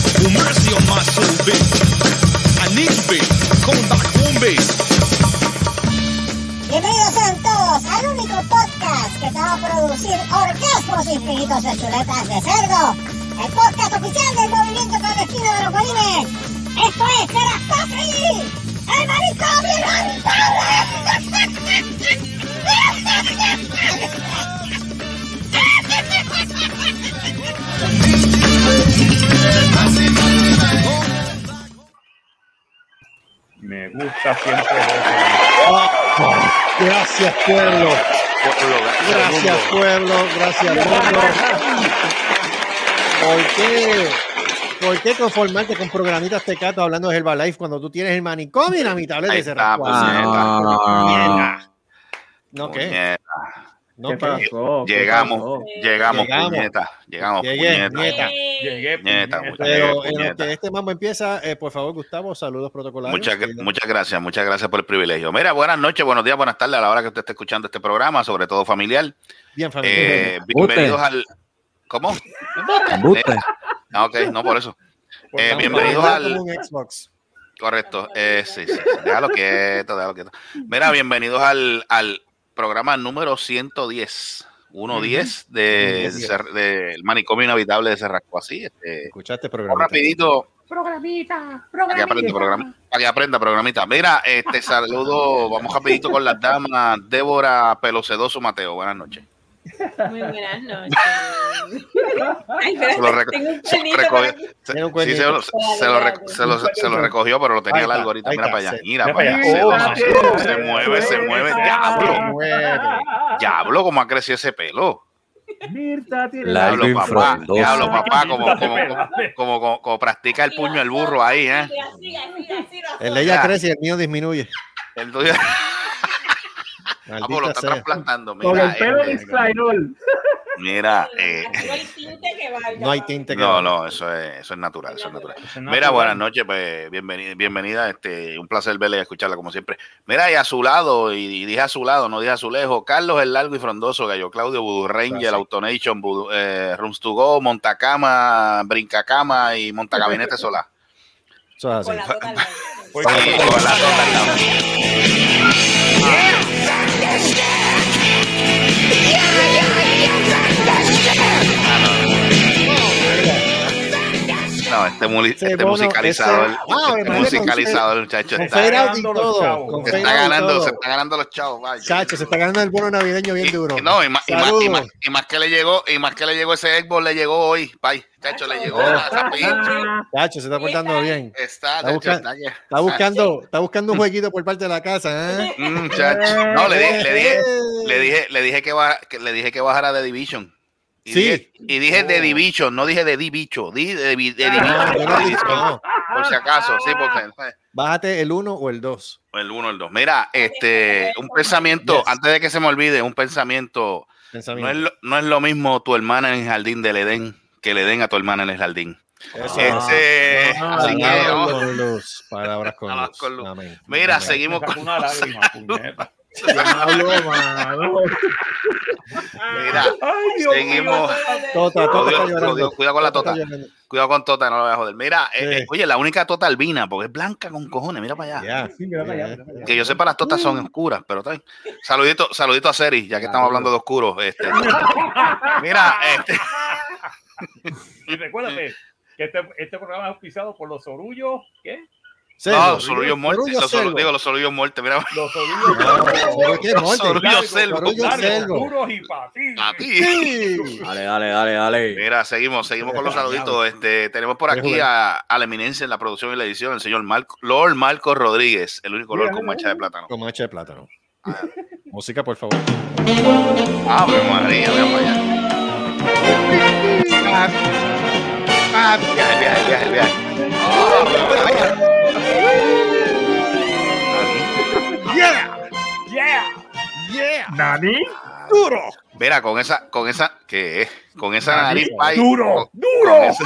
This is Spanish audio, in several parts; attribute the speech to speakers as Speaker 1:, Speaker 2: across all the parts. Speaker 1: body on my soul bass. I need to be coming back home bass.
Speaker 2: Bienvenidos sean todos al único podcast que te va a producir orgasmos infinitos de chuletas de cerdo. El podcast oficial del movimiento clandestino de los bolines. Esto es Terastofri, el marico de la
Speaker 3: Me gusta siempre ver
Speaker 4: Gracias, pueblo. Gracias, pueblo. Gracias, pueblo. ¿Por qué? ¿Por qué conformarte con programitas tecatos hablando de Herbalife cuando tú tienes el manicomio y la mitad de
Speaker 5: Ahí
Speaker 4: ese
Speaker 5: está,
Speaker 4: rascuazo?
Speaker 5: puñeta.
Speaker 4: pues, Mierda. No, ¿qué?
Speaker 5: Puñeta.
Speaker 4: No,
Speaker 3: ¿Qué
Speaker 4: ¿qué?
Speaker 3: pasó? ¿Qué
Speaker 5: ah, pues, Llegamos,
Speaker 3: pasó?
Speaker 5: llegamos,
Speaker 4: Oh, Llegamos.
Speaker 5: puñeta. Llegamos, pues,
Speaker 4: Llegué,
Speaker 5: puñeta.
Speaker 4: nieta.
Speaker 3: Llegué,
Speaker 5: Puñeta,
Speaker 3: puñeta.
Speaker 4: Pero en
Speaker 5: puñeta.
Speaker 4: lo que este mambo empieza, eh, por favor, Gustavo, saludos protocolarios.
Speaker 5: Muchas, gra-
Speaker 4: Sí.
Speaker 5: muchas gracias, muchas gracias por el privilegio. Mira, buenas noches, buenos días, buenas tardes a la hora que usted esté escuchando este programa, sobre todo familiar.
Speaker 4: Bien, familia.
Speaker 5: Eh, bienvenidos al. ¿Cómo? Eh, ah, ok, no por eso. eh,
Speaker 4: Tanto
Speaker 5: bienvenidos
Speaker 4: hablar
Speaker 5: al-
Speaker 4: como un Xbox.
Speaker 5: Correcto. Eh, sí, sí, sí. Déjalo quieto, déjalo quieto. Mira, bienvenidos al, al programa número 110. 110 de, de, Ser- de El manicomio inhabitable de Cerrasco. Así, este,
Speaker 4: Escuchaste
Speaker 5: Vamos
Speaker 4: programa.
Speaker 5: rapidito
Speaker 6: Programita,
Speaker 5: para que aprenda, programa- para que aprenda programita. Mira, este saludo, vamos rapidito con las damas. Débora Pelocedoso Mateo, buenas noches.
Speaker 6: Muy buenas noches. Ay,
Speaker 5: Se lo
Speaker 6: espera,
Speaker 5: reco-
Speaker 6: tengo un
Speaker 5: se
Speaker 6: pelito por
Speaker 5: recogió-
Speaker 6: aquí.
Speaker 5: se-
Speaker 4: Tiene un
Speaker 5: sí, se lo- se lo rec- se lo- se lo recogió, pero lo
Speaker 4: Ahí
Speaker 5: tenía
Speaker 4: está,
Speaker 5: largo ahorita.
Speaker 4: ahí
Speaker 5: Mira
Speaker 4: está,
Speaker 5: para allá,
Speaker 4: sí.
Speaker 5: mira
Speaker 3: Mira
Speaker 5: para
Speaker 3: para
Speaker 5: allá.
Speaker 3: allá.
Speaker 5: Se,
Speaker 3: Oh,
Speaker 5: se
Speaker 3: sí.
Speaker 5: mueve, se mueve. Diablo,
Speaker 4: Muere.
Speaker 5: diablo, cómo ha crecido ese pelo.
Speaker 3: Mirta tiene
Speaker 7: La- Algo
Speaker 5: Diablo, papá,
Speaker 7: infrondoso.
Speaker 5: diablo, papá, como,
Speaker 3: Quítate
Speaker 5: como, como,
Speaker 3: pelo.
Speaker 5: como- como- como practica el puño el burro ahí, ¿eh?
Speaker 6: Así, así, así, lo
Speaker 4: El de ella
Speaker 5: Ya.
Speaker 4: crece y el mío disminuye.
Speaker 5: El tuyo- Vamos, lo
Speaker 4: Maldita
Speaker 5: está
Speaker 4: sea.
Speaker 5: trasplantando. Mira,
Speaker 3: Con el pelo de
Speaker 5: este,
Speaker 3: Slidol.
Speaker 5: mira,
Speaker 6: hacen.
Speaker 5: eh,
Speaker 6: Aquí no hay tinte que valga.
Speaker 4: No hay tinte que
Speaker 5: No,
Speaker 4: valga.
Speaker 5: no, eso es, eso es natural, eso es natural. Mira, buenas noches, pues, bienvenida, bienvenida, este, un placer verla y escucharla como siempre. Mira, y a su lado, y, y dije a su lado, no dije a su lejos, Carlos el Largo y Frondoso, Gallo Claudio, Voodoo Ranger,
Speaker 4: Gracias.
Speaker 5: Autonation, Voodoo- eh, Rooms to Go, Montacama, Brincacama y Montacabinete Solar.
Speaker 4: Eso es así.
Speaker 6: Con la total.
Speaker 3: Pues,
Speaker 5: Sí, con la total. No, este, muli-
Speaker 4: Ese
Speaker 5: este
Speaker 4: bono,
Speaker 5: musicalizador,
Speaker 4: ese- Ah,
Speaker 5: este
Speaker 4: imagínate,
Speaker 5: musicalizador, muchacho,
Speaker 4: Con
Speaker 5: está,
Speaker 4: fade out y
Speaker 3: ganando los
Speaker 4: todo.
Speaker 3: chavos.
Speaker 4: Con
Speaker 5: se
Speaker 4: fade
Speaker 5: está
Speaker 4: out y
Speaker 5: ganando,
Speaker 4: todo.
Speaker 5: se está ganando los chavos. vaya.
Speaker 4: Chacho, se está ganando el bono navideño bien
Speaker 5: Y-
Speaker 4: duro.
Speaker 5: y no, y más, y, más, y,
Speaker 4: Saludos.
Speaker 5: más, y más que le llegó, y más que le llegó ese Xbox, le llegó hoy, pay, chacho, le llegó a esa pinche.
Speaker 4: Chacho, se está portando bien.
Speaker 5: Está,
Speaker 4: Ah. Está busca-
Speaker 5: chacho, está-
Speaker 4: Está buscando, está buscando un jueguito por parte de la casa, ¿eh?
Speaker 5: Mm, chacho. No, le dije, le dije, le dije, le dije que, baja- que le dije que bajara de Division. Y
Speaker 4: Sí.
Speaker 5: dije, y dije de Division, no dije de Divicho, dije de, Divi- de Division.
Speaker 4: No, Ah, yo no dije- Ah. no.
Speaker 5: Por si acaso, sí, porque
Speaker 4: Bájate el 1 o el 2.
Speaker 5: el uno, el dos. Mira, este, un pensamiento,
Speaker 4: Yes.
Speaker 5: antes de que se me olvide, un pensamiento. No es, lo, no es lo mismo tu hermana en el jardín del Edén que le den a tu hermana en el jardín.
Speaker 4: Eso.
Speaker 5: Este,
Speaker 4: Ah,
Speaker 5: así que,
Speaker 4: Palabras
Speaker 5: vamos.
Speaker 4: con luz. Palabras con
Speaker 5: Palabras
Speaker 4: luz.
Speaker 5: con luz.
Speaker 4: Amén.
Speaker 5: mira,
Speaker 4: Amén.
Speaker 5: seguimos con.
Speaker 3: una lágrima, puñeta.
Speaker 4: Diablo, mano.
Speaker 5: Ah. Mira,
Speaker 3: Ay, Dios
Speaker 5: Seguimos.
Speaker 3: mío.
Speaker 4: Tota,
Speaker 5: oh,
Speaker 4: Tota
Speaker 5: Dios,
Speaker 4: está
Speaker 5: oh, Dios,
Speaker 4: llorando.
Speaker 5: cuidado con la
Speaker 4: Tota
Speaker 5: tota.
Speaker 4: está llorando.
Speaker 5: Cuidado con Tota, no la voy a joder. Mira, eh,
Speaker 4: Sí.
Speaker 5: eh, oye, la única Tota albina, porque es blanca con cojones, mira para allá.
Speaker 4: Ya.
Speaker 3: Sí, mira para allá, mira para allá.
Speaker 5: Que yo sepa, las Totas son oscuras, pero está bien. Saludito, saludito a Seri, ya que estamos hablando de oscuros. este. mira, este,
Speaker 3: Y recuérdate que este, este programa es auspiciado por los orullos. ¿Qué?
Speaker 5: no,
Speaker 4: Selvo.
Speaker 5: los orullos muertos,
Speaker 4: Orullo
Speaker 5: los or-
Speaker 4: selvo.
Speaker 5: digo, los orullos muertos, mira,
Speaker 3: Los orullos.
Speaker 4: No, pero qué
Speaker 5: los
Speaker 4: molde.
Speaker 5: orullos
Speaker 3: Largo,
Speaker 5: selvo.
Speaker 4: orullo
Speaker 3: largos,
Speaker 4: selvo.
Speaker 3: duros y patibles.
Speaker 5: A ti.
Speaker 4: Sí.
Speaker 7: Dale, dale, dale, dale.
Speaker 5: Mira, seguimos, seguimos con los saluditos. Este, tenemos por aquí a, a la eminencia en la producción y la edición, el señor Marco, Lord Marco Rodríguez, el único Lord con mancha de plátano.
Speaker 4: Con mancha de plátano. Música, por favor.
Speaker 5: Ave Ah, María, vean para allá. Viaje, viaje, viaje, viaje. Ah, Ave María.
Speaker 3: Yeah.
Speaker 4: Yeah.
Speaker 3: Nani.
Speaker 4: Duro.
Speaker 5: Mira, con esa, con esa, ¿qué es? Con esa nariz,
Speaker 4: Nariz,
Speaker 5: pay,
Speaker 3: Duro.
Speaker 5: con- con
Speaker 3: Duro.
Speaker 5: esa-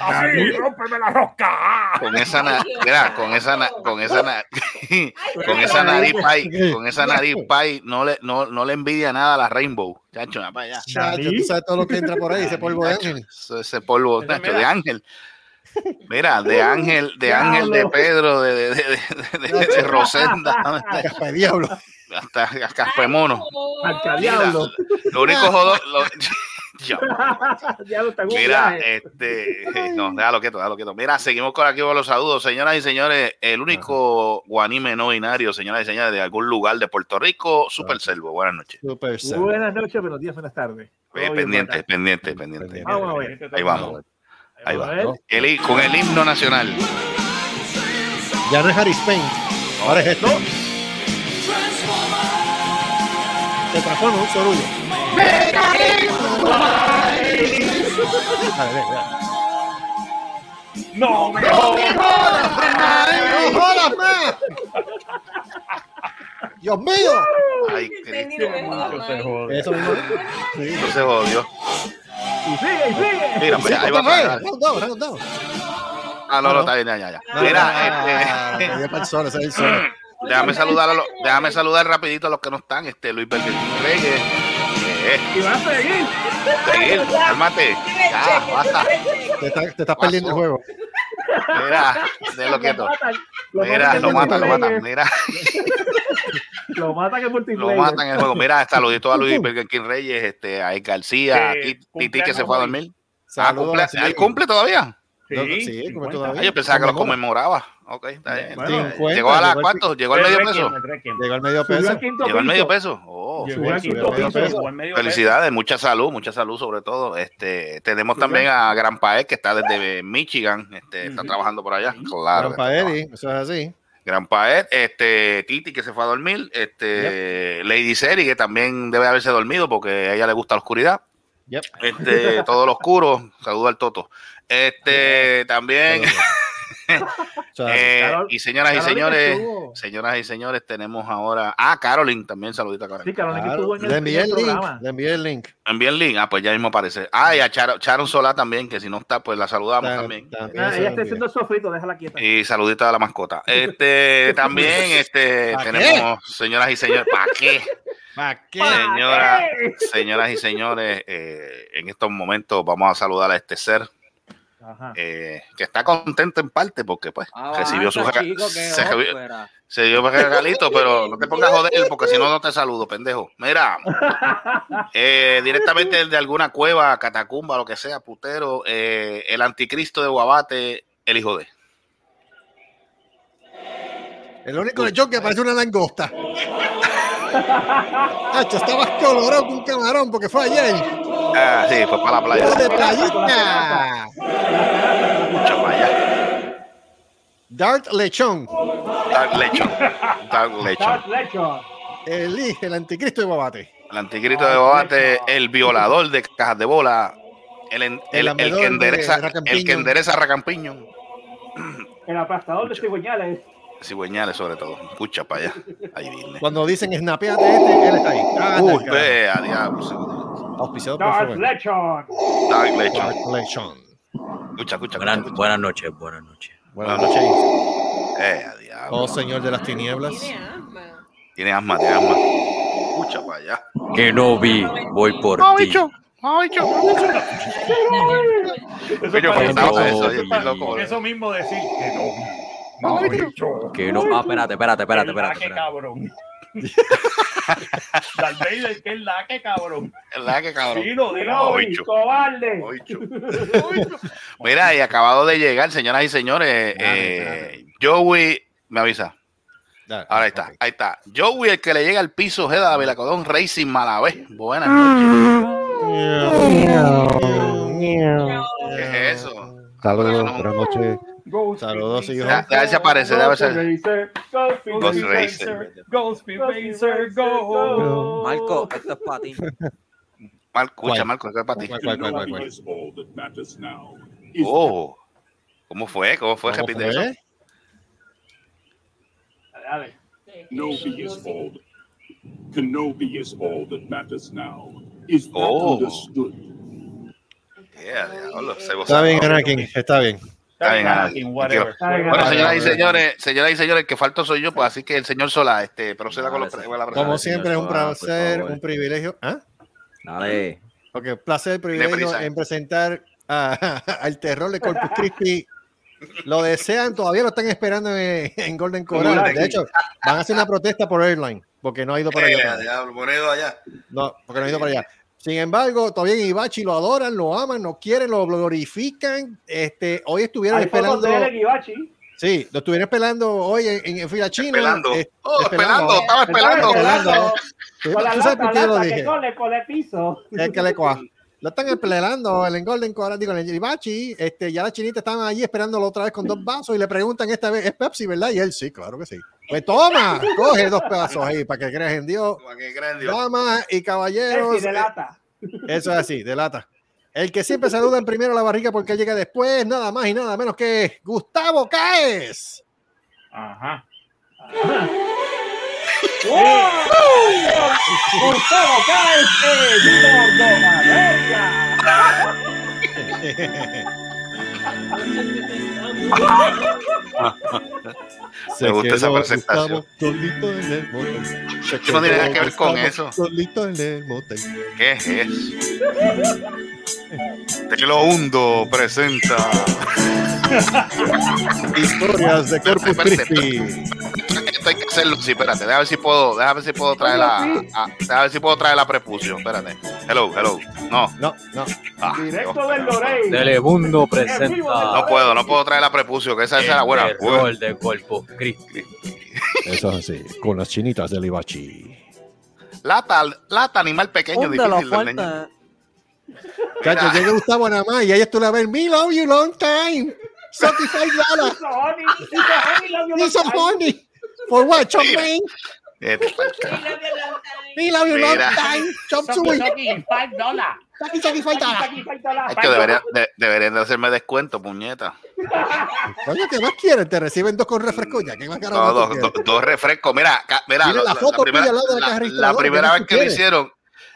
Speaker 3: Así, rómpeme la rosca.
Speaker 5: Con esa, na- mira, con esa, na- con esa, na- con esa nariz pay, con esa nariz pay, no le, no, no le envidia nada a la Rainbow. Chacho, va para allá.
Speaker 4: Chacho, tú sabes todo lo que entra por ahí, ese polvo de ángel.
Speaker 5: Eso- Ese polvo,
Speaker 3: Eso,
Speaker 5: chacho,
Speaker 3: mira.
Speaker 5: de ángel. Mira, de ángel, de
Speaker 3: Diablo.
Speaker 5: ángel, de Pedro, de, de, de, de- de- de- de Rosenda,
Speaker 4: Capa de diablo.
Speaker 5: hasta Caspemono.
Speaker 6: Alcalá.
Speaker 5: Mira,
Speaker 7: Diablo.
Speaker 5: Lo único jodón. lo- Ya,
Speaker 7: Diablo, está en un
Speaker 5: Mira,
Speaker 7: viaje.
Speaker 5: este, eh, no, déjalo quieto, déjalo quieto. Mira, seguimos con aquí con los saludos, señoras y señores. El único guanime no binario, señoras y señores, de algún lugar de Puerto Rico, Super Selvo. Buenas noches.
Speaker 4: Super Saiyan.
Speaker 7: Buenas noches, buenos días, buenas tardes. Todo
Speaker 5: Eh,
Speaker 7: bien por
Speaker 5: pendiente,
Speaker 7: acá.
Speaker 5: pendiente, pendiente.
Speaker 7: Vamos a ver.
Speaker 5: Ahí vamos. Ahí
Speaker 7: Vamos a
Speaker 5: va.
Speaker 7: ver.
Speaker 5: El hi- con el himno nacional.
Speaker 4: Ya no es Harry Spain. Ahora es esto. Se transforma en un sorullo. Dale, dale, dale.
Speaker 3: No me jodas.
Speaker 4: ¡No jodas más! ¡Dios mío!
Speaker 5: Ay, Cristo, amado.
Speaker 3: Yo se jode.
Speaker 4: Eso mismo. Sí.
Speaker 5: Eso se jodió.
Speaker 7: Y sigue, y sigue.
Speaker 5: Mira, mira, ahí va para allá.
Speaker 4: Round down, round down.
Speaker 5: Ah, no, no, está bien, ya, ya, ya. Mira,
Speaker 4: Ah,
Speaker 5: este,
Speaker 4: cayó pa'l suelo, ese es el suelo.
Speaker 5: Déjame saludar, a los- déjame saludar rapidito a los que no están. Este Luis Berbertín Reyes. Eh,
Speaker 7: Y va a seguir.
Speaker 5: seguir, cálmate. Ya,
Speaker 6: Ah,
Speaker 5: basta.
Speaker 4: Te estás- te estás perdiendo el
Speaker 5: Ah,
Speaker 4: juego.
Speaker 5: Mira, déjalo quieto.
Speaker 7: matan.
Speaker 5: Mira, lo matan, lo
Speaker 7: matan.
Speaker 5: matan. Mira,
Speaker 7: Lo matan en
Speaker 5: lo
Speaker 7: multiplayer.
Speaker 5: matan en el juego. Mira, saludito a Luis Berbertín Reyes, este, a Ed García, a
Speaker 3: Eh,
Speaker 5: Ti- Titi
Speaker 3: cumpleaños
Speaker 5: que se fue a
Speaker 3: hoy.
Speaker 5: dormir. Ah,
Speaker 4: Saludos
Speaker 5: cumple,
Speaker 4: a la
Speaker 5: ¿él cumple todavía?
Speaker 4: No, sí,
Speaker 3: Sí,
Speaker 4: como
Speaker 3: 50.
Speaker 4: todavía.
Speaker 5: Ah, yo pensaba que lo
Speaker 4: Conmemora.
Speaker 5: conmemoraba. Ok, está bien.
Speaker 3: Bueno,
Speaker 4: cincuenta,
Speaker 5: ¿Llegó a la
Speaker 4: llegó el-
Speaker 5: cuánto? ¿Llegó al medio
Speaker 3: El Requiem,
Speaker 7: este,
Speaker 5: peso?
Speaker 3: el Requiem.
Speaker 4: Llegó al medio
Speaker 7: Subió
Speaker 4: peso.
Speaker 7: al quinto
Speaker 5: Llegó al medio
Speaker 7: piso.
Speaker 5: peso. Oh.
Speaker 3: Llegó al
Speaker 7: subió,
Speaker 3: quinto
Speaker 4: subió,
Speaker 3: piso,
Speaker 7: este.
Speaker 4: subió.
Speaker 3: llegó al medio
Speaker 5: Felicidades, mucha salud, mucha salud sobre todo. Este, tenemos también a Gran Paez que está desde Michigan, este, está
Speaker 3: Ujú.
Speaker 5: trabajando por allá. Claro.
Speaker 4: Gran
Speaker 5: que está
Speaker 4: Paeri, eso es así.
Speaker 5: Gran Paez, este, Titi que se fue a dormir, este, Lady Seri que también debe haberse dormido porque a ella le gusta la oscuridad.
Speaker 4: Yep.
Speaker 5: Este, todo lo oscuro, saludo al Toto. Este, también,
Speaker 4: Eso es así.
Speaker 5: eh,
Speaker 7: Carol-
Speaker 5: y señoras y
Speaker 7: Carolina
Speaker 5: señores,
Speaker 7: estuvo-
Speaker 5: señoras y señores, tenemos ahora, ah, Carolyn también, saludita a Carolyn.
Speaker 7: Sí, Carolina
Speaker 4: Claro,
Speaker 7: estuvo en el,
Speaker 4: Le envié
Speaker 7: primer
Speaker 4: el link.
Speaker 7: programa. Ah,
Speaker 4: Le envié el link.
Speaker 5: También Link, ah, pues ya mismo aparece. Ah, y a Charo- Sharon Solá también, que si no está, pues la saludamos
Speaker 4: Claro,
Speaker 5: también.
Speaker 4: también
Speaker 7: Ah,
Speaker 4: se
Speaker 7: ella
Speaker 4: lo
Speaker 7: está
Speaker 4: envié.
Speaker 7: haciendo el sofrito, déjala quieta.
Speaker 5: Y saludita a la mascota. Este, también, este,
Speaker 4: ¿Pa' qué?
Speaker 5: tenemos, señoras y señores, ¿para qué?
Speaker 4: ¿Para qué?
Speaker 5: Señora, señoras y señores, eh, en estos momentos vamos a saludar a este ser
Speaker 7: Ajá.
Speaker 5: eh, que está contento en parte porque pues
Speaker 8: Ah,
Speaker 5: recibió su rega- se, recibió-
Speaker 8: ópera.
Speaker 5: se dio regalito, pero no te pongas a joder porque si no, no te saludo, pendejo. Mira, eh, directamente de alguna cueva, catacumba, lo que sea, putero, eh, el anticristo de Guabate, el hijo de.
Speaker 4: El único lechón que parece una langosta. Hacho, estabas colorado con un camarón porque fue ayer.
Speaker 5: Ah, sí, fue para la playa.
Speaker 4: ¡Qué detallista!
Speaker 5: Mucha playa.
Speaker 4: Dart Lechón,
Speaker 5: Dark Lechon. Dark Lechon.
Speaker 7: Dark Lechon.
Speaker 4: elige el anticristo de Guabate.
Speaker 5: El anticristo de Guabate, el violador de cajas de bola, el, en-
Speaker 4: El
Speaker 5: el, el que
Speaker 4: lamedor de
Speaker 5: endereza,
Speaker 4: Racampiño.
Speaker 5: el que endereza a Racampiño.
Speaker 7: El aplastador de
Speaker 5: Mucho.
Speaker 7: cigüeñales.
Speaker 5: Cigüeñales sobre todo. Escucha para allá. Ahí viene.
Speaker 4: Cuando dicen snapeate este, él está ahí. Ah,
Speaker 5: Uy,
Speaker 4: carajo.
Speaker 5: ve a diablo. seguro.
Speaker 4: Auspiciado por
Speaker 7: Dark
Speaker 4: favor.
Speaker 7: Lechon.
Speaker 5: Dark Lechon.
Speaker 4: Dart Lechón.
Speaker 5: Escucha, escucha. escucha,
Speaker 8: Buenas,
Speaker 5: escucha.
Speaker 8: buenas noches, buenas noches.
Speaker 4: Buenas noches.
Speaker 5: Eh, a diablo.
Speaker 4: Oh, señor de las tinieblas.
Speaker 6: Tiene asma.
Speaker 5: Tiene asma, tiene asma. Escucha para allá.
Speaker 8: Que no vi, voy por ti.
Speaker 3: peso. Eso
Speaker 5: Coño,
Speaker 3: parece-
Speaker 5: cuando estaba
Speaker 8: eso,
Speaker 5: eso,
Speaker 8: oye,
Speaker 5: yo estoy loco.
Speaker 3: Con
Speaker 5: bro.
Speaker 3: eso mismo decir que no. No, bicho.
Speaker 8: Que no. Ah, espérate, espérate, espérate,
Speaker 3: El laque,
Speaker 8: espérate. espérate.
Speaker 3: cabrón. Darth Vader, que es la que cabrón.
Speaker 5: ¿Verdad que cabrón?
Speaker 3: Dilo, dilo.
Speaker 5: No,
Speaker 7: Lobby,
Speaker 5: bicho.
Speaker 7: cobarde.
Speaker 5: Ocho. Mira, y acabado de llegar, señoras y señores, eh, Joey, me avisa.
Speaker 4: Dale.
Speaker 5: Ahora está, ahí está. Joey, el que le llega al piso, Jeda de Vilacodón, Racing Malavé. Buenas noches. ¿Qué es eso?
Speaker 9: Saludos, buenas noches.
Speaker 3: Ghost
Speaker 4: Saludos,
Speaker 3: Speed
Speaker 4: hijo.
Speaker 5: Ya,
Speaker 3: Racer.
Speaker 5: ya se aparece, ya se
Speaker 7: Ghost
Speaker 5: Ghost
Speaker 7: Racer.
Speaker 5: Racer.
Speaker 3: Ghost Speed Racer, go.
Speaker 7: go.
Speaker 8: Marco, esto es para ti.
Speaker 5: Marco, escucha,
Speaker 4: ¿Cuál?
Speaker 5: Marco, ¿qué es para ti?
Speaker 4: ¿Cuál, cuál, cuál, cuál, cuál?
Speaker 5: Oh, ¿cómo fue? ¿Cómo fue?
Speaker 4: ¿Cómo
Speaker 5: Repite
Speaker 4: fue?
Speaker 5: eso.
Speaker 7: Dale.
Speaker 10: Kenobi is old. Kenobi is all that matters now. Is that
Speaker 5: Oh.
Speaker 10: understood?
Speaker 5: Yeah, diablo, se gozó.
Speaker 4: Está bien, Anakin, está bien.
Speaker 5: Está bien, Ana.
Speaker 3: Anakin, whatever.
Speaker 7: Está bien,
Speaker 5: Bueno,
Speaker 7: Ana.
Speaker 5: señoras y señores, señoras y señores, el que falto soy yo, pues así que el señor Sola, este, proceda con, los,
Speaker 8: Dale,
Speaker 5: con la
Speaker 4: Como
Speaker 5: presentación.
Speaker 8: sí.
Speaker 4: siempre, es un
Speaker 8: Sola, por
Speaker 4: placer,
Speaker 8: favor.
Speaker 4: un privilegio. ¿Ah?
Speaker 8: Dale.
Speaker 4: Ok, placer, privilegio
Speaker 5: Deprisa.
Speaker 4: en presentar a- al terror de Corpus Christi. Lo desean, todavía lo están esperando en, en Golden Coral. De hecho, van a hacer una protesta por Airline, porque no ha ido para allá.
Speaker 5: Eh,
Speaker 4: todavía.
Speaker 5: diablo, Monedo allá.
Speaker 4: No, porque no ha ido para allá. Sin embargo, todavía en Ibachi lo adoran, lo aman, lo quieren, lo glorifican. Este, hoy estuvieron
Speaker 7: Hay fotos
Speaker 4: esperando.
Speaker 7: de él en Ibachi.
Speaker 4: Sí, lo estuvieron esperando hoy en, en fila china.
Speaker 5: Esperando.
Speaker 4: Eh,
Speaker 5: Oh,
Speaker 4: esperando.
Speaker 5: esperando, estaba esperando.
Speaker 7: Esperando.
Speaker 4: ¿Tú,
Speaker 7: Con la
Speaker 4: tú sabes por qué
Speaker 7: lata,
Speaker 4: yo lo
Speaker 7: lata, que
Speaker 4: dije?
Speaker 7: cole, cole piso.
Speaker 4: Es que le coja. Lo están esperando el Golden Coral, digo, el Ibachi, este, ya las chinitas estaban allí esperándolo otra vez con dos vasos y le preguntan esta vez, ¿es Pepsi, verdad? Y él, sí, claro que sí. Pues toma, coge dos pedazos ahí para que creas en Dios.
Speaker 5: Qué grande.
Speaker 4: Damas y caballeros,
Speaker 7: Messi de lata.
Speaker 4: eso es así, de lata. El que siempre saluda en primero la barriga porque llega después, nada más y nada menos que Gustavo Caes.
Speaker 3: Ajá.
Speaker 7: Gustavo Cáceres, Córdoba, venga.
Speaker 5: Me gusta esa presentación.
Speaker 4: solito en el motel. Se
Speaker 5: Eso no tiene nada
Speaker 4: quedó
Speaker 5: que ver con
Speaker 4: Gustavo
Speaker 5: eso.
Speaker 4: Solito en el motel.
Speaker 5: ¿Qué es eso? Te lo hundo, presenta.
Speaker 4: Historias de Corpus
Speaker 5: Espérate,
Speaker 4: Christi.
Speaker 5: Esto hay que hacerlo, sí, espérate, déjame ver si puedo, déjame ver si puedo traer la, a- déjame ver si puedo traer la prepucio, espérate. Hello, hello. No.
Speaker 4: No, no.
Speaker 5: Ah,
Speaker 7: Directo
Speaker 5: Dios,
Speaker 7: del Lorey.
Speaker 8: Telemundo
Speaker 5: No
Speaker 8: presenta.
Speaker 5: puedo, no puedo traer la prepucio, que esa, esa era buena.
Speaker 8: El terror de Corpus Christi.
Speaker 4: Eso es así. Con las chinitas del Ibachi.
Speaker 5: Lata, lata, animal pequeño, difícil de ordeñar.
Speaker 8: falta?
Speaker 4: Cacho,
Speaker 5: Mira.
Speaker 4: llega Gustavo nada más y ahí tú la ves. Me love you long time. Certified dollar.
Speaker 7: Hizo honey, hizo honey, lo vio
Speaker 4: Need some
Speaker 7: más-
Speaker 4: honey. For what? Chop mein?
Speaker 5: Este,
Speaker 4: Me love you long
Speaker 5: Mira.
Speaker 4: time. Chop suey.
Speaker 7: Five dollars.
Speaker 4: Taki, taki, five dollar.
Speaker 7: Aquí, five dollars.
Speaker 5: es que debería- de- deberían de hacerme descuento, puñeta.
Speaker 4: Coño, ¿qué más quieres? Te reciben dos con refresco ya. ¿Qué más caro
Speaker 5: No,
Speaker 4: más tú
Speaker 5: dos,
Speaker 4: quieres?
Speaker 5: dos- dos refrescos. Mira, ca- mira
Speaker 4: Mira
Speaker 5: lo-
Speaker 4: la foto tuya al lado de la
Speaker 5: la-
Speaker 4: caja
Speaker 5: la
Speaker 4: registradora,
Speaker 5: primera
Speaker 4: ¿qué
Speaker 5: vez
Speaker 4: tú
Speaker 5: que lo
Speaker 4: quieres?
Speaker 5: hicieron.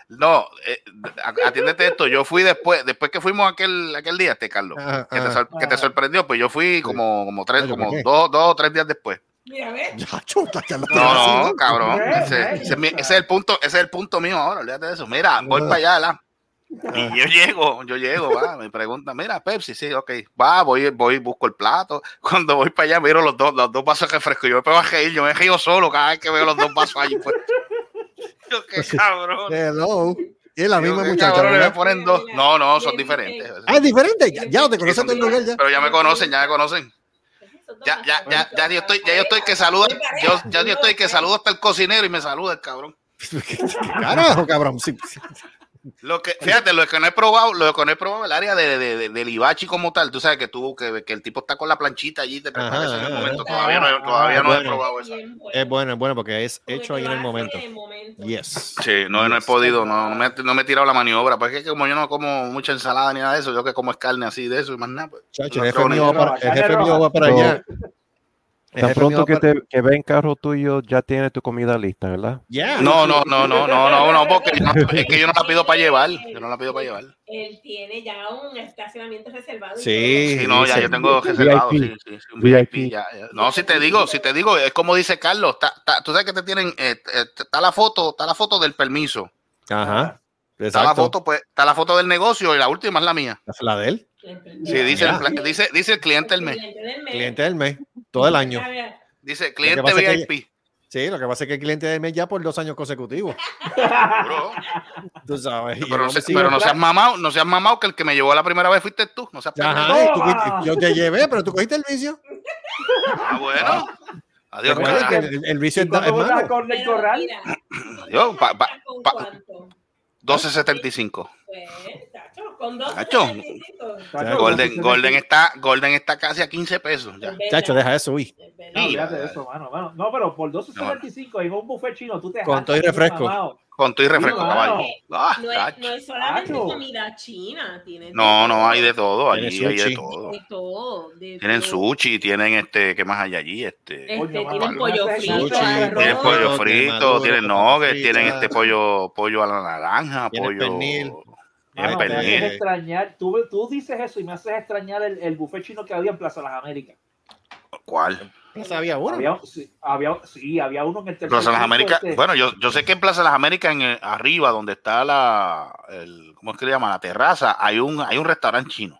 Speaker 5: No, eh, a- atiéndete esto. Yo fui después, después que fuimos aquel, aquel día, este Carlos,
Speaker 4: Ajá,
Speaker 5: que te,
Speaker 4: ajá.
Speaker 5: sor- que te sorprendió, pues yo fui como, como tres,
Speaker 4: Ah, Ay, yo
Speaker 5: como
Speaker 4: me quedé.
Speaker 5: dos, dos o tres días después.
Speaker 6: Mira, ve.
Speaker 4: Ya, chuta, que lo tienes así,
Speaker 5: No, no, cabrón.
Speaker 7: Ve,
Speaker 5: Ese,
Speaker 7: ve,
Speaker 5: ese es mi-
Speaker 7: o sea.
Speaker 5: ese es el punto, ese es el punto mío ahora, olvídate de eso. Mira, voy
Speaker 4: Ajá.
Speaker 5: para allá, la- Y yo llego, yo llego, va, me preguntan, mira, Pepsi, sí, ok, va, voy, voy, busco el plato. Cuando voy para allá, miro los dos, los dos vasos de refresco. Yo me pego a reír, yo me río solo cada vez que veo los dos vasos ahí. Pues. Yo, qué cabrón.
Speaker 4: Hello. Y es la
Speaker 5: Yo,
Speaker 4: misma
Speaker 5: qué
Speaker 4: muchacha.
Speaker 5: cabrón, me
Speaker 4: ¿verdad?
Speaker 5: ponen dos. No, no, son diferentes.
Speaker 4: Ah, es diferente. Ya, ya te
Speaker 5: Sí,
Speaker 4: conoces
Speaker 5: son
Speaker 4: todo el lugar ya.
Speaker 5: Pero ya me conocen, ya me conocen. Ya, ya, ya, ya yo estoy, ya yo estoy que saluda, yo, ya yo estoy que saludo hasta el cocinero y me saluda el cabrón.
Speaker 4: ¿Qué carajo, cabrón? Sí, sí.
Speaker 5: Lo que, fíjate, lo que no he probado, lo que no he probado el área de, de- de- del Ibachi como tal. Tú sabes que tuvo que, que el tipo está con la planchita allí te prepara
Speaker 4: Ajá,
Speaker 5: eso en el
Speaker 4: ajá,
Speaker 5: momento.
Speaker 6: ajá.
Speaker 5: Todavía no, todavía
Speaker 4: Ah,
Speaker 5: no
Speaker 4: bueno.
Speaker 5: he probado eso.
Speaker 4: Es bueno, es bueno porque es
Speaker 6: Porque te
Speaker 4: hecho ahí en
Speaker 6: lo
Speaker 4: el
Speaker 6: hace
Speaker 4: momento.
Speaker 6: en el momento.
Speaker 4: Yes.
Speaker 5: Sí, no, no he podido, no, no me, no me he tirado la maniobra, porque es que como yo no como mucha ensalada ni nada de eso, yo que como es carne así de eso y más nada. pues,
Speaker 4: Chacho,
Speaker 5: no
Speaker 4: el
Speaker 5: he
Speaker 4: jefe
Speaker 5: probado
Speaker 4: mío va
Speaker 5: ni-
Speaker 4: para, el
Speaker 7: Carne
Speaker 4: jefe
Speaker 7: roja.
Speaker 4: mío va para
Speaker 9: No.
Speaker 4: allá. El
Speaker 9: Tan
Speaker 4: jefe mío
Speaker 9: pronto
Speaker 4: va
Speaker 9: que,
Speaker 4: para-
Speaker 9: te, Este, que ven carro tuyo, ya tienes tu comida lista, ¿verdad?
Speaker 4: Yeah.
Speaker 5: No, no, no, no, no, no, no, porque yo no- es que yo no la pido para llevar, yo no la pido para llevar.
Speaker 6: Él tiene ya un estacionamiento reservado. y
Speaker 4: Sí.
Speaker 5: Sí, no, ya
Speaker 4: sí.
Speaker 5: yo tengo reservado,
Speaker 9: VIP.
Speaker 5: sí, sí, sí, un
Speaker 9: VIP.
Speaker 5: VIP. ya, ya. No, si te digo, si te digo, es como dice Carlos, está- está- tú sabes que te tienen, eh, eh, está la foto, está la foto del permiso.
Speaker 4: Ajá.
Speaker 5: Está la
Speaker 4: Exacto.
Speaker 5: foto, pues, está la foto del negocio y la última es la mía.
Speaker 4: La de él.
Speaker 6: todo.
Speaker 5: Sí, dice el,
Speaker 4: Ya.
Speaker 5: pla- dice, dice el cliente del mes.
Speaker 6: Cliente del mes.
Speaker 4: Cliente del mes. Todo el año.
Speaker 6: A ver,
Speaker 5: Dice
Speaker 4: Lo que
Speaker 5: cliente
Speaker 4: pasa es que-
Speaker 5: VIP.
Speaker 4: Sí, lo que pasa es que el cliente del mes ya por dos años consecutivos.
Speaker 5: Bro,
Speaker 4: Tú sabes. y el
Speaker 5: pero, no
Speaker 4: hombre
Speaker 5: se-
Speaker 4: sigue-
Speaker 5: pero no seas mamado, no seas mamado que el que me llevó la primera vez fuiste tú. No seas
Speaker 4: Ajá,
Speaker 5: pendejo.
Speaker 7: ¡Oh!
Speaker 4: y tú fuiste- yo te llevé, pero tú cogiste el vicio.
Speaker 5: Ah, bueno. Adiós, pues,
Speaker 4: Recuerda
Speaker 5: carajo.
Speaker 4: que el, el vicio es, da- es
Speaker 7: ¿Cómo
Speaker 4: malo.
Speaker 7: está con el
Speaker 6: pero
Speaker 7: corral?
Speaker 6: mira,
Speaker 5: Yo, pa- pa-
Speaker 6: ¿con
Speaker 5: pa-
Speaker 6: cuánto?
Speaker 5: 12.75.
Speaker 6: Pues, tacho, con dos.
Speaker 5: Tacho.
Speaker 6: 35.
Speaker 7: Chacho,
Speaker 5: Golden,
Speaker 7: entonces,
Speaker 5: Golden está, Golden está casi a 15 pesos ya.
Speaker 6: Es
Speaker 4: Chacho,
Speaker 6: verdad,
Speaker 4: deja eso, uy.
Speaker 6: es
Speaker 7: No,
Speaker 6: verdad.
Speaker 7: olvídate de eso, mano, mano. No, pero por 12.75 en un buffet chino, tú te
Speaker 4: Con
Speaker 7: jalas,
Speaker 4: todo y
Speaker 7: tú,
Speaker 4: refresco.
Speaker 7: mamao.
Speaker 5: Con tu y refresco,
Speaker 7: No,
Speaker 5: caballo. Ah,
Speaker 6: No es,
Speaker 5: tacho.
Speaker 6: no es solamente
Speaker 7: Tacho.
Speaker 6: comida china. Tiene
Speaker 5: No, no, hay de todo. Allí
Speaker 4: Tiene
Speaker 5: hay de
Speaker 4: sushi.
Speaker 5: todo.
Speaker 6: De todo. de
Speaker 5: Tienen
Speaker 6: todo.
Speaker 5: sushi, tienen este, ¿qué más hay allí? Este,
Speaker 6: Este,
Speaker 7: Coño,
Speaker 6: tienen
Speaker 7: mano,
Speaker 6: pollo
Speaker 7: sushi,
Speaker 6: frito,
Speaker 7: sushi,
Speaker 6: arroz.
Speaker 5: tienen pollo
Speaker 4: Tienen
Speaker 5: frito,
Speaker 4: maduro,
Speaker 5: tienen
Speaker 4: patatas
Speaker 5: nuggets, tienen
Speaker 4: fritas.
Speaker 5: este pollo, pollo a la naranja,
Speaker 4: Tienen
Speaker 5: pollo.
Speaker 4: pernil.
Speaker 7: Mano,
Speaker 5: Bien
Speaker 7: me haces
Speaker 4: este,
Speaker 5: pendiente.
Speaker 7: extrañar, tú, tú dices eso y me haces extrañar el, el buffet chino que había en Plaza Las Américas.
Speaker 5: ¿Cuál?
Speaker 4: este, Sabía uno.
Speaker 7: Había, sí, había, sí, había uno en el tercer
Speaker 5: Plaza de las
Speaker 7: piso,
Speaker 5: Américas.
Speaker 7: este,
Speaker 5: Bueno, yo, yo sé que en Plaza de las Américas, en el- arriba, donde está la. El, ¿Cómo es que le llaman? La terraza, hay un, hay un restaurante chino.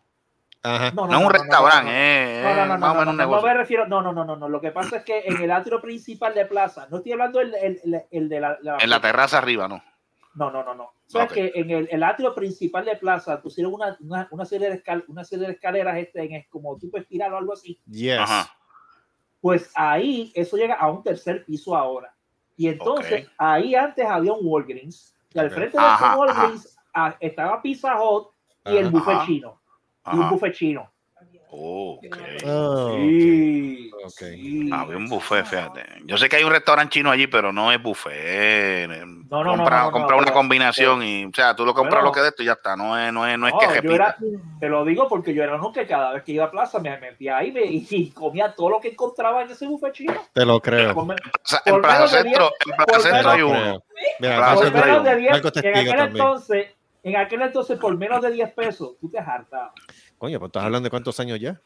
Speaker 4: Ajá.
Speaker 5: No, es un restaurante, eh,
Speaker 7: No,
Speaker 5: eh,
Speaker 7: no, no,
Speaker 5: más
Speaker 7: no,
Speaker 5: o menos
Speaker 7: no,
Speaker 5: un
Speaker 7: no, no
Speaker 5: negocio.
Speaker 7: me refiero. No, no, no, no, no. Lo que pasa es que en el atrio principal de plaza, no estoy hablando el, el, el, el de la,
Speaker 5: En la terraza arriba, no.
Speaker 7: No, no, no, no. Sabes
Speaker 5: Ok.
Speaker 7: que en el, el atrio principal de plaza pusieron una, una, una serie de escal- una serie de escaleras este, en, es- como tipo estirado o algo así.
Speaker 4: Yes.
Speaker 5: Ajá.
Speaker 7: Pues ahí eso llega a un tercer piso ahora. Y entonces
Speaker 5: Ok.
Speaker 7: ahí antes había un Walgreens y al
Speaker 4: Ok.
Speaker 7: frente de ese
Speaker 5: Ajá,
Speaker 7: Walgreens ah, estaba Pizza Hut y el
Speaker 4: Ajá.
Speaker 7: buffet
Speaker 5: Ajá.
Speaker 7: chino. Y un
Speaker 5: Ajá.
Speaker 7: buffet chino.
Speaker 5: Oh, ok.
Speaker 4: Oh,
Speaker 7: Sí,
Speaker 4: ok.
Speaker 7: sí.
Speaker 5: Ah, Había un buffet, fíjate. Yo sé que hay un restaurante chino allí, pero no es buffet.
Speaker 7: no, no,
Speaker 5: compra
Speaker 7: no, no, no,
Speaker 5: compra una
Speaker 7: pero- eh,
Speaker 5: combinación y, o sea, tú lo compras
Speaker 7: Bueno.
Speaker 5: lo que de esto y ya está. No es, no es, no es
Speaker 7: No,
Speaker 5: que
Speaker 7: yo
Speaker 5: repita.
Speaker 7: era- te lo digo porque yo era uno que cada vez que iba a plaza me metía ahí me- y comía todo lo que encontraba en ese buffet chino.
Speaker 4: Te lo creo.
Speaker 7: Come-
Speaker 5: O sea,
Speaker 7: Por
Speaker 5: en Plaza
Speaker 7: menos de
Speaker 5: Centro, en Plaza
Speaker 7: por
Speaker 5: Centro
Speaker 7: menos-
Speaker 5: hay uno.
Speaker 4: Creo. Mira,
Speaker 5: Claro.
Speaker 4: Plaza
Speaker 7: Por
Speaker 5: Centro
Speaker 4: Centro
Speaker 5: hay
Speaker 7: menos
Speaker 5: uno.
Speaker 7: de 10,
Speaker 4: Marco
Speaker 7: en
Speaker 4: Testigo
Speaker 7: aquel
Speaker 4: también.
Speaker 7: entonces, en aquel entonces por menos de 10 pesos, tú te hartabas.
Speaker 4: Coño, pues estás hablando de cuántos años ya.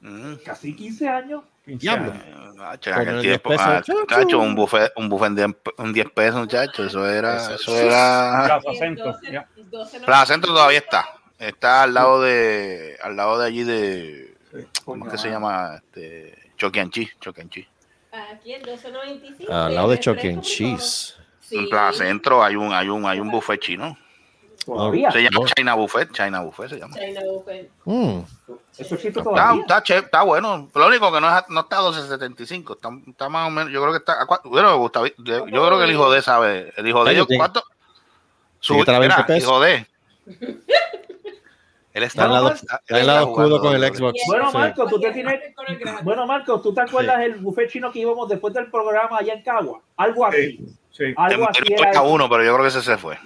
Speaker 5: Mm.
Speaker 7: Casi 15 años.
Speaker 4: Diablo.
Speaker 5: Ah, che, en aquel
Speaker 4: Ponerle 10
Speaker 5: tiempo,
Speaker 4: pesos,
Speaker 5: ah,
Speaker 4: chacho.
Speaker 5: chacho, un buffet, un buffet en 10 pe- en 10 pesos, muchachos. Eso era, eso era.
Speaker 3: Plaza Centro. ya.
Speaker 5: Plaza Centro todavía está. Está al lado de, al lado de allí de,
Speaker 7: Coño,
Speaker 5: ¿cómo es que se
Speaker 7: mano.
Speaker 5: llama? Este, Choquianchi, Choquianchi.
Speaker 6: Aquí en 1295.
Speaker 4: Al lado de Chuck and Cheese.
Speaker 5: En Plaza Centro hay un, hay un, hay un buffet chino.
Speaker 7: Todavía.
Speaker 5: Se llama
Speaker 4: No.
Speaker 5: China Buffet, China Buffet se llama.
Speaker 6: China Buffet.
Speaker 4: Mm.
Speaker 7: Eso existe
Speaker 5: Está,
Speaker 7: todavía.
Speaker 5: está, che- está bueno. Lo único que no, es, no está a 1275. Está, está más o menos. Yo creo que está. a cua- Bueno, Gustavo, yo, yo creo que el hijo de sabe. El hijo de
Speaker 4: Oye,
Speaker 5: ellos,
Speaker 4: tiene-
Speaker 5: ¿cuánto? Su,
Speaker 4: tiene que estar a 20
Speaker 5: mira,
Speaker 4: pesos.
Speaker 5: hijo de. Él está,
Speaker 4: Está al lado-
Speaker 5: él
Speaker 4: Está el lado
Speaker 5: está jugando
Speaker 4: oscuro con el
Speaker 5: doble.
Speaker 4: Xbox.
Speaker 7: Bueno,
Speaker 4: Sí.
Speaker 7: Marco, tú te tienes- Bueno, Marcos, ¿tú te acuerdas del buffet chino que íbamos después del programa allá en Cagua? Algo así.
Speaker 3: Sí.
Speaker 7: Algo así
Speaker 5: Él
Speaker 7: era
Speaker 5: toca
Speaker 7: eso.
Speaker 5: uno, pero yo creo que ese se fue.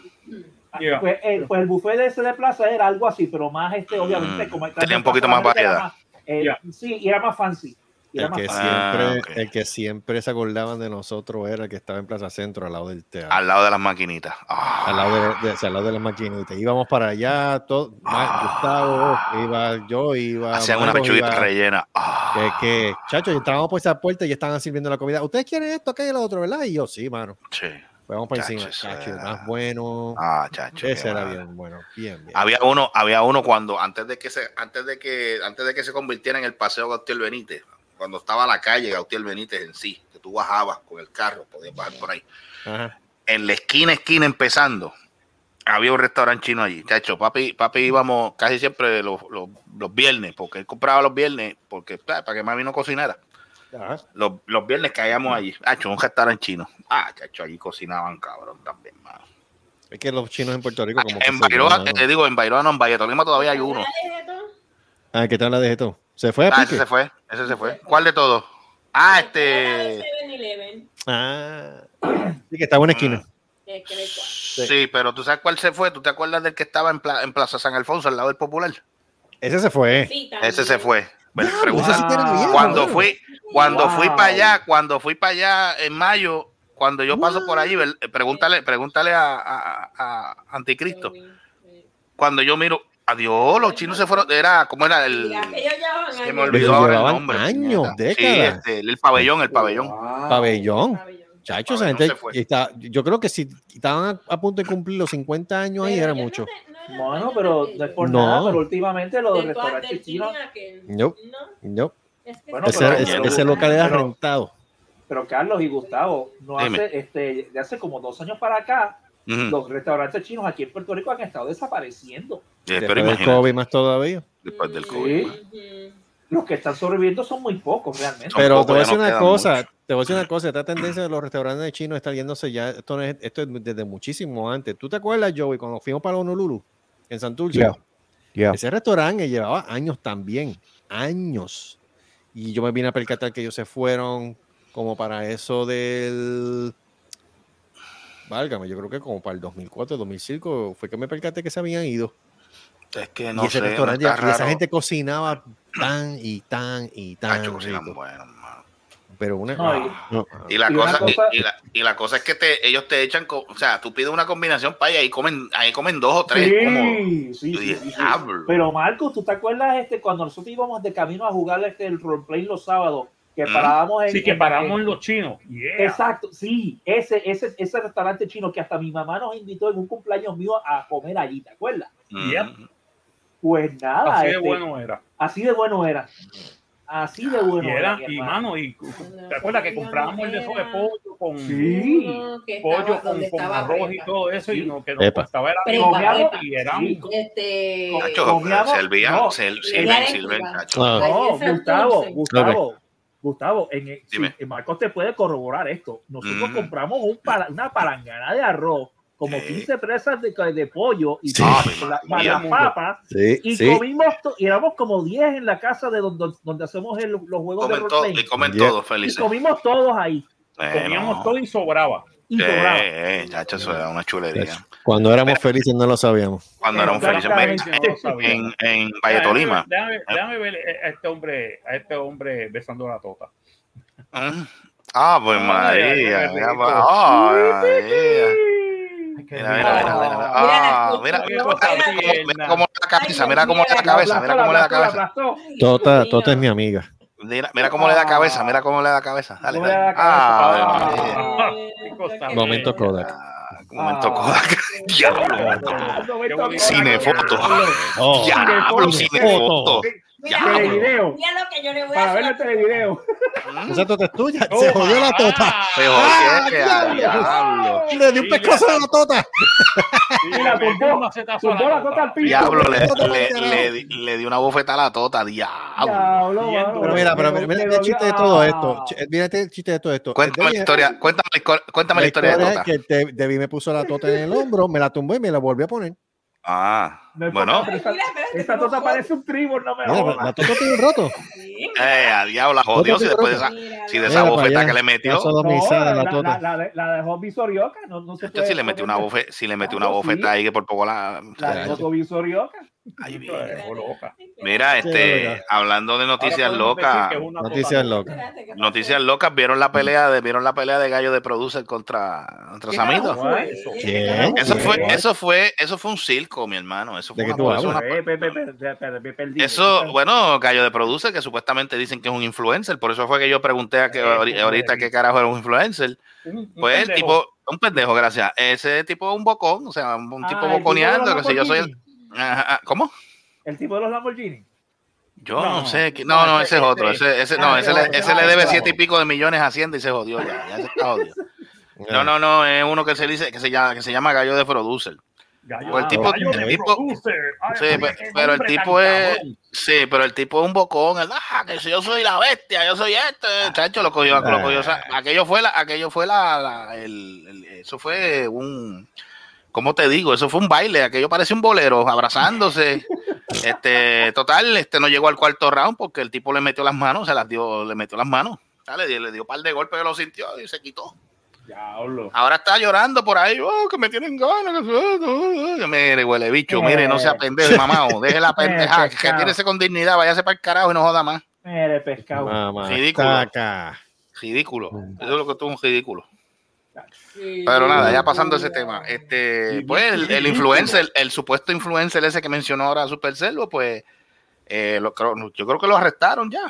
Speaker 3: Yeah.
Speaker 7: Pues, eh, pues el buffet de ese de plaza era algo así, pero más este, obviamente,
Speaker 5: Mm,
Speaker 7: como
Speaker 5: tenía un poquito más
Speaker 7: era
Speaker 5: variedad.
Speaker 7: eh,
Speaker 3: Ya.
Speaker 7: Sí, y era más fancy. Y era
Speaker 4: El
Speaker 7: más
Speaker 4: que,
Speaker 7: fancy.
Speaker 5: Ah,
Speaker 4: siempre,
Speaker 5: ok.
Speaker 4: el que siempre se acordaban de nosotros era el que estaba en Plaza Centro al lado del teatro.
Speaker 5: Al lado de las maquinitas. Ah,
Speaker 4: al lado de, de- o sea, al lado de las maquinitas. Íbamos para allá, todo, Ma- Gustavo, iba yo, iba.
Speaker 5: Ah. hacían una
Speaker 4: Marcos,
Speaker 5: pechuguita
Speaker 4: iba-
Speaker 5: rellena. Ah,
Speaker 4: Que, que, chacho, y estábamos por esa puerta y estaban sirviendo la comida. ¿Ustedes quieren esto, aquello y lo otro, verdad? Y yo, sí, mano.
Speaker 5: sí.
Speaker 4: Pues vamos para
Speaker 5: Chacho,
Speaker 4: encima.
Speaker 5: eso
Speaker 4: Chacho,
Speaker 5: era-
Speaker 4: más bueno.
Speaker 5: Ah, chacho.
Speaker 4: Ese
Speaker 5: qué
Speaker 4: era
Speaker 5: mal.
Speaker 4: bien bueno. Bien, bien.
Speaker 5: Había uno, había uno cuando antes de que se, antes de que, antes de que se convirtiera en el paseo Gautier Benítez, cuando estaba la calle Gautier Benítez en sí, que tú bajabas con el carro, podías bajar por ahí.
Speaker 4: Ajá.
Speaker 5: En la esquina, esquina empezando, había un restaurante chino allí. Chacho, papi, papi íbamos casi siempre los, los- los viernes, porque él compraba los viernes, porque pa, para que mami no cocinara.
Speaker 4: Ajá.
Speaker 5: Los, los viernes caíamos allí. Chacho, un restaurante chino. Ah, chacho, allí cocinaban cabrón también, mano.
Speaker 4: Es que los chinos en Puerto Rico, como. que
Speaker 5: En
Speaker 4: se-
Speaker 5: Bairoa, eh,
Speaker 4: no, no.
Speaker 5: te digo, en Bairoa no, en Valle Tolima todavía hay uno.
Speaker 4: Ah, ¿qué tal la dejé tú? ¿Se fue a
Speaker 5: Ah, ese
Speaker 4: pique?
Speaker 5: se fue, ese se fue. ¿Cuál de todos? Ah, este.
Speaker 4: Ah. Sí, que estaba en
Speaker 5: Mm.
Speaker 4: una esquina.
Speaker 5: Sí, pero tú sabes cuál se fue. ¿Tú te acuerdas del que estaba en, Pla- en Plaza San Alfonso, al lado del Popular?
Speaker 4: Ese se fue.
Speaker 5: Ese se fue. Bueno, pregunta.
Speaker 4: Ah, ese sí que era bien,
Speaker 5: Cuando
Speaker 4: bueno.
Speaker 5: fui, cuando
Speaker 7: Wow.
Speaker 5: fui para allá, cuando fui para allá en mayo, cuando yo paso por allí, vel- eh, pregúntale, pregúntale a, a- a- a Anticristo. Cuando yo miro, adiós, los chinos se fueron. Era, ¿cómo era el? Se me olvidó
Speaker 4: Pero
Speaker 5: ahora el
Speaker 4: llevaban
Speaker 5: nombre.
Speaker 4: años,
Speaker 5: puñeta.
Speaker 4: décadas.
Speaker 5: Sí, este, el pabellón, el pabellón.
Speaker 7: Wow.
Speaker 4: Pabellón. Chacho, esa
Speaker 5: Pabellón
Speaker 4: gente.
Speaker 5: se fue.
Speaker 4: está- yo creo que si estaban a, a punto de cumplir los 50 años ahí, era mucho.
Speaker 7: Bueno, pero no es por
Speaker 4: No.
Speaker 7: nada, pero últimamente los
Speaker 6: Del cual- del
Speaker 7: restaurantes chinos,
Speaker 6: China que-
Speaker 4: No.
Speaker 6: No,
Speaker 4: No,
Speaker 6: es que
Speaker 7: Bueno,
Speaker 6: sí.
Speaker 4: ese,
Speaker 7: pero-
Speaker 4: ese-
Speaker 7: pero-
Speaker 4: ese local era
Speaker 7: pero-
Speaker 4: rentado.
Speaker 7: pero Carlos y Gustavo, no
Speaker 5: Dime. Mm.
Speaker 7: hace, este, de hace como dos años para acá,
Speaker 5: Ujú.
Speaker 7: los restaurantes chinos aquí en Puerto Rico han estado desapareciendo.
Speaker 5: Eh, pero
Speaker 4: Después del
Speaker 5: imagínate,
Speaker 4: COVID más todavía.
Speaker 5: después del
Speaker 6: Sí.
Speaker 5: COVID. pues.
Speaker 7: Sí. Los que están sobreviviendo son muy pocos realmente.
Speaker 5: Son
Speaker 4: Pero
Speaker 5: pocos,
Speaker 4: te voy a
Speaker 5: ya
Speaker 4: decir
Speaker 5: nos
Speaker 4: una
Speaker 5: quedan
Speaker 4: cosa,
Speaker 5: muchos.
Speaker 4: te voy a decir una cosa, esta tendencia de los restaurantes chinos está yéndose ya, esto, no es, esto es desde muchísimo antes. ¿Tú te acuerdas, Joey, cuando fuimos para Honolulu, en Santurce?
Speaker 9: Yeah. Yeah.
Speaker 4: Ese restaurante llevaba años también, años. Y yo me vine a percatar que ellos se fueron como para eso del... Válgame, yo creo que como para el 2004, 2005 fue que me percaté que se habían ido.
Speaker 5: Es que no
Speaker 4: y ese
Speaker 5: sé,
Speaker 4: restaurante,
Speaker 5: no está
Speaker 4: y esa
Speaker 5: raro. Ah,
Speaker 4: gente cocinaba tan y tan y tan
Speaker 5: Nacho, cocinan
Speaker 4: rico.
Speaker 5: bueno, hermano.
Speaker 4: Pero una.
Speaker 7: No, y-
Speaker 9: No.
Speaker 5: Y la,
Speaker 7: Y una
Speaker 5: cosa, y-
Speaker 7: cosa-
Speaker 5: Y, la, y la cosa es que te, ellos te echan, co- o sea, tú pides una combinación para y ahí comen, ahí comen dos o tres. como-
Speaker 7: Sí, sí,
Speaker 5: Yo
Speaker 7: sí,
Speaker 5: dije,
Speaker 7: sí, sí.
Speaker 5: "Diablo".
Speaker 7: Pero Marcos, ¿tú te acuerdas este cuando nosotros íbamos de camino a jugar este el roleplay los sábados? Que
Speaker 5: Mm.
Speaker 7: parábamos en
Speaker 3: Sí, que
Speaker 7: en-
Speaker 3: paramos en los chinos. Yeah.
Speaker 7: Exacto, sí, ese, ese, ese restaurante chino que hasta mi mamá nos invitó en un cumpleaños mío a comer allí, ¿te acuerdas?
Speaker 5: Mm.
Speaker 3: Yep.
Speaker 7: Pues nada,
Speaker 3: Así de
Speaker 7: este,
Speaker 3: bueno era.
Speaker 7: así de bueno era. Así de bueno
Speaker 3: Y
Speaker 7: era.
Speaker 3: era,
Speaker 7: mi
Speaker 3: y
Speaker 7: hermano.
Speaker 3: mano, Ah, y, ¿te acuerdas que comprábamos el de eso de pollo con
Speaker 7: Sí.
Speaker 6: Uno que estaba
Speaker 3: pollo
Speaker 6: donde
Speaker 3: con, con
Speaker 6: estaba
Speaker 3: arroz y
Speaker 6: Prepa.
Speaker 3: todo eso? Y
Speaker 7: Sí.
Speaker 3: lo que nos
Speaker 9: Epa.
Speaker 3: costaba era
Speaker 6: Prepa,
Speaker 3: millones,
Speaker 6: prepa.
Speaker 3: y era
Speaker 7: Sí.
Speaker 6: Este.
Speaker 7: Muchachos,
Speaker 5: Chacho,
Speaker 7: Comiamos-
Speaker 5: eh, servían,
Speaker 7: no,
Speaker 5: sir-
Speaker 6: era
Speaker 5: sirven, sirven,
Speaker 6: igual.
Speaker 5: chacho.
Speaker 9: Ah,
Speaker 7: No,
Speaker 6: Ayer fue
Speaker 7: Gustavo,
Speaker 6: dulce.
Speaker 7: Gustavo, Gustavo, en el-
Speaker 5: Dime.
Speaker 7: sí, Marcos te puede corroborar esto. Nosotros
Speaker 5: Mm.
Speaker 7: compramos un para- una palangana de arroz, como
Speaker 5: Sí. Ah,
Speaker 7: 15 presas de, de pollo y
Speaker 9: Sí.
Speaker 7: con la- más
Speaker 5: Ave María.
Speaker 7: las papas.
Speaker 9: Sí,
Speaker 7: Y
Speaker 9: sí.
Speaker 7: comimos, to- y éramos como 10 en la casa de donde, donde hacemos el- los juegos de
Speaker 5: Comen todo,
Speaker 7: roleplay.
Speaker 5: y comen
Speaker 9: Yeah.
Speaker 5: todo,
Speaker 7: Y
Speaker 5: felices.
Speaker 7: comimos todos ahí.
Speaker 5: Eh,
Speaker 3: Comíamos
Speaker 5: no.
Speaker 3: todo y sobraba.
Speaker 7: Y sobraba.
Speaker 5: Eh, eh, chacho, eso era una chulería.
Speaker 4: Cuando éramos
Speaker 5: Mira.
Speaker 4: felices no lo sabíamos.
Speaker 5: Cuando éramos felices.
Speaker 3: Exactamente,
Speaker 5: Mira,
Speaker 3: no lo sabía.
Speaker 5: En, en Valle Tolima.
Speaker 3: Déjame, déjame ver a este hombre, a este hombre besando la tota.
Speaker 5: Mm. Ah, pues
Speaker 3: Ay,
Speaker 5: María.
Speaker 3: ay,
Speaker 5: mira,
Speaker 3: rico.
Speaker 5: pa- ah, María. Mira, mira, mira,
Speaker 3: rico.
Speaker 5: mira. Ah,
Speaker 6: Mira
Speaker 5: mira,
Speaker 6: la
Speaker 5: mira
Speaker 6: cultura,
Speaker 5: cómo-
Speaker 3: mira.
Speaker 5: mira cómo le da la cabeza,
Speaker 6: Ay,
Speaker 5: mira cómo le da
Speaker 6: mira,
Speaker 5: la cabeza, mira cómo le da
Speaker 7: Aplastó,
Speaker 5: cabeza.
Speaker 7: aplastó.
Speaker 6: Ay,
Speaker 4: Tota,
Speaker 6: Dios
Speaker 4: Tota es mi
Speaker 6: mío.
Speaker 4: amiga.
Speaker 5: Mira, mira cómo le da cabeza, mira cómo le da cabeza. Dale,
Speaker 7: ¿Cómo le
Speaker 5: dale.
Speaker 7: da cabeza?
Speaker 5: Ah, Ave
Speaker 7: Ah.
Speaker 5: María.
Speaker 3: cosa.
Speaker 4: Momento Kodak.
Speaker 5: Ah, un momento,
Speaker 7: Ah.
Speaker 5: Kodak. Diablo. Cinefoto.
Speaker 4: Oh.
Speaker 5: Diablo, cinefoto.
Speaker 6: Mira,
Speaker 5: Ya.
Speaker 7: Televideo.
Speaker 6: mira lo que yo le voy a
Speaker 7: Para
Speaker 6: hacer.
Speaker 7: ver
Speaker 3: este
Speaker 7: este el televideo.
Speaker 5: Mm.
Speaker 4: Esa tota es tuya. Se jodió la tota.
Speaker 5: Pero,
Speaker 4: Ah,
Speaker 5: ¿qué?
Speaker 4: diablo.
Speaker 5: este, Diablo.
Speaker 4: Le di un pescozo a la tota.
Speaker 3: Y la tumbó,
Speaker 7: Tumbó la tota al piso.
Speaker 5: Diablo, le,
Speaker 4: Diablo,
Speaker 5: le,
Speaker 4: carajo.
Speaker 5: le, di- le di una bofeta a la tota, diablo.
Speaker 7: Diablo,
Speaker 3: Pero
Speaker 7: mano.
Speaker 4: Pero mira, pero mira, mira el chiste de todo esto.
Speaker 7: Ah.
Speaker 4: Ch- Mira el chiste de todo esto.
Speaker 5: Cuéntame la
Speaker 4: Debbie-
Speaker 5: historia, cuéntame, la hico- cuéntame la historia de
Speaker 4: es
Speaker 5: Tota.
Speaker 4: que Te- Debbie me puso la tota en el hombro, me la tumbó y me la volvió a poner.
Speaker 5: Ah,
Speaker 7: No es
Speaker 5: bueno,
Speaker 7: por
Speaker 6: Ay,
Speaker 7: Esa-
Speaker 6: mira, espérate,
Speaker 7: Esta
Speaker 6: tengo
Speaker 7: tota
Speaker 6: foto.
Speaker 7: parece un tribor, no me
Speaker 4: Mira, la,
Speaker 7: jodas.
Speaker 4: la tota tiene un roto.
Speaker 6: Sí.
Speaker 5: eh, a diablo, la jodió si después de esa,
Speaker 6: Mira,
Speaker 5: si de
Speaker 6: la-
Speaker 5: esa
Speaker 4: Mira para
Speaker 5: bofeta
Speaker 4: allá.
Speaker 5: que le metió.
Speaker 4: La sodomizada, la tota.
Speaker 7: La, la, la dejó visorioca, no, no se
Speaker 5: Yo
Speaker 7: puede.
Speaker 5: Este sí le metí una bofeta, si le metí una
Speaker 7: Ah, sí.
Speaker 5: bofeta ahí que por poco la.
Speaker 7: La dejó visorioca.
Speaker 5: Ay,
Speaker 3: La
Speaker 5: mira.
Speaker 3: dejó loca.
Speaker 5: Mira, este,
Speaker 4: loca.
Speaker 5: hablando de noticias
Speaker 3: Ahora podemos decir
Speaker 5: locas,
Speaker 3: que es una
Speaker 4: Noticias
Speaker 3: tota.
Speaker 4: locas.
Speaker 6: espérate, ¿qué pasó?
Speaker 5: noticias locas, vieron la pelea de, vieron la pelea de gallo de producer contra, contra
Speaker 7: ¿Qué
Speaker 5: Samito.
Speaker 7: carajo fue
Speaker 3: Eso.
Speaker 4: ¿Qué?
Speaker 5: Eso
Speaker 4: Sí.
Speaker 5: fue, eso fue, eso fue un circo, mi hermano. Eso fue
Speaker 4: ¿De qué
Speaker 5: una
Speaker 4: tú
Speaker 5: cosa,
Speaker 4: hablas?
Speaker 5: una-
Speaker 7: Eh, pe- pe- pe- pe- pe- pe- perdí.
Speaker 5: Eso, bueno, Gallo de Producer, que supuestamente dicen que es un influencer, por eso fue que yo pregunté
Speaker 7: Eh,
Speaker 5: a que ahori- ahorita qué carajo era un influencer.
Speaker 3: Un- un
Speaker 5: Pues el
Speaker 3: pendejo.
Speaker 5: tipo, un pendejo, gracias. Ese tipo es un bocón, o sea, un
Speaker 7: Ah,
Speaker 5: tipo
Speaker 7: el de los
Speaker 5: boconeando, que sé yo soy el.
Speaker 7: Lamborghini.
Speaker 5: Ajá, ajá, ¿Cómo?
Speaker 7: El tipo de los Lamborghini.
Speaker 5: Yo
Speaker 3: No,
Speaker 5: no, sé. que- No, no, ese es otro. Ese, ese, no,
Speaker 7: ah,
Speaker 5: ese,
Speaker 7: ese
Speaker 5: le,
Speaker 7: otro,
Speaker 5: ese le
Speaker 7: ah,
Speaker 5: debe
Speaker 7: ese
Speaker 5: siete y
Speaker 7: otro.
Speaker 5: pico de millones a Hacienda y se jodió ya. ya se está jodido. No, no, no, es uno que se dice que se llama, que se llama Gallo de Producer.
Speaker 3: Gallo,
Speaker 5: Pues
Speaker 4: el
Speaker 3: de-
Speaker 4: tipo-
Speaker 3: gallo de
Speaker 5: el tipo-
Speaker 3: producer. Ay,
Speaker 5: Sí,
Speaker 3: oye,
Speaker 5: pe-
Speaker 3: qué
Speaker 5: pero el
Speaker 3: hombre
Speaker 5: tipo
Speaker 3: tan
Speaker 5: es-
Speaker 3: cabrón.
Speaker 5: Sí, pero el tipo es un bocón, el, ah, que si yo soy la bestia, yo soy este,
Speaker 3: Ah,
Speaker 5: chacho, lo cogió, lo cogió, o sea,
Speaker 3: eh.
Speaker 5: aquello fue la, aquello fue la, la- el, el- eso fue un, ¿cómo te digo? Eso fue un baile, aquello parece un bolero, abrazándose, este, total, este no llegó al cuarto round porque el tipo le metió las manos, se las dio, le metió las manos, ¿sabes? le, dio- le dio un par de golpes, lo sintió y se quitó.
Speaker 7: Diablo.
Speaker 5: Ahora está llorando por ahí, oh, que me tienen ganas. que se- uh, uh". Mire, huele bicho, mire, no sea pendejo, mamado. Deje la pendeja,
Speaker 7: Eh,
Speaker 5: que
Speaker 7: pescado.
Speaker 5: tírese con dignidad, váyase para el carajo y no joda más.
Speaker 7: Mire, pescado.
Speaker 4: Mamá,
Speaker 5: Ridículo.
Speaker 4: caca.
Speaker 5: Ridículo. Eso es lo que tú un ridículo.
Speaker 6: Sí.
Speaker 5: Pero nada, ya pasando ese tema. Este, pues el, el influencer, el supuesto influencer ese que mencionó ahora Super Selvo, pues eh, lo creo- yo creo que lo arrestaron ya.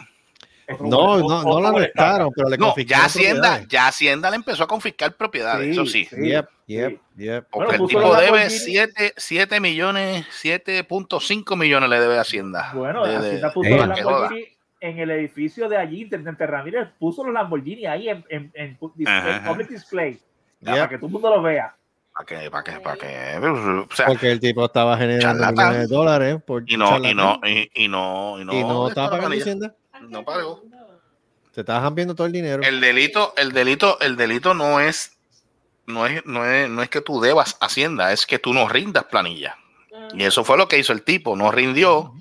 Speaker 4: No, no, no la arrestaron, pero le
Speaker 5: No,
Speaker 4: confiscaron
Speaker 5: ya Hacienda,
Speaker 4: propiedades.
Speaker 5: ya Hacienda le empezó a confiscar propiedades, eso sí.
Speaker 4: Yep, yep, yep.
Speaker 5: Porque
Speaker 7: Bueno,
Speaker 5: el
Speaker 7: puso
Speaker 5: tipo
Speaker 7: la
Speaker 5: debe
Speaker 7: Lamborghini.
Speaker 5: 7, 7 millones, 7.5 millones le debe a Hacienda.
Speaker 7: Bueno,
Speaker 5: De- de-
Speaker 7: Hacienda puso
Speaker 5: de-
Speaker 7: los
Speaker 5: que joda.
Speaker 7: Lamborghini en el edificio de allí, Intendente Ramírez, puso los Lamborghini ahí en, en, en pu- dis-
Speaker 5: Ajá,
Speaker 7: en
Speaker 5: ajá.
Speaker 7: public display. ya,
Speaker 4: Yep.
Speaker 7: Para que todo el mundo lo vea.
Speaker 5: ¿Para qué? ¿Para qué? ¿Para qué? O sea,
Speaker 4: Porque el tipo estaba generando
Speaker 5: Charlatán.
Speaker 4: millones de dólares. Por
Speaker 5: y no, y no,
Speaker 4: charlatán.
Speaker 5: y, y no, y no.
Speaker 4: Y no estaba pagando
Speaker 5: Manilla.
Speaker 4: Hacienda.
Speaker 6: Ah,
Speaker 5: No pagó.
Speaker 4: Se estaba viendo todo el dinero.
Speaker 5: El delito, el delito, el delito no es, no es, no es, no es que tú debas Hacienda, es que tú no rindas planilla.
Speaker 6: Ah.
Speaker 5: Y eso fue lo que hizo el tipo, no rindió.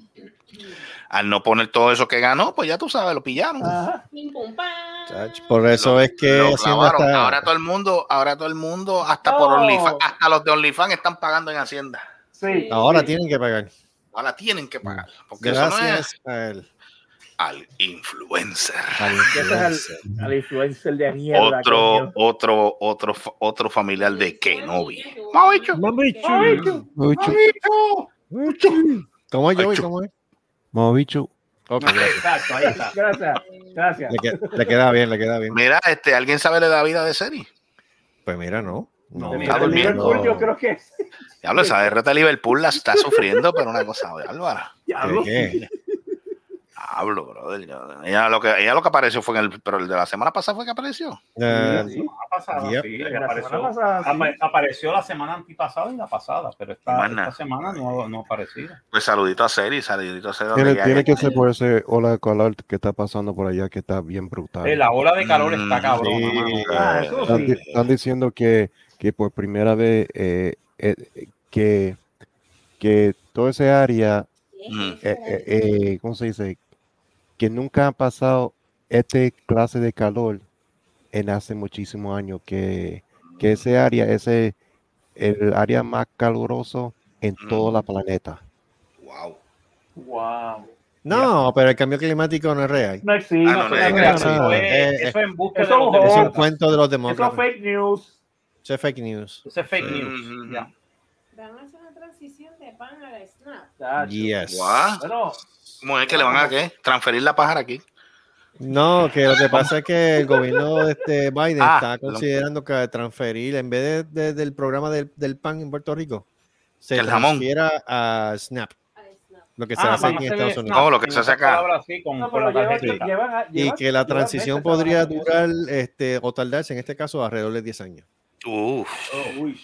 Speaker 5: Al no poner todo eso que ganó, pues ya tú sabes, lo pillaron.
Speaker 7: Ajá.
Speaker 6: Pim, pum, pam.
Speaker 4: Chach, Por eso es que
Speaker 5: Lo
Speaker 4: Hacienda
Speaker 5: clavaron.
Speaker 4: está-
Speaker 5: Ahora todo el mundo, ahora todo el mundo, hasta por
Speaker 7: No.
Speaker 5: OnlyFans, hasta los de OnlyFans están pagando en Hacienda.
Speaker 7: Sí.
Speaker 4: ahora
Speaker 6: Sí.
Speaker 4: tienen que pagar.
Speaker 5: Ahora tienen que pagar. Porque eso no es,
Speaker 4: Gracias a él.
Speaker 5: al influencer.
Speaker 7: al, al influencer de mierda.
Speaker 5: Otro,
Speaker 7: coño.
Speaker 5: otro, otro, fa- otro familiar de Kenobi. Mamabicho.
Speaker 7: Mamabicho.
Speaker 9: Movichu.
Speaker 4: ¿Cómo es, Joey?
Speaker 5: Achu.
Speaker 4: ¿Cómo es?
Speaker 9: Movichu.
Speaker 4: Ok,
Speaker 3: Exacto, ahí está.
Speaker 7: Gracias, gracias.
Speaker 4: le, que- le queda bien, le queda bien.
Speaker 5: Mira, este, ¿alguien sabe de la vida de Seri?
Speaker 4: Pues mira, no. No,
Speaker 7: De mi-
Speaker 5: está
Speaker 7: de mi
Speaker 5: durmiendo.
Speaker 7: Liverpool, Yo creo que es.
Speaker 5: Diablo, esa derrota de Liverpool la está sufriendo, pero una cosa, Álvaro.
Speaker 7: Diablo.
Speaker 4: ¿Qué?
Speaker 5: Diablo, brother. Yo- Ella lo, que, ella lo que apareció fue en el. Pero el de la semana pasada fue que apareció.
Speaker 4: Eh,
Speaker 7: Sí,
Speaker 3: Ha pasado,
Speaker 4: Yep.
Speaker 3: sí,
Speaker 7: la
Speaker 3: ella
Speaker 7: semana
Speaker 3: apareció.
Speaker 7: pasada, sí.
Speaker 3: Apa- Apareció la semana antipasada y la pasada, pero
Speaker 5: Y
Speaker 3: esta,
Speaker 5: más nada.
Speaker 3: esta semana no, no ha aparecido.
Speaker 5: Pues saludito a Seri, saludito a Seri. donde
Speaker 9: Tiene,
Speaker 5: ella-
Speaker 9: tiene que ser por ese ola de calor que está pasando por allá que está bien brutal.
Speaker 3: Eh, la ola de calor
Speaker 5: Mm,
Speaker 3: está cabrón.
Speaker 5: sí.
Speaker 7: Ah, eso
Speaker 9: Están, di-
Speaker 7: sí.
Speaker 9: están diciendo que, que por primera vez eh, eh, eh, que, que todo ese área,
Speaker 5: Mm.
Speaker 9: eh, eh, eh, ¿cómo se dice? Que nunca ha pasado este clase de calor en hace muchísimos años, que, que ese área es el el área más caluroso en todo la planeta.
Speaker 5: Wow.
Speaker 7: Wow.
Speaker 4: no, pero el cambio climático no es real.
Speaker 7: No existe.
Speaker 5: Ah, no,
Speaker 7: eso
Speaker 5: no, no,
Speaker 7: es-
Speaker 5: no,
Speaker 3: Eso
Speaker 4: no,
Speaker 3: fue-
Speaker 4: eh, eh,
Speaker 3: eso es en busca
Speaker 7: eso
Speaker 3: de
Speaker 7: es un
Speaker 3: los
Speaker 7: juego.
Speaker 4: Es un
Speaker 3: demócratas.
Speaker 4: cuento de los
Speaker 7: eso es
Speaker 4: demócratas.
Speaker 7: fake news.
Speaker 4: Eso es fake news.
Speaker 3: Eso es fake news.
Speaker 5: Mm.
Speaker 3: ya.
Speaker 6: Van a hacer una transición de pan a la snap.
Speaker 7: Chacho.
Speaker 4: Yes.
Speaker 5: Guau.
Speaker 7: Bueno,
Speaker 5: ¿Cómo es que le van a qué? Transferir la pájara aquí.
Speaker 4: No, que lo que pasa es que el gobierno de este Biden
Speaker 5: Ah,
Speaker 4: está
Speaker 5: lo-
Speaker 4: considerando que transferir, en vez de- de- del programa del, del pan en Puerto Rico, se
Speaker 5: El jamón.
Speaker 4: transfiera a Snap,
Speaker 6: A la snap.
Speaker 4: lo que se
Speaker 3: Ah,
Speaker 4: hace
Speaker 3: van
Speaker 4: aquí
Speaker 3: a
Speaker 4: en
Speaker 3: hacerle-
Speaker 4: Estados Unidos.
Speaker 5: No, lo que
Speaker 3: en
Speaker 5: se hace
Speaker 3: otras
Speaker 5: acá.
Speaker 3: palabras, sí, con-
Speaker 7: no,
Speaker 3: con
Speaker 7: pero
Speaker 3: la
Speaker 7: llevan-
Speaker 3: tarjetita.
Speaker 7: llevan a-
Speaker 4: Y
Speaker 7: llevan-
Speaker 4: que la
Speaker 7: llevan
Speaker 4: transición
Speaker 7: meses
Speaker 4: podría
Speaker 7: trabajando
Speaker 4: durar este, o tardarse, en este caso, alrededor de 10 años.
Speaker 5: Uf.
Speaker 7: en eso. Uy.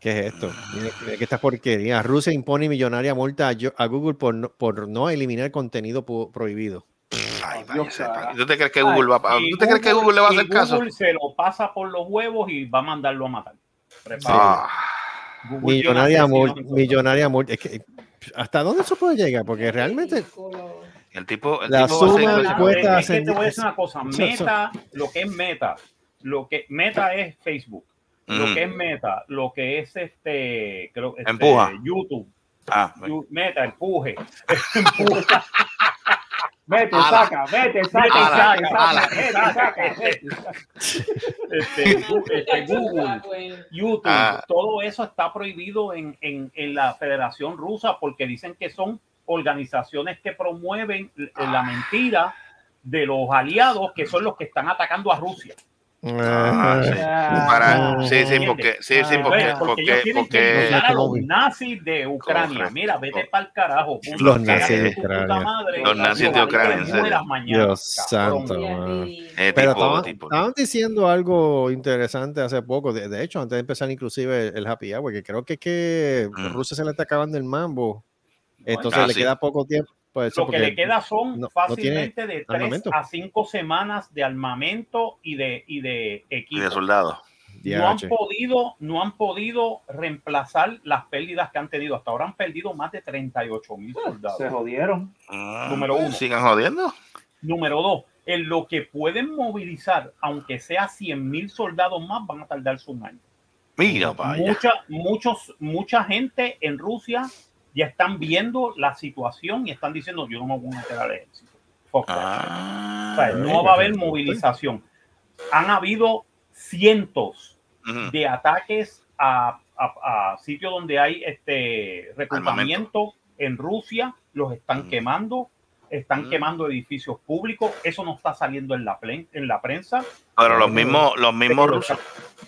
Speaker 4: ¿Qué es esto? Mira, mira que esta porquería. Rusia impone millonaria multa a, Yo- a Google por no, por no eliminar contenido po- prohibido.
Speaker 5: Ay, vaya
Speaker 7: Dios,
Speaker 5: sepa.
Speaker 7: cara.
Speaker 5: ¿Y ¿Tú te crees que
Speaker 7: Ay,
Speaker 5: Google va a-
Speaker 3: Y
Speaker 5: ¿tú te crees que Google le va a hacer
Speaker 3: y
Speaker 5: caso?
Speaker 3: Google se lo pasa por los huevos y va a mandarlo a matar. Prepárate.
Speaker 5: Ah,
Speaker 3: Google tiene
Speaker 4: Millonaria
Speaker 3: asesinos
Speaker 4: multa.
Speaker 3: en su-
Speaker 4: Millonaria multa. Es que, ¿Hasta dónde eso puede llegar? Porque realmente
Speaker 6: Ridículo.
Speaker 5: el tipo, el
Speaker 4: La
Speaker 5: tipo va a
Speaker 4: suma
Speaker 5: seguir-
Speaker 3: Claro,
Speaker 4: cuesta
Speaker 3: es que
Speaker 4: ascend-
Speaker 3: te voy a decir una cosa.
Speaker 4: so- so-
Speaker 3: Meta, lo que es meta, lo que meta es Facebook,
Speaker 5: Mm.
Speaker 3: lo que es meta, lo que es este, creo, este,
Speaker 5: Empuja.
Speaker 3: YouTube,
Speaker 5: Ah,
Speaker 3: Yu- meta, empuje,
Speaker 7: Vete,
Speaker 5: Ala.
Speaker 7: saca, vete, saca,
Speaker 5: Ala,
Speaker 7: saca, saca,
Speaker 5: ala.
Speaker 7: vete, saca, vete.
Speaker 3: este, Gu- este, Google,
Speaker 6: Google.
Speaker 3: YouTube,
Speaker 5: Ah.
Speaker 3: todo eso está prohibido en, en, en la Federación Rusa porque dicen que son organizaciones que promueven l-
Speaker 5: Ah.
Speaker 3: la mentira de los aliados que son los que están atacando a Rusia.
Speaker 5: ah,
Speaker 4: eh,
Speaker 5: sí.
Speaker 7: Ah,
Speaker 5: Para, sí, sí,
Speaker 3: ¿Entiendes?
Speaker 5: porque, sí, sí,
Speaker 7: Ah,
Speaker 5: porque,
Speaker 3: Bueno, porque ellos
Speaker 5: porque,
Speaker 3: tienen que
Speaker 5: porque,
Speaker 3: eliminar a los
Speaker 9: Correcto.
Speaker 3: nazis de Ucrania.
Speaker 5: Correcto.
Speaker 3: Mira, vete para el carajo. punto.
Speaker 4: Los
Speaker 3: Cágate
Speaker 5: nazis de
Speaker 3: tu puta
Speaker 4: Ucrania.
Speaker 3: madre.
Speaker 5: Los nazis de Ucrania, en
Speaker 3: Mueras
Speaker 5: serio.
Speaker 3: mañana,
Speaker 4: Dios
Speaker 3: cabrón.
Speaker 4: santo. mano.
Speaker 5: eh,
Speaker 4: Pero
Speaker 5: tipo,
Speaker 4: estaban,
Speaker 5: tipo.
Speaker 4: estaban diciendo algo interesante hace poco. De, de hecho, antes de empezar inclusive el, el happy hour, que creo que es que
Speaker 5: Mm.
Speaker 4: Rusia se le está acabando el mambo. Entonces
Speaker 5: Ah,
Speaker 4: le
Speaker 5: sí.
Speaker 4: queda poco tiempo. pues,
Speaker 3: Lo que
Speaker 4: porque-
Speaker 3: le queda son
Speaker 4: no- no tiene
Speaker 3: fácilmente de tres
Speaker 4: armamento.
Speaker 3: a cinco semanas de armamento y de, y de
Speaker 5: y
Speaker 3: equipo.
Speaker 5: de soldados.
Speaker 3: no han
Speaker 4: DH.
Speaker 3: podido, no han podido reemplazar las pérdidas que han tenido. Hasta ahora han perdido más de 38 mil
Speaker 7: Se
Speaker 3: soldados.
Speaker 7: jodieron.
Speaker 5: Ah,
Speaker 3: Número uno.
Speaker 5: Sigan jodiendo.
Speaker 3: Número dos, en lo que pueden movilizar, aunque sea 100 mil soldados más, van a tardar su año.
Speaker 5: Mira, vaya.
Speaker 3: Mucha, muchos, mucha gente en Rusia ya están viendo la situación y están diciendo, yo no me voy a meter al ejército. Fuck that shit. O sea,
Speaker 5: Ah,
Speaker 3: no va a haber movilización. Han habido cientos
Speaker 5: ujú.
Speaker 3: de ataques a, a- a sitios donde hay este reclutamiento en Rusia, los están
Speaker 5: Mm.
Speaker 3: quemando, están
Speaker 5: Mm.
Speaker 3: quemando edificios públicos, eso no está saliendo en la, plen- en la prensa.
Speaker 5: Pero los mismos, los mismos
Speaker 3: Pero-
Speaker 5: rusos.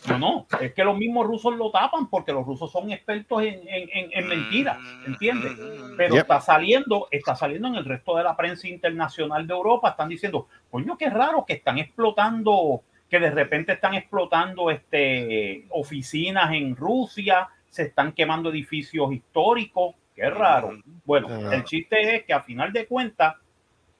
Speaker 3: No, no, es que los mismos rusos lo tapan porque los rusos son expertos en, en, en- en mentiras, ¿entiendes?
Speaker 5: Mm.
Speaker 3: Pero
Speaker 4: Yep.
Speaker 3: está saliendo, está saliendo en el resto de la prensa internacional de Europa, están diciendo, coño, qué raro que están explotando, que de repente están explotando este, oficinas en Rusia, se están quemando edificios históricos, qué raro. Bueno,
Speaker 4: Ah.
Speaker 3: el chiste es que a final de cuentas,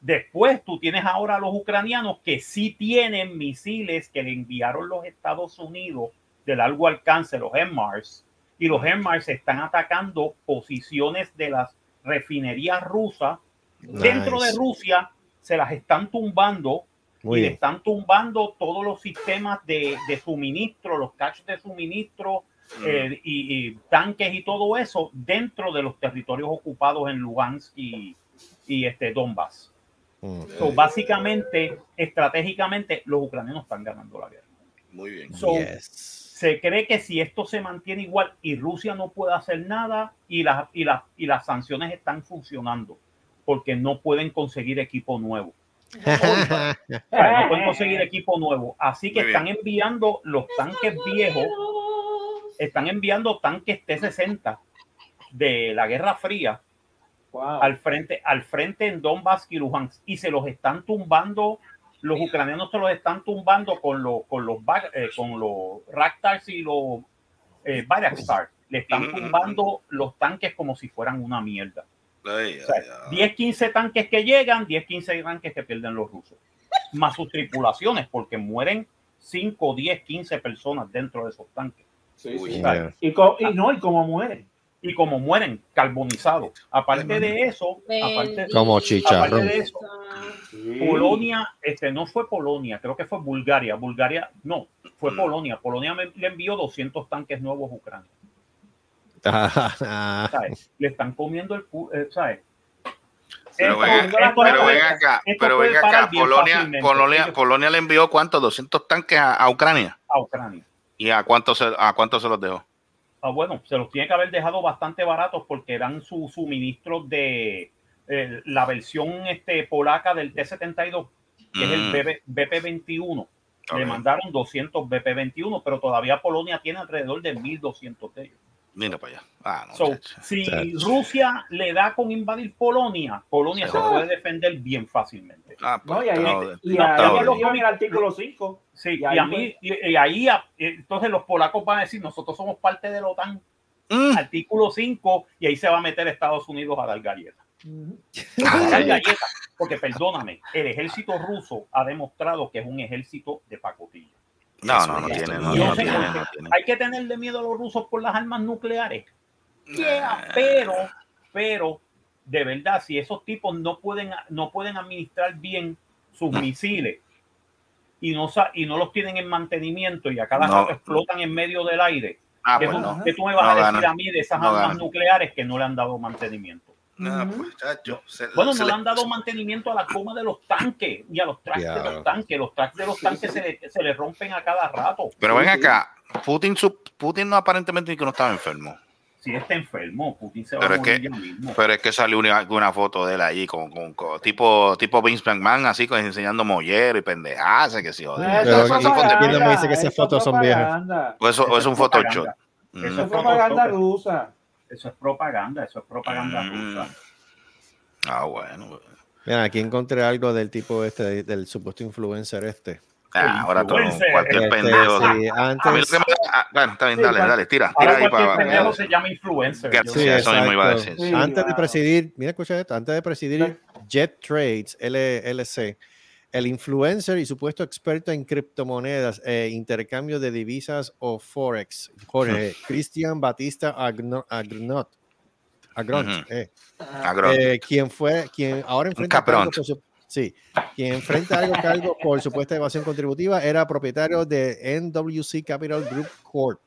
Speaker 3: después tú tienes ahora a los ucranianos que sí tienen misiles que le enviaron los Estados Unidos de largo alcance, los HIMARS, y los HIMARS están atacando posiciones de las refinerías rusas dentro de
Speaker 4: Nice.
Speaker 3: Rusia, se las están tumbando
Speaker 4: Muy
Speaker 3: y le
Speaker 4: bien.
Speaker 3: están tumbando todos los sistemas de, de suministro, los cachos de suministro
Speaker 5: mm,
Speaker 3: eh, y, y tanques y todo eso dentro de los territorios ocupados en Lugansk y, y este Donbass.
Speaker 4: Mm.
Speaker 3: So, básicamente, estratégicamente, los ucranianos están ganando la guerra.
Speaker 5: Muy bien.
Speaker 3: So,
Speaker 11: Yes.
Speaker 3: Se cree que si esto se mantiene igual y Rusia no puede hacer nada y las, y las, y las sanciones están funcionando porque no pueden conseguir equipo nuevo. O sea, no pueden conseguir equipo nuevo. Así que
Speaker 5: Muy
Speaker 3: están enviando los tanques viejos, están enviando tanques T-60 de la Guerra Fría
Speaker 7: Wow.
Speaker 3: al frente, al frente en Donbass y Luhansk y se los están tumbando, los ucranianos se los están tumbando con los con los ba- eh, con los Raktars y los eh, Bayraktars. Le están
Speaker 5: Ujú, ujú.
Speaker 3: tumbando los tanques como si fueran una mierda.
Speaker 5: Ay, ay,
Speaker 3: sea,
Speaker 5: ay.
Speaker 3: 10, 15 tanques que llegan, 10, 15 tanques que pierden los rusos, más sus tripulaciones, porque mueren 5, 10, 15 personas dentro de esos tanques.
Speaker 7: Sí,
Speaker 5: Uy.
Speaker 7: sí.
Speaker 4: Yeah.
Speaker 7: Y, co-
Speaker 5: Ah.
Speaker 7: y no, y cómo muere.
Speaker 3: Y como mueren, carbonizados. Aparte de eso, aparte,
Speaker 4: Como chicharrón.
Speaker 3: Aparte de eso, Polonia, este no fue Polonia, creo que fue Bulgaria. Bulgaria, no, fue
Speaker 5: Mm.
Speaker 3: Polonia. Polonia me- le envió 200 tanques nuevos a Ucrania. ¿sabes? Le están comiendo el... cu- eh, ¿sabes?
Speaker 5: Pero
Speaker 3: Esto-
Speaker 5: ven, eh,
Speaker 3: esto-
Speaker 5: pero ven acá,
Speaker 3: esto
Speaker 5: pero
Speaker 3: puede
Speaker 5: ven acá.
Speaker 3: parar bien
Speaker 5: Polonia,
Speaker 3: fácilmente.
Speaker 5: Polonia,
Speaker 3: Ellos-
Speaker 5: Polonia le envió cuántos, 200 tanques a, a Ucrania.
Speaker 3: a Ucrania.
Speaker 5: ¿Y a cuántos se, a cuántos se los dejó?
Speaker 3: Ah, bueno, se los tiene que haber dejado bastante baratos porque eran su suministro de eh, la versión este, polaca del T-72, que es
Speaker 5: Mm,
Speaker 3: el BP BP-21.
Speaker 5: ok.
Speaker 3: Le mandaron 200 BP-21, pero todavía Polonia tiene alrededor de 1.200 de ellos.
Speaker 5: Mira para allá. Ah, no,
Speaker 3: So,
Speaker 5: chacho.
Speaker 3: si
Speaker 4: Chacho.
Speaker 3: Rusia le da con invadir Polonia, Polonia
Speaker 5: Se
Speaker 3: se
Speaker 5: jodió.
Speaker 3: puede defender bien fácilmente.
Speaker 5: Ah,
Speaker 7: No,
Speaker 5: pues,
Speaker 7: y ahí,
Speaker 5: está jodido.
Speaker 7: y
Speaker 5: No,
Speaker 7: ahí
Speaker 5: está
Speaker 7: ya lo
Speaker 5: jodido.
Speaker 7: vio en el artículo 5.
Speaker 3: Sí, y,
Speaker 7: Y ahí
Speaker 3: a mí, y, y ahí, a- entonces los polacos van a decir, nosotros somos parte de la OTAN,
Speaker 5: Mm.
Speaker 3: artículo 5, y ahí se va a meter Estados Unidos a dar galletas. A
Speaker 5: Ah.
Speaker 3: dar galletas, porque perdóname, el ejército ruso ha demostrado que es un ejército de pacotilla.
Speaker 5: No, no, no tiene, no,
Speaker 3: Yo
Speaker 5: no
Speaker 3: sé
Speaker 5: tiene,
Speaker 3: por qué.
Speaker 5: no tiene.
Speaker 3: Hay que tenerle miedo a los rusos por las armas nucleares. Yeah, pero, pero, de verdad, si esos tipos no pueden, no pueden administrar bien sus
Speaker 5: Mm.
Speaker 3: misiles y no, sa- y no los tienen en mantenimiento y a cada
Speaker 5: No.
Speaker 3: rato explotan en medio del aire,
Speaker 5: Ah,
Speaker 3: ¿qué,
Speaker 5: pues
Speaker 3: tú,
Speaker 5: no.
Speaker 3: qué tú me vas a
Speaker 5: No
Speaker 3: decir
Speaker 5: ganan.
Speaker 3: a mí de esas
Speaker 5: No
Speaker 3: armas
Speaker 5: ganan.
Speaker 3: nucleares que no le han dado mantenimiento?
Speaker 5: Ah, pues, chacho, se-
Speaker 3: Bueno,
Speaker 5: se
Speaker 3: no
Speaker 5: le-
Speaker 3: le han dado mantenimiento a la coma de los tanques y a los tracks de
Speaker 4: Diablo.
Speaker 3: los tanques. Los tracks de los tanques se le, se le rompen a cada rato.
Speaker 5: Pero ven acá, Putin, su- Putin no aparentemente ni que no estaba enfermo.
Speaker 3: Si está enfermo, Putin se va
Speaker 5: Pero
Speaker 3: a
Speaker 5: es
Speaker 3: morir
Speaker 5: que-
Speaker 3: ya mismo.
Speaker 5: Pero es que salió una, una foto de él allí con, con- con- tipo, tipo Vince McMahon, así con, enseñando mollero y pendejadas, que sí, joder.
Speaker 4: Pero
Speaker 5: Eso
Speaker 4: aquí-
Speaker 5: es propaganda.
Speaker 4: ¿quién me dice que esas fotos son viejas?
Speaker 5: O eso, o es un Photoshop.
Speaker 3: Propaganda.
Speaker 5: Mm.
Speaker 3: Eso
Speaker 7: Eso
Speaker 3: es
Speaker 7: es propaganda
Speaker 3: Photoshop.
Speaker 7: rusa.
Speaker 3: Eso es propaganda, eso es propaganda
Speaker 5: Mm.
Speaker 3: rusa.
Speaker 5: Ah, bueno.
Speaker 4: Mira, aquí encontré algo del tipo este, del supuesto influencer este.
Speaker 5: Ah, ahora todo,
Speaker 3: influencer.
Speaker 5: cualquier
Speaker 4: Este,
Speaker 5: pendejo.
Speaker 4: sí,
Speaker 5: A mí lo
Speaker 4: antes,
Speaker 5: que me da- ah, bueno, está bien,
Speaker 7: Sí,
Speaker 5: dale,
Speaker 7: cual-
Speaker 5: dale, tira, tira
Speaker 3: Ahora
Speaker 5: ahí
Speaker 3: cualquier
Speaker 5: para.
Speaker 3: pendejo se llama influencer.
Speaker 5: Que-
Speaker 3: Yo-
Speaker 5: sí, eso mismo iba a
Speaker 4: exacto.
Speaker 5: decir. sí.
Speaker 4: antes de
Speaker 7: claro.
Speaker 4: presidir, mira, escucha esto, antes de presidir Jet Trades LLC, el influencer y supuesto experto en criptomonedas e intercambio de divisas o forex, Jorge Cristian Batista Agno- Agrnot, Agront,
Speaker 5: Ujú.
Speaker 4: eh,
Speaker 5: Agrón.
Speaker 4: eh, quien fue, quien ahora enfrenta
Speaker 5: cabrón.
Speaker 4: cargos por su- sí, quien enfrenta algo cargo por supuesta evasión contributiva era propietario de NWC Capital Group Corp,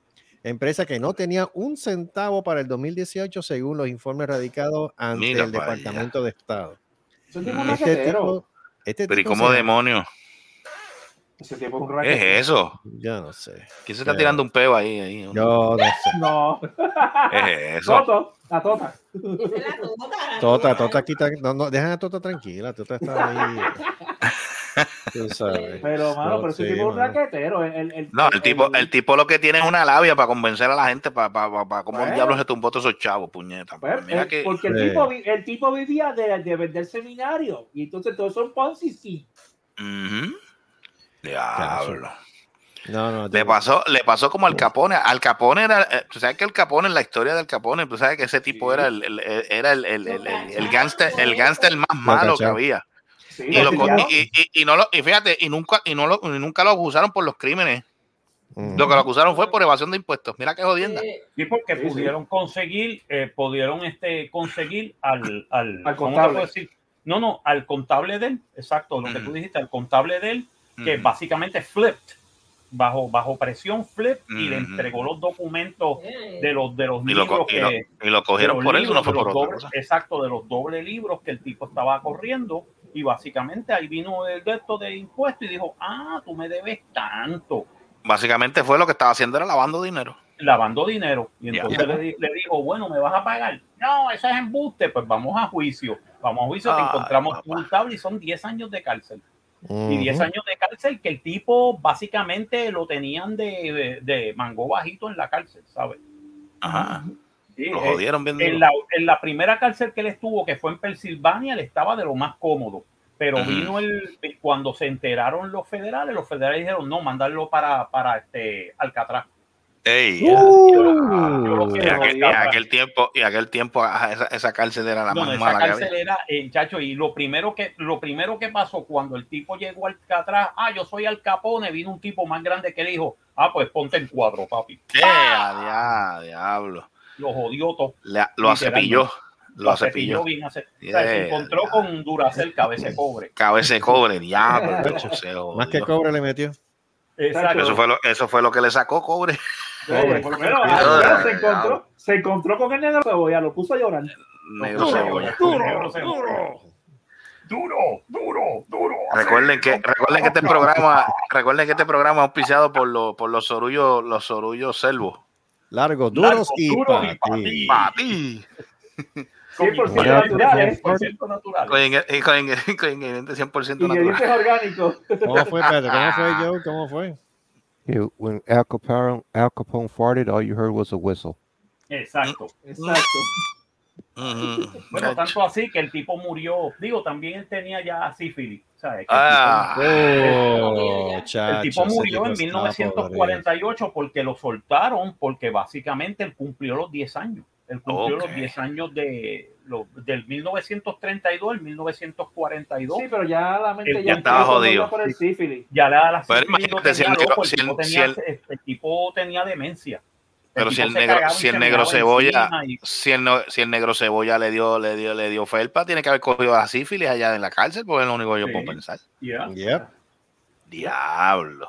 Speaker 4: empresa que no tenía un centavo para el 2018 según los informes radicados ante
Speaker 5: Mira
Speaker 4: el
Speaker 5: para allá.
Speaker 4: Departamento de Estado.
Speaker 7: Ese tipo es un
Speaker 4: Este
Speaker 7: raquetero.
Speaker 4: tipo, este
Speaker 5: Pero ¿y
Speaker 4: tipo
Speaker 5: cómo
Speaker 4: se-
Speaker 5: demonios?
Speaker 7: Ese tipo es un
Speaker 5: ¿Qué
Speaker 7: raquetero.
Speaker 5: es eso?
Speaker 4: Yo no sé.
Speaker 5: ¿Quién se está
Speaker 4: Ya.
Speaker 5: tirando un peo ahí? ahí?
Speaker 4: Yo no sé.
Speaker 7: No,
Speaker 5: ¿Qué es eso?
Speaker 7: Toto, la Tota.
Speaker 6: Esa es la tota.
Speaker 4: Tota, Tota aquí está- No, no, dejan a Tota tranquila. Tota está ahí. Tú sabes.
Speaker 7: Pero, mano,
Speaker 4: No,
Speaker 7: pero ese
Speaker 4: sí,
Speaker 7: tipo es un
Speaker 4: mano.
Speaker 7: raquetero. El, el- el-
Speaker 5: No, el tipo,
Speaker 7: Eh,
Speaker 5: el tipo lo que tiene es una labia para convencer a la gente para pa, pa, pa- cómo
Speaker 7: Bueno.
Speaker 5: diablos se tumbó todos esos chavos, puñeta.
Speaker 7: Pues,
Speaker 5: Mira
Speaker 7: el-
Speaker 5: que-
Speaker 4: Sí.
Speaker 7: Porque el tipo, vi- el tipo vivía de, de vender seminarios. Y entonces todos son Ponzi sí.
Speaker 5: Ujú. Diablo.
Speaker 4: No, no.
Speaker 5: Le
Speaker 4: tío.
Speaker 5: pasó, le pasó como al Capone. Al Capone era, eh, tú sabes que el Capone, la historia del Capone, tú sabes que ese tipo
Speaker 7: Sí.
Speaker 5: era el, el- el- era el, el, el, el- el gángster, el gángster más malo que
Speaker 4: cacharon.
Speaker 5: había.
Speaker 7: Sí,
Speaker 5: Y, lo co-
Speaker 7: pillaron.
Speaker 5: y, y- y- y no lo, y fíjate, y nunca, y no lo, y nunca lo acusaron por los crímenes.
Speaker 4: Mm.
Speaker 5: Lo que lo acusaron fue por evasión de impuestos. Mira qué jodienda.
Speaker 3: Sí, porque
Speaker 7: Sí, sí.
Speaker 3: pudieron conseguir, eh, pudieron este, conseguir al, al,
Speaker 7: Al
Speaker 3: ¿cómo te
Speaker 7: contable.
Speaker 3: puedo decir? No, no, al contable de él, exacto, lo que
Speaker 5: Ujú.
Speaker 3: tú dijiste, al contable de él, que
Speaker 5: Ujú.
Speaker 3: básicamente flipped bajo, bajo presión Flip y le
Speaker 5: Ujú.
Speaker 3: entregó los documentos de los, de los
Speaker 5: Y lo, co-
Speaker 3: libros
Speaker 5: y lo-
Speaker 3: que-
Speaker 5: y lo cogieron
Speaker 3: de los
Speaker 5: por eso, no
Speaker 3: libros,
Speaker 5: fue
Speaker 3: de
Speaker 5: por
Speaker 3: los
Speaker 5: otra
Speaker 3: dobles-
Speaker 5: cosa.
Speaker 3: Exacto, de los doble libros que el tipo estaba corriendo. Y básicamente ahí vino el de esto de impuestos y dijo, ah, tú me debes tanto,
Speaker 5: Básicamente fue lo que estaba haciendo, era lavando dinero.
Speaker 3: lavando dinero. Y
Speaker 5: Ya.
Speaker 3: entonces le, di- le dijo, bueno, ¿me vas a pagar? No, eso es embuste. Pues vamos a juicio. Vamos a juicio, te
Speaker 5: Ay,
Speaker 3: encontramos culpable y son 10 años de cárcel. Y 10
Speaker 4: Ujú.
Speaker 3: años de cárcel que el tipo básicamente lo tenían de, de mango bajito en la cárcel, ¿sabes?
Speaker 5: Ajá.
Speaker 3: Sí,
Speaker 5: Lo
Speaker 3: eh,
Speaker 5: jodieron bien duro.
Speaker 3: en, la, en la primera cárcel que él estuvo, que fue en Pensilvania, él estaba de lo más cómodo. Pero
Speaker 5: Ujú.
Speaker 3: vino el, cuando se enteraron los federales, los federales dijeron no, mandarlo para, para este Alcatraz.
Speaker 5: Ey,
Speaker 7: Uh,
Speaker 4: Uh.
Speaker 3: Yo lo
Speaker 5: en,
Speaker 3: quiero,
Speaker 5: aquel, en
Speaker 3: Alcatraz.
Speaker 5: aquel tiempo, y aquel tiempo ajá, esa, esa cárcel era la
Speaker 3: No,
Speaker 5: más
Speaker 3: esa
Speaker 5: mala que
Speaker 3: cárcel
Speaker 5: había.
Speaker 3: era, eh, chacho, y lo primero que lo primero que pasó cuando el tipo llegó al Alcatraz, ah, yo soy Al Capone, vino un tipo más grande que él dijo, ah, pues ponte en cuadro, papi.
Speaker 5: ¡Eh, a dia- diablo!
Speaker 3: Los jodió todo.
Speaker 5: Le- lo acepilló. Lo acepilló.
Speaker 3: bien ace- o sea,
Speaker 5: Yeah.
Speaker 3: se encontró con Duracel cabeza pobre.
Speaker 5: Cabeza de cobre, diablo. se jodió.
Speaker 4: Más que cobre le metió.
Speaker 3: Exacto.
Speaker 5: Eso fue, lo, eso fue lo que le sacó cobre.
Speaker 7: Pero, pero
Speaker 3: ah,
Speaker 7: se, encontró, se encontró con el negro cebolla, lo puso a llorar.
Speaker 5: Negro cebolla.
Speaker 3: duro, duro, duro, duro.
Speaker 5: Recuerden que, recuerden que este programa, recuerden que este programa es auspiciado por, los por los sorullos, los sorullos selvos.
Speaker 4: Largos, duros
Speaker 3: Largos,
Speaker 4: y
Speaker 3: duros
Speaker 4: pa'
Speaker 3: y pa'
Speaker 4: ti.
Speaker 3: ti.
Speaker 5: Pa' ti.
Speaker 7: 100%
Speaker 4: Mira,
Speaker 7: natural, ¿eh?
Speaker 3: Por cierto, natural.
Speaker 5: Con inge- y con inge- con ingredientes 100%
Speaker 7: Ingredientes
Speaker 5: natural.
Speaker 7: orgánicos.
Speaker 4: ¿Cómo fue, Pedro? ¿Cómo fue, Joe? ¿Cómo fue?
Speaker 9: Yeah, when Al Capone, Al Capone farted, all you heard was a whistle.
Speaker 3: Exacto.
Speaker 7: Exacto.
Speaker 5: Ujú.
Speaker 3: Bueno, tanto así que el tipo murió. Digo, también él tenía ya sífilis. ¿sabes? Que el
Speaker 5: Ah,
Speaker 4: Oh,
Speaker 3: tipo-
Speaker 4: chacho,
Speaker 3: el tipo
Speaker 4: ese
Speaker 3: murió en
Speaker 4: está
Speaker 3: 1948 porque lo soltaron porque básicamente él cumplió los 10 años. Él cumplió
Speaker 5: Ok.
Speaker 3: los 10 años de lo- del 1932 al 1942.
Speaker 7: Sí, pero ya la mente
Speaker 3: Ya
Speaker 7: ya
Speaker 5: estaba
Speaker 7: empezó a
Speaker 5: jodido.
Speaker 7: andar por el sífilis.
Speaker 3: Ya la, la
Speaker 5: Pero
Speaker 3: sífilis lo
Speaker 5: imagínate si el
Speaker 3: tenía
Speaker 5: negro-
Speaker 3: loco, el
Speaker 5: si el-
Speaker 3: tipo
Speaker 5: si
Speaker 3: tenía-
Speaker 5: el-
Speaker 3: el- el tipo tenía demencia.
Speaker 5: Pero si
Speaker 3: tipo
Speaker 5: el
Speaker 3: se
Speaker 5: negro,
Speaker 3: cagaba y
Speaker 5: si el
Speaker 3: se
Speaker 5: negro
Speaker 3: meaba
Speaker 5: cebolla,
Speaker 3: encima y-
Speaker 5: si el, no- si el negro cebolla le dio, le dio, le dio felpa, tiene que haber cogido la sífilis allá en la cárcel, porque es lo único que yo
Speaker 3: Sí.
Speaker 5: puedo pensar.
Speaker 3: Yeah.
Speaker 4: Yep.
Speaker 5: Diablo.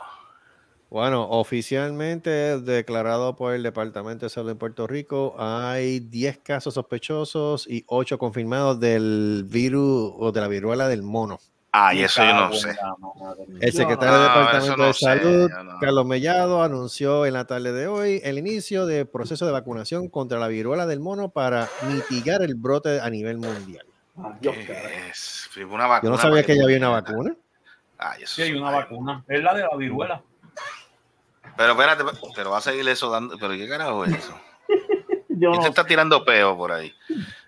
Speaker 4: Bueno, oficialmente declarado por el Departamento de Salud de Puerto Rico, hay 10 casos sospechosos y 8 confirmados del virus o de la viruela del mono.
Speaker 5: Ah, y eso yo no
Speaker 3: Cago en
Speaker 5: sé.
Speaker 3: la madre.
Speaker 4: El
Speaker 7: Yo
Speaker 4: secretario
Speaker 5: no,
Speaker 4: del
Speaker 5: eso
Speaker 4: Departamento
Speaker 5: no
Speaker 4: de
Speaker 5: sé,
Speaker 4: Salud,
Speaker 5: yo no.
Speaker 4: Carlos Mellado, anunció en la tarde de hoy el inicio del proceso de vacunación contra la viruela del mono para mitigar el brote a nivel mundial.
Speaker 7: Ah, Dios, carajo.
Speaker 5: ¿Qué Es Fue una vacuna.
Speaker 4: Yo no sabía
Speaker 5: para
Speaker 4: que ya había una
Speaker 5: tú-
Speaker 4: vacuna.
Speaker 5: Ay, eso
Speaker 3: Sí, hay
Speaker 5: es-
Speaker 3: una
Speaker 5: ay,
Speaker 3: vacuna. Es la de la viruela.
Speaker 5: Pero espérate, pero va a seguir eso dando. ¿Pero qué carajo es eso?
Speaker 7: Yo
Speaker 5: ¿Quién
Speaker 7: no
Speaker 5: se está tirando peo por ahí?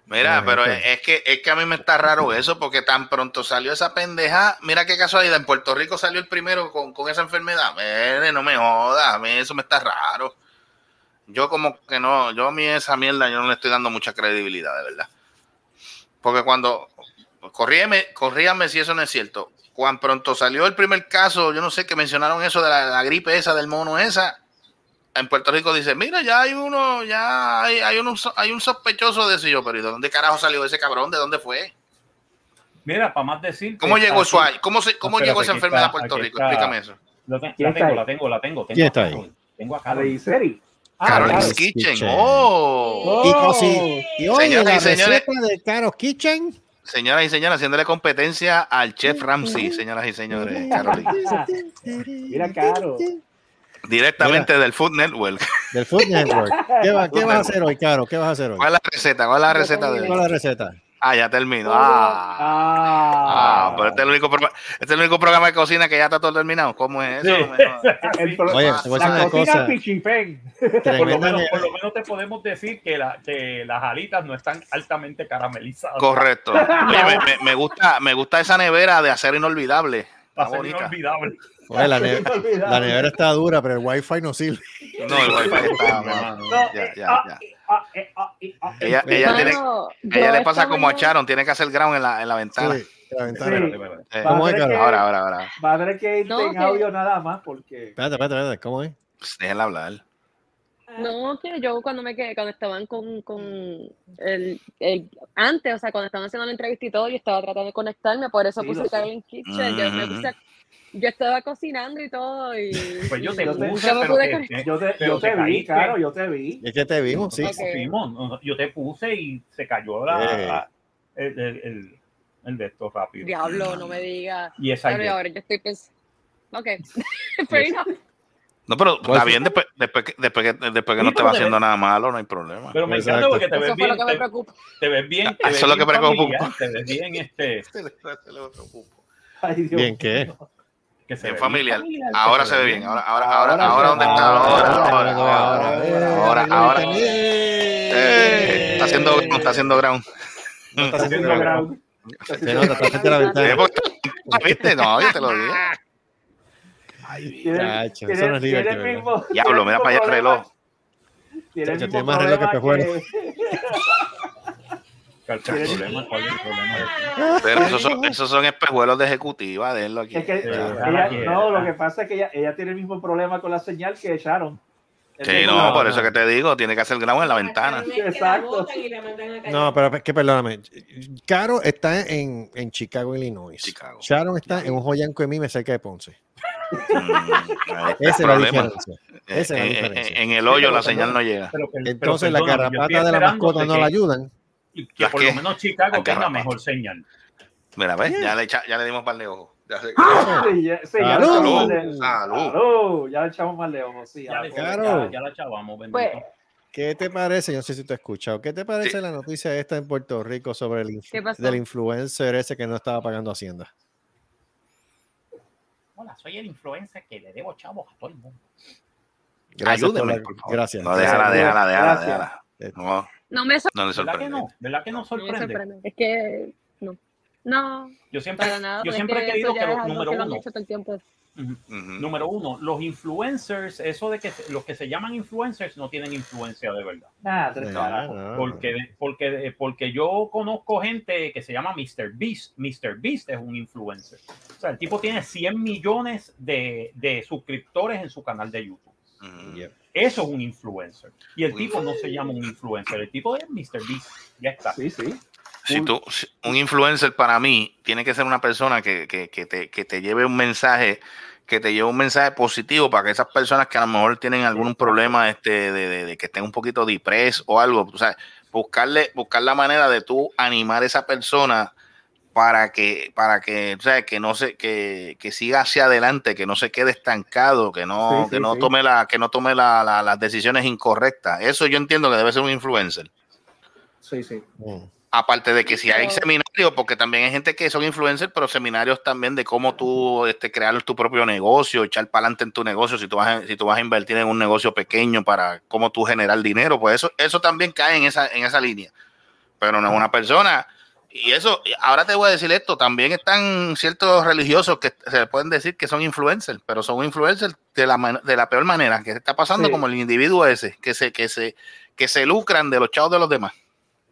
Speaker 5: Mira,
Speaker 4: Bueno,
Speaker 5: pero
Speaker 4: entonces.
Speaker 5: es que, es que a mí me está raro eso, porque tan pronto salió esa pendeja. Mira qué casualidad, en Puerto Rico salió el primero con, con esa enfermedad. Mire, no me jodas, a mí eso me está raro. Yo como que no, yo a mí esa mierda yo no le estoy dando mucha credibilidad, de verdad. Porque cuando, corríeme, corríame si eso no es cierto. Cuando pronto salió el primer caso, yo no sé que mencionaron eso de la, la gripe esa, del mono esa, en Puerto Rico dice, mira, ya hay uno, ya hay, hay, uno, hay un sospechoso de eso. Y yo, pero ¿y de dónde carajo salió ese cabrón? ¿De dónde fue?
Speaker 3: Mira, para más decir.
Speaker 5: ¿Cómo llegó eso
Speaker 3: suave?
Speaker 5: ahí? ¿Cómo, se,
Speaker 3: ah,
Speaker 5: cómo
Speaker 3: Espérate,
Speaker 5: llegó esa
Speaker 3: aquí
Speaker 5: enfermedad a
Speaker 3: está,
Speaker 5: Puerto
Speaker 3: aquí
Speaker 5: Rico?
Speaker 3: está.
Speaker 5: Explícame eso.
Speaker 3: La, te-
Speaker 7: ¿Quién
Speaker 3: la
Speaker 7: está
Speaker 3: tengo,
Speaker 7: ahí?
Speaker 3: la tengo, la tengo. tengo
Speaker 4: ¿Quién
Speaker 3: a
Speaker 4: está ahí?
Speaker 3: Carol. Tengo a
Speaker 7: a
Speaker 3: Carol.
Speaker 7: Seri.
Speaker 3: Ah,
Speaker 5: Carol's
Speaker 4: Carol's
Speaker 5: Kitchen.
Speaker 4: Kitchen.
Speaker 5: ¡Oh!
Speaker 4: Y, cosi- y hoy
Speaker 5: Señoras
Speaker 4: la
Speaker 5: y señores.
Speaker 4: receta de Caros Kitchen.
Speaker 5: Señoras y señores, haciéndole competencia al chef Ramsey, señoras y señores, Carolina.
Speaker 7: Mira, Caro.
Speaker 5: Directamente del Food Network.
Speaker 4: Del Food Network. ¿Qué, va- qué vas a hacer hoy, Caro? ¿Qué vas a hacer hoy?
Speaker 5: ¿Cuál es la receta? ¿Cuál es la receta de
Speaker 4: ¿Cuál
Speaker 5: él?
Speaker 4: es la receta?
Speaker 5: Ah, ya termino. Ah,
Speaker 7: Ah,
Speaker 5: ah, pero este es, el único programa, este es el único programa de cocina que ya está todo terminado. ¿Cómo es eso?
Speaker 3: Sí.
Speaker 5: No me jodas.
Speaker 7: el pro-
Speaker 4: Oye, te voy a decir
Speaker 7: la
Speaker 4: una
Speaker 7: cocina
Speaker 4: cosa.
Speaker 7: pichipén.
Speaker 3: Por lo,
Speaker 4: Tremenda
Speaker 3: menos,
Speaker 4: ne-
Speaker 3: por lo menos te podemos decir que, la, que las alitas no están altamente caramelizadas.
Speaker 5: Correcto. Oye, me, me- me gusta, me gusta esa nevera de acero inolvidable.
Speaker 3: Va a
Speaker 5: Está
Speaker 3: ser
Speaker 5: bonita.
Speaker 3: inolvidable.
Speaker 4: Oye, la, ne- la nevera está dura, pero el wifi no sirve.
Speaker 5: No, el wifi está, mano.
Speaker 7: No, eh,
Speaker 5: Ya, ya,
Speaker 7: ah,
Speaker 5: ya.
Speaker 7: eh, ah, eh, ah, eh, ah, eh.
Speaker 5: Ella, ella tiene,
Speaker 11: Mano,
Speaker 5: ella
Speaker 11: yo
Speaker 5: le
Speaker 11: esta
Speaker 5: pasa como a
Speaker 11: mañana-
Speaker 5: Charon, tiene que hacer ground en la, en la ventana.
Speaker 4: Sí, la ventana.
Speaker 3: Espérate, espérate.
Speaker 5: Eh,
Speaker 7: Va a
Speaker 4: ¿Cómo es,
Speaker 7: tener
Speaker 4: Carol?
Speaker 7: que-
Speaker 5: ahora, ahora, ahora.
Speaker 7: Va a tener que irte
Speaker 11: No,
Speaker 7: en
Speaker 11: que-
Speaker 7: audio nada más porque.
Speaker 4: Espérate, espérate, espérate. ¿Cómo es?
Speaker 5: Pss, Déjela hablar.
Speaker 11: No, que yo cuando me quedé, cuando estaban con, con el, el- antes, o sea, cuando estaban haciendo la entrevista y todo, yo estaba tratando de conectarme, por eso
Speaker 7: Sí, lo
Speaker 11: puse
Speaker 7: sé.
Speaker 11: Carolyn Kitchen, yo me
Speaker 5: Ujú.
Speaker 11: puse a Yo estaba cocinando y todo. Y,
Speaker 3: Pues yo te
Speaker 11: y no
Speaker 3: puse, pero
Speaker 11: pude
Speaker 3: te-
Speaker 11: con-
Speaker 3: te-
Speaker 7: Yo te,
Speaker 3: pero
Speaker 7: yo te
Speaker 3: te
Speaker 7: vi,
Speaker 3: caíste.
Speaker 7: claro, yo te vi.
Speaker 4: Es que te vimos, sí.
Speaker 3: Nos pusimos, no, no, yo te puse y se cayó la,
Speaker 4: Eh.
Speaker 3: la- el, el, el- el de esto rápido.
Speaker 11: Diablo, no me digas.
Speaker 3: Y esa
Speaker 11: Claro,
Speaker 3: idea.
Speaker 11: ahora yo estoy pensando. Ok. Fair enough.
Speaker 5: No, pero
Speaker 9: ¿Cuál
Speaker 5: está
Speaker 9: fue?
Speaker 5: bien después, después que, después que, después que
Speaker 3: Sí,
Speaker 5: no te
Speaker 3: pero
Speaker 5: va
Speaker 3: te
Speaker 5: haciendo
Speaker 3: ves-
Speaker 5: nada malo, no hay problema.
Speaker 3: Pero me encanta
Speaker 9: Exacto.
Speaker 3: porque te
Speaker 11: Eso
Speaker 3: ves
Speaker 11: fue lo
Speaker 3: bien.
Speaker 11: que me
Speaker 3: Te,
Speaker 11: preocupa.
Speaker 3: te ves bien. te
Speaker 5: Ah, Eso
Speaker 3: ves
Speaker 5: es lo que
Speaker 3: bien
Speaker 5: preocupa.
Speaker 3: familiar, Te ves bien, este.
Speaker 7: Ay, Dios
Speaker 9: Bien, ¿qué?
Speaker 3: Que se
Speaker 5: Bien
Speaker 3: ve
Speaker 5: familiar.
Speaker 3: familiar, que
Speaker 5: Ahora
Speaker 3: ve
Speaker 5: se ve bien. Ahora, ahora, ahora, ahora, ¿dónde está?
Speaker 7: ahora,
Speaker 5: Ahora,
Speaker 7: ahora,
Speaker 5: ahora, ahora, ahora, ahora. Eh, Está haciendo ground, está haciendo ground.
Speaker 4: Está
Speaker 7: Está haciendo ground.
Speaker 4: Se nota, está frente a la
Speaker 5: Eh,
Speaker 4: ventana.
Speaker 5: porque- ¿Viste? No, yo te lo digo.
Speaker 7: Tiene-
Speaker 4: Chacho,
Speaker 7: tiene-
Speaker 4: eso no es
Speaker 7: tiene el
Speaker 4: liberty, ¿verdad?
Speaker 7: mismo- tiene
Speaker 5: Diablo,
Speaker 7: el
Speaker 5: mira
Speaker 7: mismo
Speaker 5: para allá el
Speaker 7: problema-
Speaker 5: reloj.
Speaker 7: Tiene el
Speaker 4: Chacho,
Speaker 7: mismo
Speaker 4: tiene más reloj que
Speaker 7: problema
Speaker 4: pejuelo.
Speaker 3: ¿Cuál es el problema? ¿Cuál es el problema?
Speaker 5: Pero esos son, esos son espejuelos de ejecutiva, déjenlo aquí.
Speaker 7: Es que eh,
Speaker 3: Pero-
Speaker 7: ella-
Speaker 3: Pero-
Speaker 7: no, lo que pasa es que ella, ella tiene el mismo problema con la señal que echaron.
Speaker 5: Sí, no, por eso que te digo, tiene que hacer ground en la ventana.
Speaker 7: Exacto.
Speaker 4: No, pero es que perdóname. Caro está en, en Chicago, Illinois.
Speaker 5: Chicago.
Speaker 4: Sharon está en un joyanco de mime cerca de Ponce.
Speaker 5: Mm, ahí está el
Speaker 4: Esa es la
Speaker 5: problema.
Speaker 4: diferencia.
Speaker 5: Eh,
Speaker 4: Esa es la
Speaker 5: eh, eh,
Speaker 4: diferencia.
Speaker 5: En el hoyo la señal no llega.
Speaker 3: Pero que- pero
Speaker 4: Entonces la
Speaker 3: perdóname, yo
Speaker 4: garrapata
Speaker 3: estoy
Speaker 4: de la
Speaker 3: esperando
Speaker 4: mascota no
Speaker 3: que-
Speaker 4: la ayudan.
Speaker 3: y Que
Speaker 5: ¿Las
Speaker 3: por lo
Speaker 5: qué?
Speaker 3: menos Chicago
Speaker 5: Las
Speaker 3: tenga
Speaker 5: garrapatas.
Speaker 3: mejor señal.
Speaker 5: Mira, ves, ya le, echa- ya le dimos par de ojos. Ya se- Ah,
Speaker 7: Sí, ya, sí, ya
Speaker 4: Salud.
Speaker 7: le echamos más lejos.
Speaker 5: Salud.
Speaker 7: Salud, Ya le echamos más lejos. Sí,
Speaker 3: Ya,
Speaker 7: ahora
Speaker 3: le-
Speaker 7: puedo-
Speaker 4: Claro.
Speaker 3: ya, ya la chavamos, bendito.
Speaker 11: Pues,
Speaker 4: ¿Qué te parece? Yo no sé si tú has escuchado. ¿Qué te parece
Speaker 5: Sí.
Speaker 4: la noticia esta en Puerto Rico sobre el
Speaker 11: ¿Qué
Speaker 4: inf-
Speaker 11: pasó?
Speaker 4: del influencer ese que no estaba pagando Hacienda?
Speaker 3: Hola, soy el influencer que le debo chavos a todo el mundo.
Speaker 4: Gracias por
Speaker 5: Ayúdame,
Speaker 4: la-
Speaker 5: por favor.
Speaker 4: Gracias. Eh.
Speaker 5: No, déjala, déjala, déjala,
Speaker 7: Gracias.
Speaker 5: déjala. No,
Speaker 11: No me, sor-
Speaker 5: no le
Speaker 3: ¿Verdad que
Speaker 5: sorprende.
Speaker 3: no? ¿Verdad que no
Speaker 11: no me
Speaker 3: sorprende?
Speaker 11: sorprende. Es que no. No,
Speaker 3: Yo siempre,
Speaker 11: para nada.
Speaker 3: yo
Speaker 11: es
Speaker 3: siempre he
Speaker 11: que
Speaker 3: creído
Speaker 11: eso ya
Speaker 3: que
Speaker 11: es
Speaker 3: los
Speaker 11: algo
Speaker 3: número
Speaker 11: que lo han
Speaker 3: uno,
Speaker 11: hecho todo el tiempo.
Speaker 3: ujú,
Speaker 5: Ujú.
Speaker 3: número uno, los influencers, eso de que se- los que se llaman influencers no tienen influencia de verdad.
Speaker 7: Nah, tres
Speaker 4: No,
Speaker 7: carajos.
Speaker 4: Ah, no.
Speaker 3: Porque, porque, porque yo conozco gente que se llama Mr. Beast. Mr. Beast es un influencer. O sea, el tipo tiene 100 millones de, de suscriptores en su canal de YouTube.
Speaker 5: Ujú.
Speaker 4: Yep.
Speaker 3: Eso es un influencer. Y el
Speaker 5: Un
Speaker 3: tipo no se llama un influencer. El tipo es Mr. Beast. Ya está.
Speaker 7: Sí, sí.
Speaker 5: Si tú, si- un influencer para mí tiene que ser una persona que, que- que te, que te lleve un mensaje, que te lleve un mensaje positivo para que esas personas que a lo mejor tienen algún problema este, de, de- de que estén un poquito depress o algo, o sea, buscarle, buscar la manera de tú animar a esa persona para que, para que, o sea, que no se, que, que siga hacia adelante, que no se quede estancado, que no,
Speaker 7: Sí,
Speaker 5: que
Speaker 7: sí,
Speaker 5: no
Speaker 7: sí.
Speaker 5: tome la, que no tome la- la- las decisiones incorrectas. Eso yo entiendo que debe ser un influencer.
Speaker 7: Sí, sí.
Speaker 4: Mm.
Speaker 5: Aparte de que si hay
Speaker 11: Pero-
Speaker 5: seminarios, porque también hay gente que son influencers, pero seminarios también de cómo tú este, crear tu propio negocio, echar para adelante en tu negocio, si tú, vas a, si tú vas a invertir en un negocio pequeño para cómo tú generar dinero, pues eso, eso también cae en esa, en esa línea. Pero no es una persona. Y eso, y ahora te voy a decir esto, también están ciertos religiosos que se le pueden decir que son influencers, pero son influencers de la, man- de la peor manera, que se está pasando
Speaker 7: Sí.
Speaker 5: como el individuo ese, que se, que se, que se lucran de los chavos de los demás.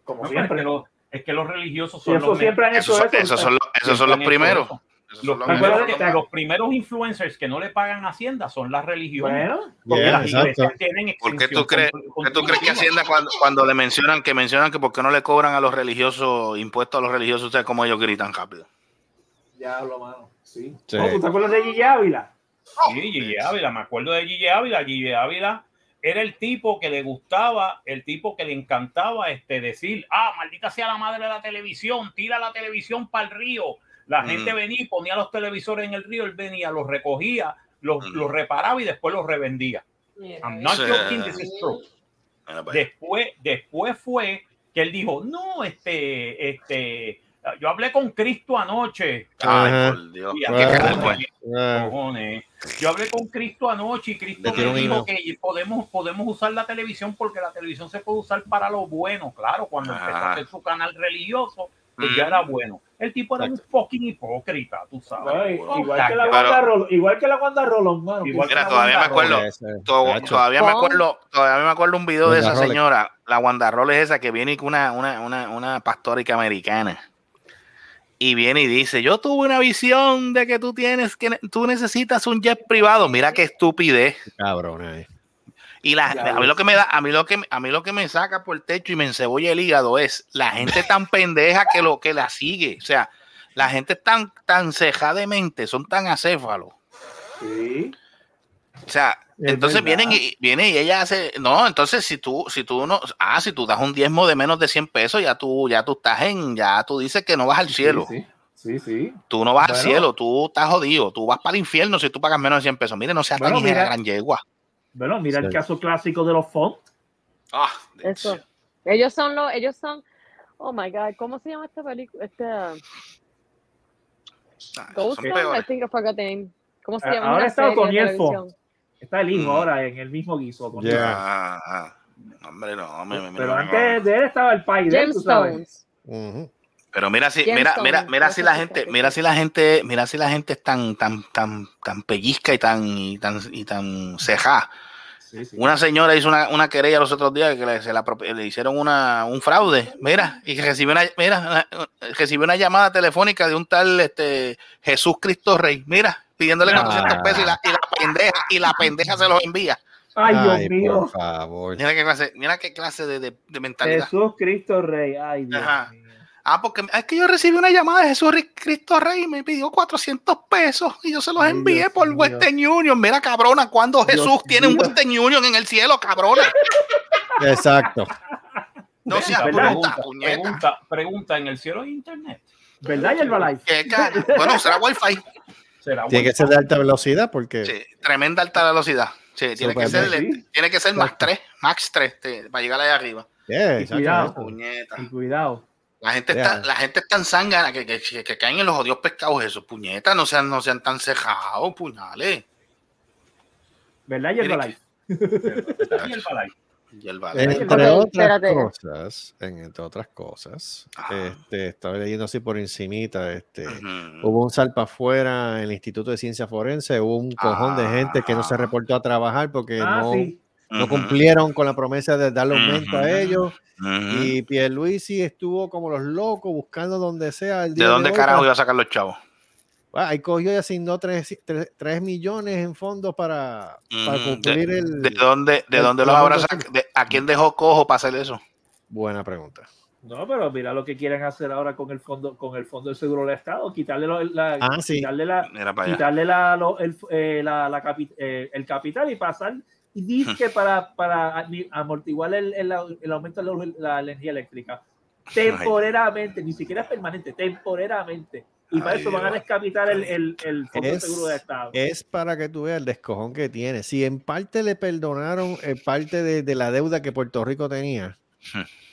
Speaker 7: Como
Speaker 3: No, pero
Speaker 7: siempre.
Speaker 3: Es que, los, es que los religiosos
Speaker 7: Y
Speaker 3: son
Speaker 7: eso
Speaker 3: los, me-
Speaker 7: siempre han hecho
Speaker 5: Esos
Speaker 7: eso.
Speaker 5: son, esos son los, esos son los
Speaker 3: siempre han
Speaker 5: primeros.
Speaker 3: hecho
Speaker 5: Esos
Speaker 3: los,
Speaker 5: son los
Speaker 3: primeros,
Speaker 5: primeros.
Speaker 3: los primeros influencers que no le pagan Hacienda son las religiones.
Speaker 7: Bueno,
Speaker 3: porque
Speaker 4: Yeah,
Speaker 3: las
Speaker 4: exacto.
Speaker 3: iglesias tienen
Speaker 5: ¿Por qué
Speaker 3: exención
Speaker 5: tú crees-
Speaker 3: compl-
Speaker 5: ¿Qué tú crees que
Speaker 3: completiva.
Speaker 5: Hacienda cuando, cuando le mencionan que mencionan que por qué no le cobran a los religiosos impuestos a los religiosos, ustedes como ellos gritan rápido?
Speaker 7: diablo, mano. Sí.
Speaker 4: Sí.
Speaker 7: Oh, ¿Tú te acuerdas de Gigi Ávila?
Speaker 3: Sí, Gigi Ávila, me acuerdo de Gigi Ávila. Gigi Ávila era el tipo que le gustaba, el tipo que le encantaba este, decir, ah, maldita sea la madre de la televisión, tira la televisión para el río. La
Speaker 5: Mm.
Speaker 3: gente venía y ponía los televisores en el río, él venía, los recogía, los,
Speaker 5: Mm.
Speaker 3: los reparaba y después los revendía. I'm not
Speaker 5: Sí.
Speaker 3: joking, this is true.
Speaker 5: Mira, pues,
Speaker 3: Después, después fue que él dijo, no, este, este, yo hablé con Cristo anoche.
Speaker 5: Ay,
Speaker 4: Ajá.
Speaker 5: por Dios.
Speaker 3: Y
Speaker 5: ¿qué pues.
Speaker 4: bueno,
Speaker 5: canal fue?
Speaker 3: aquel-
Speaker 4: Ah,
Speaker 3: cojones. Yo hablé con Cristo anoche y Cristo
Speaker 4: Le tiró
Speaker 3: me
Speaker 4: un
Speaker 3: dijo
Speaker 4: email.
Speaker 3: que podemos, podemos usar la televisión porque la televisión se puede usar para lo bueno. Claro, cuando empezó
Speaker 5: Ajá.
Speaker 3: a hacer su canal religioso, pues
Speaker 5: Mm.
Speaker 3: ya era bueno. El tipo era un fucking hipócrita, tú
Speaker 7: No,
Speaker 3: sabes.
Speaker 7: i- igual, que la
Speaker 5: Pero-
Speaker 7: Wanda Rolón, igual que la Wanda Rolón, mano.
Speaker 3: Igual
Speaker 7: que
Speaker 5: Mira,
Speaker 7: la
Speaker 5: todavía me
Speaker 7: Wanda
Speaker 5: acuerdo.
Speaker 7: Rolón.
Speaker 4: ese,
Speaker 5: To-
Speaker 4: chacho.
Speaker 5: todavía me
Speaker 11: Pon-
Speaker 5: acuerdo, todavía me acuerdo un video de esa
Speaker 4: Guandarroles.
Speaker 5: señora, la Guandarroles esa que viene con una, una, una, una pastórica americana. Y viene y dice, yo tuve una visión de que tú tienes que, ne- tú necesitas un jet privado. Mira qué estupidez.
Speaker 4: este Cabrón, ahí.
Speaker 5: Y la,
Speaker 7: Ya
Speaker 5: a mí
Speaker 7: ves.
Speaker 5: lo que me da, a mí lo que a mí lo que me saca por el techo y me encebolla el hígado es la gente tan pendeja que lo que la sigue. O sea, La gente es tan, tan ceja de mente, son tan acéfalos. O sea,
Speaker 7: Es
Speaker 5: entonces
Speaker 7: verdad.
Speaker 5: vienen y, viene y ella hace, no, entonces si tú, si tú no, ah, si tú das un diezmo de menos de 100 pesos, ya tú, ya tú estás en, ya tú dices que no vas al cielo.
Speaker 7: Sí, sí. sí.
Speaker 5: Tú no vas al
Speaker 7: Bueno.
Speaker 5: cielo, tú estás jodido, tú vas para el infierno si tú pagas menos de 100 pesos. Mire, no seas
Speaker 7: Bueno,
Speaker 5: tan hija de
Speaker 7: mira.
Speaker 5: gran yegua.
Speaker 7: Bueno, mira el
Speaker 5: Sí.
Speaker 7: caso clásico de los fonts.
Speaker 5: Ah,
Speaker 11: Eso. Ellos son los, ellos son, oh my god, ¿cómo se llama esta película? Este, uh,
Speaker 5: Ah,
Speaker 11: Ghost Town, I
Speaker 7: peores.
Speaker 11: think I forgot the name. ¿Cómo se
Speaker 7: Ah,
Speaker 11: llama?
Speaker 7: ahora
Speaker 11: Una
Speaker 7: está
Speaker 11: serie de
Speaker 7: Otonielfo.
Speaker 11: televisión.
Speaker 7: Está el
Speaker 4: Mm.
Speaker 7: hijo ahora en el mismo guiso. Otoniel.
Speaker 5: Ya. Hombre, Ah, no, me- me-
Speaker 7: Ah.
Speaker 5: me-
Speaker 7: Pero
Speaker 5: me-
Speaker 7: antes de él estaba el país de él, tú sabes.
Speaker 5: Pero mira si,
Speaker 7: James
Speaker 5: mira,
Speaker 7: Stone,
Speaker 5: mira, mira si la
Speaker 7: esa
Speaker 5: gente, mira si la gente, mira si la gente es tan, tan, tan, tan pellizca y tan, y tan, y tan ceja. Una señora hizo una, una querella los otros días que le, se la apro- le hicieron una, un fraude, mira, y que recibió una, mira, una- recibió una llamada telefónica de un tal este, Jesús Cristo Rey, mira, pidiéndole
Speaker 1: Ah.
Speaker 5: 400 pesos y la, y la pendeja, y la pendeja se los envía.
Speaker 7: Ay, Dios
Speaker 4: por
Speaker 7: mío.
Speaker 4: favor.
Speaker 5: Mira qué clase, mira qué clase de, de- de mentalidad.
Speaker 7: Jesús Cristo Rey. Ay, Dios.
Speaker 5: Ajá. Ah, porque es que yo recibí una llamada de Jesús Ri- Cristo Rey y me pidió 400 pesos y yo se los envié por Western Union. Mira, cabrona, cuando Jesús tiene un Western Union en el cielo, cabrona.
Speaker 4: Exacto.
Speaker 5: No seas
Speaker 3: ¿Verdad?
Speaker 5: bruta,
Speaker 3: Pregunta,
Speaker 5: puñeta.
Speaker 3: pregunta, pregunta, ¿en el cielo hay internet?
Speaker 7: ¿Verdad, Herbalife?
Speaker 5: Qué cara. Bueno, será Wi-Fi.
Speaker 3: Será
Speaker 4: Tiene que ser de alta velocidad porque.
Speaker 5: Tremenda alta velocidad. Sí, tiene, que
Speaker 4: Super
Speaker 5: ser,
Speaker 4: bien.
Speaker 5: le- tiene que ser más 3, max 3 para llegar allá arriba.
Speaker 4: Yeah,
Speaker 7: Y
Speaker 4: exacto.
Speaker 7: cuidado.
Speaker 5: Puñeta.
Speaker 7: Y cuidado.
Speaker 5: La gente,
Speaker 7: Ya.
Speaker 5: está, la gente es tan zángana que, que, que- que caen en los odios pescados esos, puñetas, no sean, no sean tan cejados, puñales.
Speaker 7: ¿Verdad,
Speaker 5: Mira
Speaker 7: Herbalife?
Speaker 5: Y
Speaker 3: el
Speaker 5: Y el balay.
Speaker 4: Entre
Speaker 7: Ok,
Speaker 4: otras
Speaker 7: espérate.
Speaker 4: cosas, en- entre otras cosas, este, estaba leyendo así por encimita, este, hubo un salpa afuera en el Instituto de Ciencia Forense, hubo un cojón de gente que no se reportó a trabajar porque
Speaker 7: Ah,
Speaker 4: no,
Speaker 7: sí.
Speaker 4: no
Speaker 5: Ah. Ujú.
Speaker 4: cumplieron con la promesa de darle aumento
Speaker 5: Ujú.
Speaker 4: a ellos.
Speaker 5: Ujú.
Speaker 4: Y Pierluisi estuvo como los locos buscando donde sea. El
Speaker 5: ¿De
Speaker 4: día
Speaker 5: dónde
Speaker 4: hoy pues,
Speaker 5: carajo
Speaker 4: para-
Speaker 5: iba a sacar los chavos?
Speaker 4: Ah, ahí cogió y asignó 3, millones en fondos para, para
Speaker 5: Ujú.
Speaker 4: cumplir
Speaker 5: Mm, ¿De,
Speaker 4: el.
Speaker 5: de dónde, de
Speaker 4: el
Speaker 5: dónde los
Speaker 4: trabajo
Speaker 5: habrá
Speaker 4: que
Speaker 5: sac- de- ¿A quién dejó cojo para hacer eso?
Speaker 4: Buena pregunta.
Speaker 7: No, pero mira lo que quieren hacer ahora con el fondo, con el fondo del seguro del Estado, quitarle lo- la,
Speaker 4: Ah, sí.
Speaker 7: quitarle la,
Speaker 5: Mira para allá.
Speaker 7: quitarle la, lo- el, eh, la- la capi- eh, el capital y pasar y dice
Speaker 4: Hmm.
Speaker 7: que para, para ami- amortiguar el, el, el aumento de la, la energía eléctrica temporeramente, ni siquiera es permanente, temporeramente. Y para
Speaker 4: Ay,
Speaker 7: eso van a
Speaker 4: Dios.
Speaker 7: descapitar el, el, el fondo del
Speaker 4: Es,
Speaker 7: seguro del Estado.
Speaker 4: es para que tú veas el descojón que tiene. Si en parte le perdonaron eh, parte de, de la deuda que Puerto Rico tenía,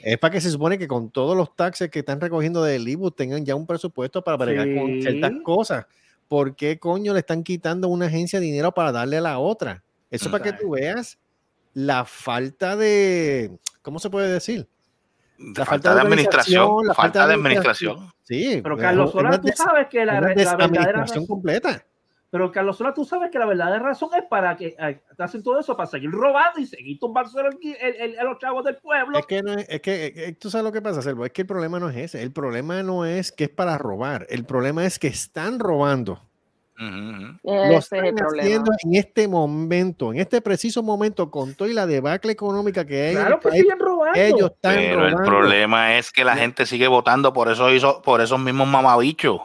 Speaker 4: es para que se supone que con todos los taxes que están recogiendo del IBU tengan ya un presupuesto para bregar con
Speaker 7: Sí.
Speaker 4: ciertas cosas. ¿Por qué coño le están quitando a una agencia dinero para darle a la otra? Eso es para que tú veas la falta de, ¿cómo se puede decir?
Speaker 5: La falta de administración, falta de administración.
Speaker 4: Sí,
Speaker 7: Pero Carlos
Speaker 4: una
Speaker 7: Sola, tú
Speaker 4: des-
Speaker 7: sabes que la,
Speaker 4: una
Speaker 7: re- la verdadera
Speaker 4: desadministración
Speaker 7: razón,
Speaker 4: completa.
Speaker 7: pero Carlos Sola, tú sabes que la verdadera razón es para que eh, hacen todo eso para seguir robando y seguir tumbando el, el, el- a los chavos del pueblo.
Speaker 4: Es que, no es, es que eh, eh, tú sabes lo que pasa, Selvo. Es que el problema no es ese. El problema no es que es para robar. El problema es que están robando.
Speaker 11: Ese
Speaker 4: Lo
Speaker 11: es el
Speaker 4: están
Speaker 11: problema.
Speaker 4: haciendo en este momento, en este preciso momento, con toda la debacle económica que hay. en el
Speaker 7: Claro que
Speaker 4: país,
Speaker 7: siguen robando.
Speaker 4: Ellos están
Speaker 5: Pero el
Speaker 4: robando.
Speaker 5: problema es que la gente sigue votando por eso hizo, por esos mismos mamabichos.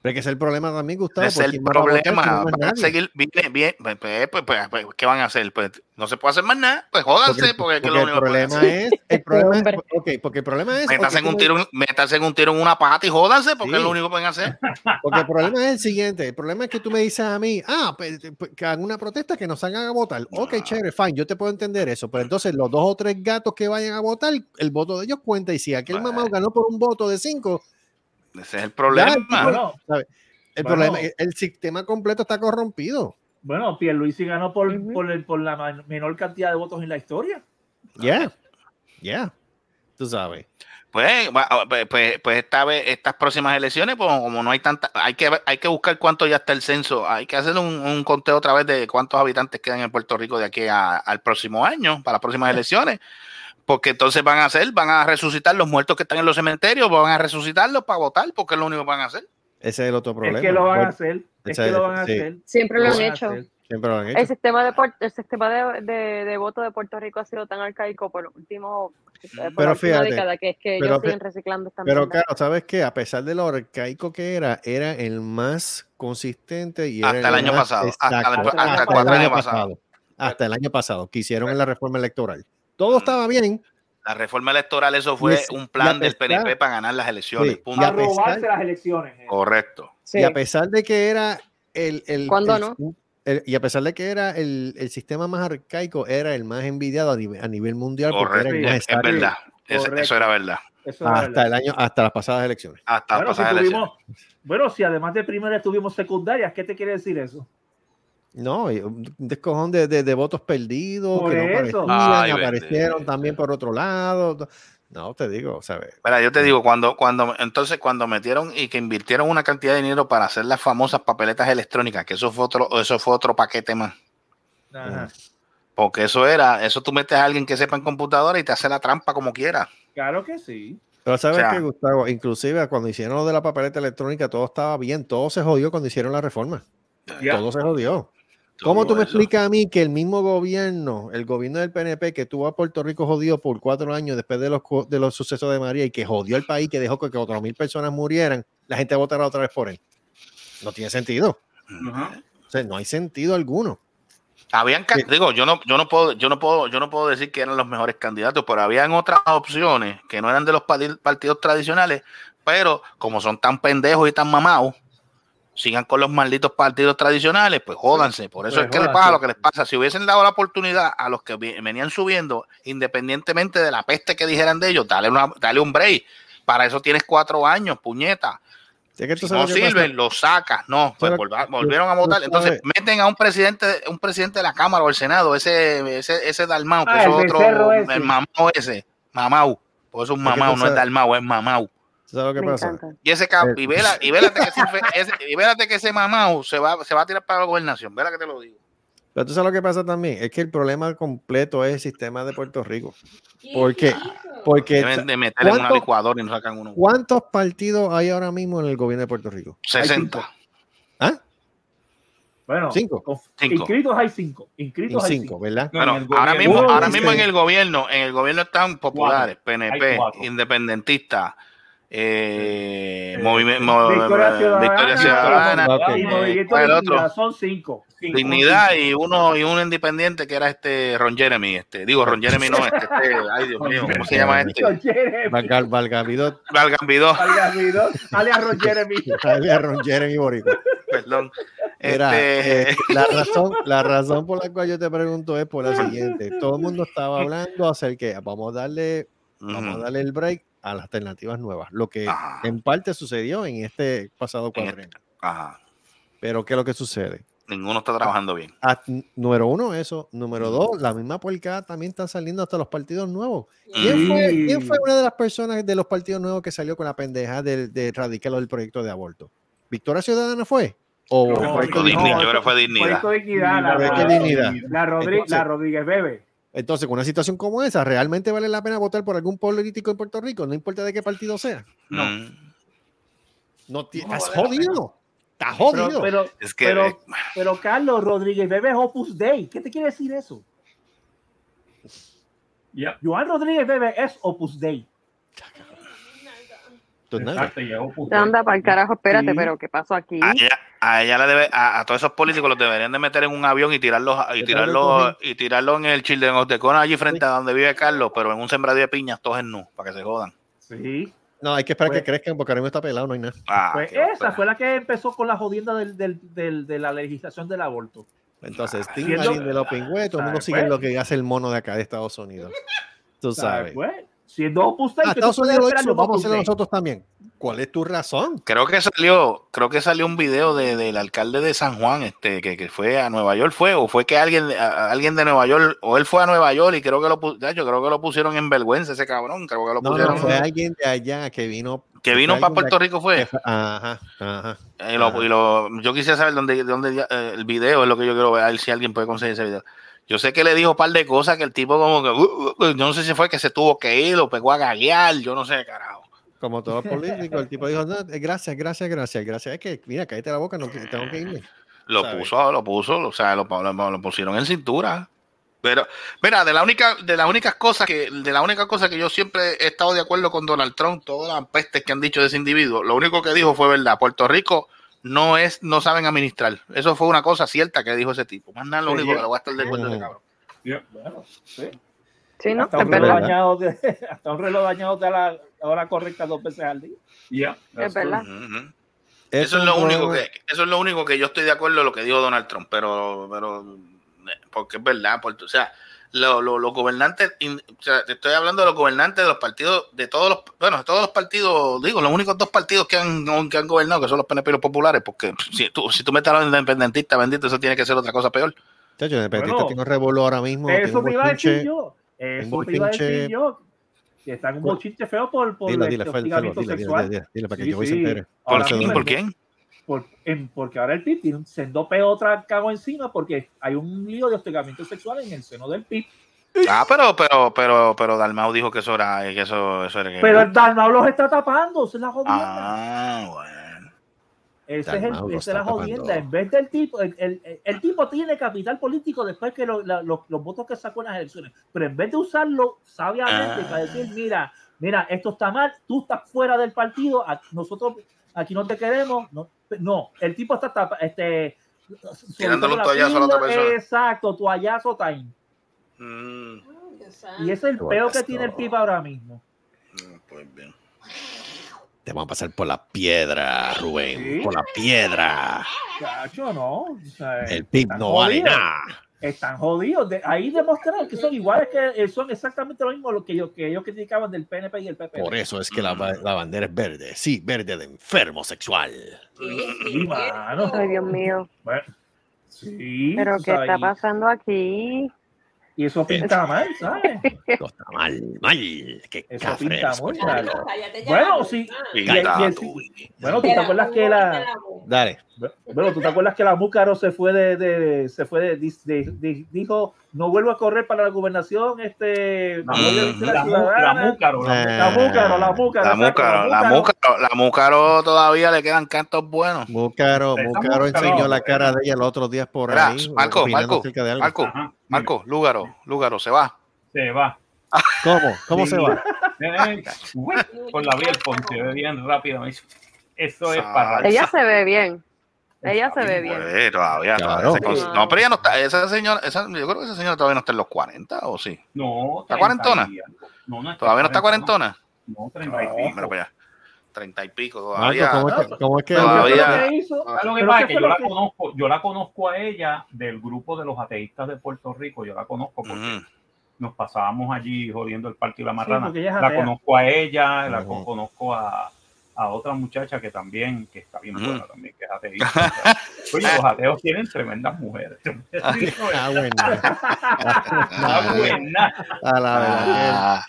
Speaker 4: Pero es que ese es el problema también, Gustavo.
Speaker 5: Ese es
Speaker 4: porque
Speaker 5: el
Speaker 4: ¿quién va a votar si no
Speaker 5: problema.
Speaker 4: más
Speaker 5: Van a
Speaker 4: nadie?
Speaker 5: seguir, viene, viene, pues, pues, pues, pues, pues, ¿Qué van a hacer? Pues, no se puede hacer más nada. Pues jódanse, porque, es
Speaker 4: Porque
Speaker 5: que lo
Speaker 4: el
Speaker 5: único que pueden
Speaker 4: problema
Speaker 5: hacer.
Speaker 4: es,
Speaker 11: Este
Speaker 4: el problema es, ok, porque el problema es,
Speaker 5: Métanse
Speaker 4: ok,
Speaker 5: en un
Speaker 4: tú-
Speaker 5: tiro, en- métanse en un tiro en una pata y jódanse, porque
Speaker 4: Sí.
Speaker 5: es lo único que pueden hacer.
Speaker 4: Porque el problema es el siguiente. El problema es que tú me dices a mí, ah, pues, pues, que hagan una protesta que nos salgan a votar. Ok, chévere, fine, yo te puedo entender eso. Pero entonces los dos o tres gatos que vayan a votar, el voto de ellos cuenta. Y si aquel mamado ganó por un voto de cinco,
Speaker 5: Ese es el
Speaker 4: ya,
Speaker 5: problema.
Speaker 4: el tipo, ¿sabe? El
Speaker 7: Bueno.
Speaker 4: problema es- el sistema completo está corrompido.
Speaker 7: Bueno, Pierluisi ganó por, por, el- por la man- menor cantidad de votos en la historia.
Speaker 4: Ya, ya. Tú sabes.
Speaker 5: Pues, va- ah, pues, pues, pues esta vez, estas próximas elecciones, pues como no hay tanta, hay que, ver- hay que buscar cuánto ya está el censo, hay que hacer un, un conteo otra vez de cuántos habitantes quedan en Puerto Rico de aquí a- al próximo año, para las próximas elecciones, porque entonces van a hacer, van a resucitar los muertos que están en los cementerios, van a resucitarlos para votar, porque es lo único que van a hacer.
Speaker 4: Ese es el otro problema.
Speaker 7: Es que lo van a
Speaker 4: Bueno,
Speaker 7: hacer. Es
Speaker 4: ese
Speaker 7: que
Speaker 4: es-
Speaker 7: lo van a
Speaker 4: sí.
Speaker 7: hacer.
Speaker 11: Siempre lo han
Speaker 7: van a
Speaker 11: hecho.
Speaker 7: hacer.
Speaker 4: Siempre lo han
Speaker 11: El
Speaker 4: hecho.
Speaker 11: sistema, de, Puer- el sistema de, de- de voto de Puerto Rico ha sido tan arcaico por los últimos por
Speaker 4: Pero
Speaker 11: la última
Speaker 4: fíjate,
Speaker 11: década que es que
Speaker 4: pero
Speaker 11: ellos
Speaker 4: fí-
Speaker 11: siguen reciclando esta
Speaker 4: Pero
Speaker 11: mierda.
Speaker 4: claro, ¿sabes qué? A pesar de lo arcaico que era, era el más consistente y era
Speaker 5: Hasta el año
Speaker 4: más
Speaker 5: pasado, hasta el-
Speaker 4: exacto.
Speaker 5: hasta el cuatro años pasado.
Speaker 4: Hasta el año pasado, que hicieron en la reforma electoral.
Speaker 5: Mm.
Speaker 4: Todo estaba bien.
Speaker 5: La reforma electoral, eso fue
Speaker 4: Y es-
Speaker 5: un
Speaker 4: y a
Speaker 5: plan del
Speaker 4: pesar-
Speaker 5: PNP para ganar las elecciones.
Speaker 4: Sí,
Speaker 5: punto.
Speaker 7: Para robarse las elecciones. eh.
Speaker 5: Correcto.
Speaker 4: Y a pesar de que era el... el
Speaker 11: ¿Cuándo
Speaker 4: el-
Speaker 11: no?
Speaker 4: el- y a pesar de que era el, el sistema más arcaico, era el más envidiado a nivel, a nivel mundial. porque era
Speaker 5: Correcto.
Speaker 4: el
Speaker 5: Es,
Speaker 4: más
Speaker 5: es
Speaker 4: estable
Speaker 5: verdad. Es-
Speaker 7: Correcto.
Speaker 5: eso era verdad.
Speaker 7: Eso es
Speaker 4: Hasta,
Speaker 7: verdad.
Speaker 4: el año, hasta las pasadas elecciones.
Speaker 5: Hasta
Speaker 7: Bueno, si
Speaker 5: pasar elecciones.
Speaker 7: tuvimos, bueno, si además de primaria tuvimos secundarias, ¿qué te quiere decir eso?
Speaker 4: No, y un descojón de, de, de votos perdidos
Speaker 7: Por
Speaker 4: que no
Speaker 7: eso.
Speaker 4: aparecían,
Speaker 5: Ay,
Speaker 4: aparecieron
Speaker 5: bendito.
Speaker 4: también por otro lado. No, te digo, ¿sabes?
Speaker 5: Mira, yo te digo, cuando, cuando, entonces cuando metieron y que invirtieron una cantidad de dinero para hacer las famosas papeletas electrónicas, que eso fue otro, eso fue otro paquete más.
Speaker 7: Ajá.
Speaker 5: Porque eso era, eso tú metes a alguien que sepa en computadora y te hace la trampa como quiera.
Speaker 7: Claro que sí.
Speaker 4: Pero sabes
Speaker 5: O sea-
Speaker 4: que, Gustavo, inclusive cuando hicieron lo de la papeleta electrónica, todo estaba bien, todo se jodió cuando hicieron la reforma. Todo se jodió. ¿Cómo tú me
Speaker 5: Eso.
Speaker 4: explicas a mí que el mismo gobierno, el gobierno del PNP, que tuvo a Puerto Rico jodido por cuatro años después de los, co- de los sucesos de María y que jodió el país, que dejó que cuatro mil personas murieran, la gente votará otra vez por él? No tiene sentido.
Speaker 3: Ajá.
Speaker 4: O sea, no hay sentido alguno.
Speaker 5: Habían, can-
Speaker 4: Sí.
Speaker 5: digo, yo no, yo no puedo, yo no puedo, yo no puedo decir que eran los mejores candidatos, pero habían otras opciones que no eran de los pati- partidos tradicionales, pero como son tan pendejos y tan mamados, sigan con los malditos partidos tradicionales, pues jódanse. Por eso
Speaker 7: Pues
Speaker 5: es que les
Speaker 7: jódanse.
Speaker 5: pasa lo que les pasa. Si hubiesen dado la oportunidad a los que vi- venían subiendo, independientemente de la peste que dijeran de ellos, dale, una- dale un break. Para eso tienes cuatro años, puñeta.
Speaker 4: Es que tú
Speaker 5: Si
Speaker 4: sabes
Speaker 5: no
Speaker 4: lo que pasa.
Speaker 5: sirven, lo sacas. No, pues
Speaker 4: Pero-
Speaker 5: volva- volvieron a votar.
Speaker 4: tú
Speaker 5: Entonces
Speaker 4: sabes-
Speaker 5: meten a un presidente, un presidente de la Cámara o el Senado, ese, ese, ese Dalmau, que
Speaker 7: Ah,
Speaker 5: es
Speaker 7: el
Speaker 5: otro,
Speaker 7: becerro
Speaker 5: el
Speaker 7: ese.
Speaker 5: mamau ese, mamau. Por eso es un
Speaker 4: Es que
Speaker 5: mamau,
Speaker 4: tú
Speaker 5: no es
Speaker 4: sabes-
Speaker 5: Dalmau, es mamau.
Speaker 4: ¿Tú sabes lo que
Speaker 11: Me
Speaker 4: pasa?
Speaker 11: encanta.
Speaker 5: Y ese cap-
Speaker 4: Eh.
Speaker 5: y vela, y vélate que ese, fe- ese- y vélate que ese mamau se va, se va a tirar para la gobernación. Vela que te lo digo.
Speaker 4: Pero tú sabes lo que pasa también, es que el problema completo es el sistema de Puerto Rico. ¿Por qué? Porque
Speaker 5: Deben de meterle en una
Speaker 4: ¿cuánto-
Speaker 5: licuadora y no sacan uno.
Speaker 4: ¿cuántos partidos hay ahora mismo en el gobierno de Puerto Rico?
Speaker 5: 60.
Speaker 4: ¿Ah?
Speaker 7: Bueno,
Speaker 4: Cinco.
Speaker 7: con-
Speaker 5: Cinco.
Speaker 7: inscritos hay cinco. Inscritos hay
Speaker 4: Cinco,
Speaker 7: cinco.
Speaker 4: ¿verdad?
Speaker 3: No, en
Speaker 5: Bueno,
Speaker 3: el
Speaker 5: ahora
Speaker 3: gobierno-
Speaker 5: mismo,
Speaker 7: Uno,
Speaker 5: ahora
Speaker 4: dice-
Speaker 5: mismo en el gobierno, en el gobierno están populares,
Speaker 3: Hay
Speaker 5: PNP,
Speaker 3: cuatro.
Speaker 5: independentistas, eh,
Speaker 3: Eh,
Speaker 5: movime- mo-
Speaker 7: Victoria Ciudadana,
Speaker 5: Victoria Ciudadana,
Speaker 4: Ah, ok.
Speaker 7: Y Movimiento
Speaker 5: ¿cuál
Speaker 7: de
Speaker 5: otro?
Speaker 7: Dignidad, son cinco.
Speaker 3: Cinco.
Speaker 5: Dignidad y uno y un independiente que era este Ron Jeremy, este, digo Ron Jeremy no, este, este, ay Dios mío, ¿cómo se llama este?
Speaker 7: Yo, Jeremy,
Speaker 4: Valga- Valgavidot,
Speaker 5: Valgambidó,
Speaker 7: Vargas Vidal, alias Ron Jeremy.
Speaker 4: Italia, Ron Jeremy Boricua.
Speaker 5: perdón.
Speaker 4: Mira,
Speaker 5: Este,
Speaker 4: eh, la, razón, la razón por la cual yo te pregunto es por la siguiente. Todo el mundo estaba hablando acerca de, vamos a darle, vamos a
Speaker 5: ujú,
Speaker 4: darle el break a las alternativas nuevas, lo que
Speaker 5: Ah.
Speaker 4: en parte sucedió en este pasado
Speaker 5: En este-
Speaker 4: cuadrenio.
Speaker 5: ajá,
Speaker 4: Pero ¿qué es lo que sucede?
Speaker 5: ninguno está trabajando bien.
Speaker 4: Ah, n- número uno, eso. Número dos, la misma porcada también está saliendo hasta los partidos nuevos. ¿Quién
Speaker 5: Mm.
Speaker 4: fue,
Speaker 7: Sí.
Speaker 4: quién fue una de las personas de los partidos nuevos que salió con la pendeja del- de, radical o del proyecto de aborto? ¿Victoria Ciudadana fue? ¿O
Speaker 7: No,
Speaker 4: el
Speaker 5: Proyecto
Speaker 4: proyecto
Speaker 7: no,
Speaker 4: Dignidad?
Speaker 5: Dignidad, yo
Speaker 7: eso-
Speaker 5: creo que fue Dignidad.
Speaker 7: Proyecto Dignidad, la,
Speaker 4: Proyecto
Speaker 7: la-
Speaker 4: Dignidad.
Speaker 7: la Rodri-
Speaker 4: Entonces-
Speaker 7: la Rodríguez Bebe.
Speaker 4: Entonces, con una situación como esa, ¿realmente vale la pena votar por algún político en Puerto Rico? No importa de qué partido sea.
Speaker 5: No.
Speaker 4: No, ti-
Speaker 5: No
Speaker 4: estás
Speaker 5: vale la
Speaker 4: jodido. Estás
Speaker 7: Pero,
Speaker 4: jodido.
Speaker 7: pero,
Speaker 5: Es que
Speaker 7: pero,
Speaker 5: eh,
Speaker 7: pero Carlos Rodríguez Bebe es Opus Dei. ¿Qué te quiere decir eso?
Speaker 3: Yep,
Speaker 7: Joan Rodríguez Bebe es Opus Dei.
Speaker 4: Tú nada.
Speaker 3: exacto, llegó justo.
Speaker 11: Anda para el carajo, espérate,
Speaker 7: Sí.
Speaker 11: pero ¿qué pasó aquí?
Speaker 5: a ella, a ella la debe, a, a todos esos políticos los deberían de meter en un avión y tirarlos y
Speaker 4: Yo
Speaker 5: tirarlos
Speaker 4: creo
Speaker 5: y tirarlos en el Children of the Corn allí frente a donde vive Carlos, pero en un sembradío de piñas todos en nu, para que se jodan.
Speaker 7: Sí.
Speaker 4: No, hay que esperar
Speaker 7: Pues-
Speaker 4: que crezcan porque ahora mismo está pelado, no hay nada.
Speaker 5: Ah,
Speaker 7: Pues
Speaker 5: qué
Speaker 7: esa fue la que empezó con la jodienda del- del- del- de la legislación del aborto.
Speaker 4: Entonces,
Speaker 5: Ah,
Speaker 4: Tim
Speaker 7: siendo-
Speaker 4: Allen de los pingües, todo el mundo
Speaker 7: ¿sabes,
Speaker 4: sigue
Speaker 7: pues?
Speaker 4: lo que hace el mono de acá de Estados Unidos. Tú sabes.
Speaker 7: Pues, siendo Opus Dei,
Speaker 4: Ah,
Speaker 7: ¿qué tú
Speaker 4: Estados
Speaker 7: puedes
Speaker 4: Unidos lo
Speaker 7: esperar de
Speaker 4: hizo,
Speaker 7: un
Speaker 4: vamos a
Speaker 7: Opus
Speaker 4: hacerlo
Speaker 7: Dei?
Speaker 4: nosotros también. ¿Cuál es tu razón?
Speaker 5: Creo que salió, creo que salió un video de- del alcalde de San Juan, este, que, que fue a Nueva York, fue, o fue que alguien, a- a- alguien de Nueva York, o él fue a Nueva York y creo que lo pu- yo creo que lo pusieron en vergüenza ese cabrón, creo que lo
Speaker 4: No, no,
Speaker 5: pusieron.
Speaker 4: fue alguien de allá que vino.
Speaker 5: que vino
Speaker 4: fue
Speaker 5: para
Speaker 4: alguien de
Speaker 5: Puerto
Speaker 4: aquí Eh,
Speaker 5: Rico fue.
Speaker 4: que fue- Ajá, ajá.
Speaker 5: Y Eh, lo-
Speaker 4: Ajá.
Speaker 5: y lo- yo quisiera saber dónde, dónde eh, el video es lo que yo quiero ver, a ver si alguien puede conseguir ese video. Yo sé que le dijo un par de cosas que el tipo como que, uh, uh, uh, yo no sé si fue que se tuvo que ir o pegó a gaguear, yo no sé, carajo.
Speaker 4: Como
Speaker 7: Ah.
Speaker 4: todo político, el tipo dijo, no, eh, gracias, gracias, gracias, gracias. Es que, mira, cállate la boca, no, que- tengo que irme.
Speaker 5: Lo puso, lo puso, o sea, lo, lo- lo pusieron en cintura. Pero, mira, de la única, de las únicas cosas que, de la única cosa que yo siempre he estado de acuerdo con Donald Trump, todas las pestes que han dicho de ese individuo, lo único que dijo fue verdad, Puerto Rico no es, no saben administrar. Eso fue una cosa cierta que dijo ese tipo. Más nada lo
Speaker 7: Sí,
Speaker 5: único que
Speaker 7: yo-
Speaker 5: le voy a estar de acuerdo de ese cabrón.
Speaker 7: Bueno, sí.
Speaker 11: Sí, ¿no?
Speaker 7: Hasta
Speaker 11: Es
Speaker 7: un, reloj
Speaker 11: verdad.
Speaker 7: dañado de- hasta un reloj dañado de la hora correcta dos veces al día.
Speaker 11: Es verdad.
Speaker 5: Ujú. Eso es lo único que, eso es lo único que yo estoy de acuerdo en lo que dijo Donald Trump, pero, pero eh, porque es verdad, porque, o sea, lo- lo- los gobernantes, in- o sea, te estoy hablando de los gobernantes de los partidos, de todos los, bueno, de todos los partidos, digo, los únicos dos partidos que han, que han gobernado, que son los PNP y los populares, porque si tú, si tú metes a los independentistas, bendito, eso tiene que ser otra cosa peor.
Speaker 4: Chacho, el Petito
Speaker 7: Bueno,
Speaker 4: tiene un revolú ahora mismo. tiene
Speaker 7: Eso
Speaker 4: un
Speaker 7: te iba a decir
Speaker 4: bochinche.
Speaker 7: yo. Eso
Speaker 4: un
Speaker 7: te iba a decir
Speaker 4: bochinche-
Speaker 7: yo. Que están un bochinche feo por, por
Speaker 4: Dilo,
Speaker 7: este
Speaker 4: dilo, Fel,
Speaker 7: hostigamiento
Speaker 4: dilo, dilo,
Speaker 7: sexual.
Speaker 4: dilo, dilo, para que
Speaker 7: Sí,
Speaker 4: Joey
Speaker 7: sí.
Speaker 4: se entere.
Speaker 7: Ahora
Speaker 4: Por
Speaker 7: mismo
Speaker 4: quién, por
Speaker 7: el-
Speaker 5: quién?
Speaker 7: por- en- porque ahora el PIB tiene un sendo peo otra cago encima porque hay un lío de hostigamiento sexual en el seno del PIB.
Speaker 5: Ah, pero, pero, pero, pero Dalmau dijo que eso era, que eso, eso era que-
Speaker 7: Pero el Dalmau los está tapando, esa es la jodienda.
Speaker 5: Ah, bueno.
Speaker 7: Esa es, el-
Speaker 5: Dalmau los
Speaker 7: esa es la
Speaker 5: está
Speaker 7: jodienda.
Speaker 5: tapando.
Speaker 7: En vez del tipo, el, el- el- el tipo tiene capital político después que lo- la- los, los votos que sacó en las elecciones. Pero en vez de usarlo sabiamente
Speaker 5: Ah.
Speaker 7: para decir, mira, mira, esto está mal, tú estás fuera del partido, a- nosotros aquí no te queremos. No, no, el tipo está tapa- este,
Speaker 5: Tirándole
Speaker 7: soltando
Speaker 5: un
Speaker 7: la
Speaker 5: toallazo a la otra
Speaker 7: píldora,
Speaker 5: persona.
Speaker 7: Exacto, toallazo time.
Speaker 5: Mm,
Speaker 7: Y ese es el peo que tiene el
Speaker 4: Toallazo.
Speaker 7: tipo ahora mismo.
Speaker 5: pues bien.
Speaker 4: Te vamos a pasar por la piedra, Rubén.
Speaker 7: Sí.
Speaker 4: Por la piedra.
Speaker 7: Chacho, no. o sea,
Speaker 4: El PIB
Speaker 7: están
Speaker 4: no vale
Speaker 7: jodidos.
Speaker 4: nada.
Speaker 7: Están jodidos. De, ahí demostraron que son iguales que eh, son exactamente lo mismo lo que ellos, que ellos criticaban del PNP y el PP.
Speaker 4: Por eso es que la, ba- la bandera es verde. Sí, verde de enfermo sexual.
Speaker 7: Sí, mano.
Speaker 11: Ay, Dios mío.
Speaker 7: Bueno, sí,
Speaker 11: Pero
Speaker 7: tú
Speaker 11: ¿qué
Speaker 7: sabes,
Speaker 11: está pasando aquí?
Speaker 7: Y eso pinta mal, ¿sabes?
Speaker 4: No está mal, mal. Qué
Speaker 7: Eso
Speaker 4: cafres,
Speaker 7: pinta muy
Speaker 4: coño.
Speaker 7: mal.
Speaker 6: Cállate ya. Ah.
Speaker 7: Bueno, sí. y- y-
Speaker 4: Pinta
Speaker 7: y- Bueno, ¿tú te acuerdas que la...
Speaker 4: Dale.
Speaker 7: Bueno, ¿tú te acuerdas que la Múcaro se fue de, de- se fue de, de- de- dijo no vuelvo a correr para la gobernación este
Speaker 5: Mm,
Speaker 3: La,
Speaker 7: voy a
Speaker 5: Ujú.
Speaker 7: elegir a
Speaker 3: la, la
Speaker 7: ciudadana.
Speaker 3: Múcaro, la Múcaro.
Speaker 7: La Múcaro,
Speaker 4: Ah.
Speaker 7: la Múcaro,
Speaker 5: La
Speaker 7: exacto,
Speaker 5: Múcaro, la Múcaro, la Múcaro todavía le quedan cantos buenos.
Speaker 4: Múcaro,
Speaker 3: Está
Speaker 4: Múcaro enseñó
Speaker 3: Múcaro.
Speaker 4: la cara de ella el otro día por
Speaker 5: Mira,
Speaker 4: ahí.
Speaker 5: Marco,
Speaker 4: opinando
Speaker 5: Marco,
Speaker 4: acerca de algo.
Speaker 5: Marco,
Speaker 3: Ajá.
Speaker 5: Marco, Lúgaro, Lúgaro, se va.
Speaker 3: Se va.
Speaker 4: ¿Cómo? ¿Cómo se va?
Speaker 3: Eh, uy, Con la vía el ponte ve bien rápido. me dice, Eso es
Speaker 5: Sa-
Speaker 3: para.
Speaker 11: Ella se ve bien. Ella se ve bien.
Speaker 5: Pues, todavía,
Speaker 4: Claro.
Speaker 5: todavía se cons-
Speaker 11: Wow.
Speaker 5: No, pero ella no está, esa señora, esa, yo creo que esa señora todavía no está en los 40, ¿o sí?
Speaker 3: No,
Speaker 5: ¿Está cuarentona?
Speaker 3: 30 y algo. No, no
Speaker 5: ¿Todavía no está cuarentona?
Speaker 3: No,
Speaker 5: No,
Speaker 3: treinta y pico.
Speaker 5: mira para allá. Treinta y pico
Speaker 4: Marco,
Speaker 5: todavía.
Speaker 4: ¿cómo, es que- cómo es que.?
Speaker 7: Pero ¿qué fue lo
Speaker 5: Todavía.
Speaker 7: que hizo?
Speaker 3: ¿Sabes lo que
Speaker 7: ¿Pero
Speaker 3: pasa?
Speaker 7: qué
Speaker 3: Que Ah, yo
Speaker 7: fue lo
Speaker 3: la
Speaker 7: que-
Speaker 3: conozco, yo la conozco a ella del grupo de los ateístas de Puerto Rico, yo la conozco porque
Speaker 5: Ujú.
Speaker 3: nos pasábamos allí jodiendo el partido de la
Speaker 7: Sí,
Speaker 3: marrana.
Speaker 7: porque ella es
Speaker 3: la
Speaker 7: atea.
Speaker 3: conozco a ella, la
Speaker 4: Ujú.
Speaker 3: conozco a, a otra muchacha que también, que está bien
Speaker 5: Ujú.
Speaker 3: buena también, que es ateísta. O sea, Oye, los ateos tienen tremendas mujeres.
Speaker 4: Ah, bueno.
Speaker 3: Está buena.
Speaker 4: A la verdad.
Speaker 5: Ah,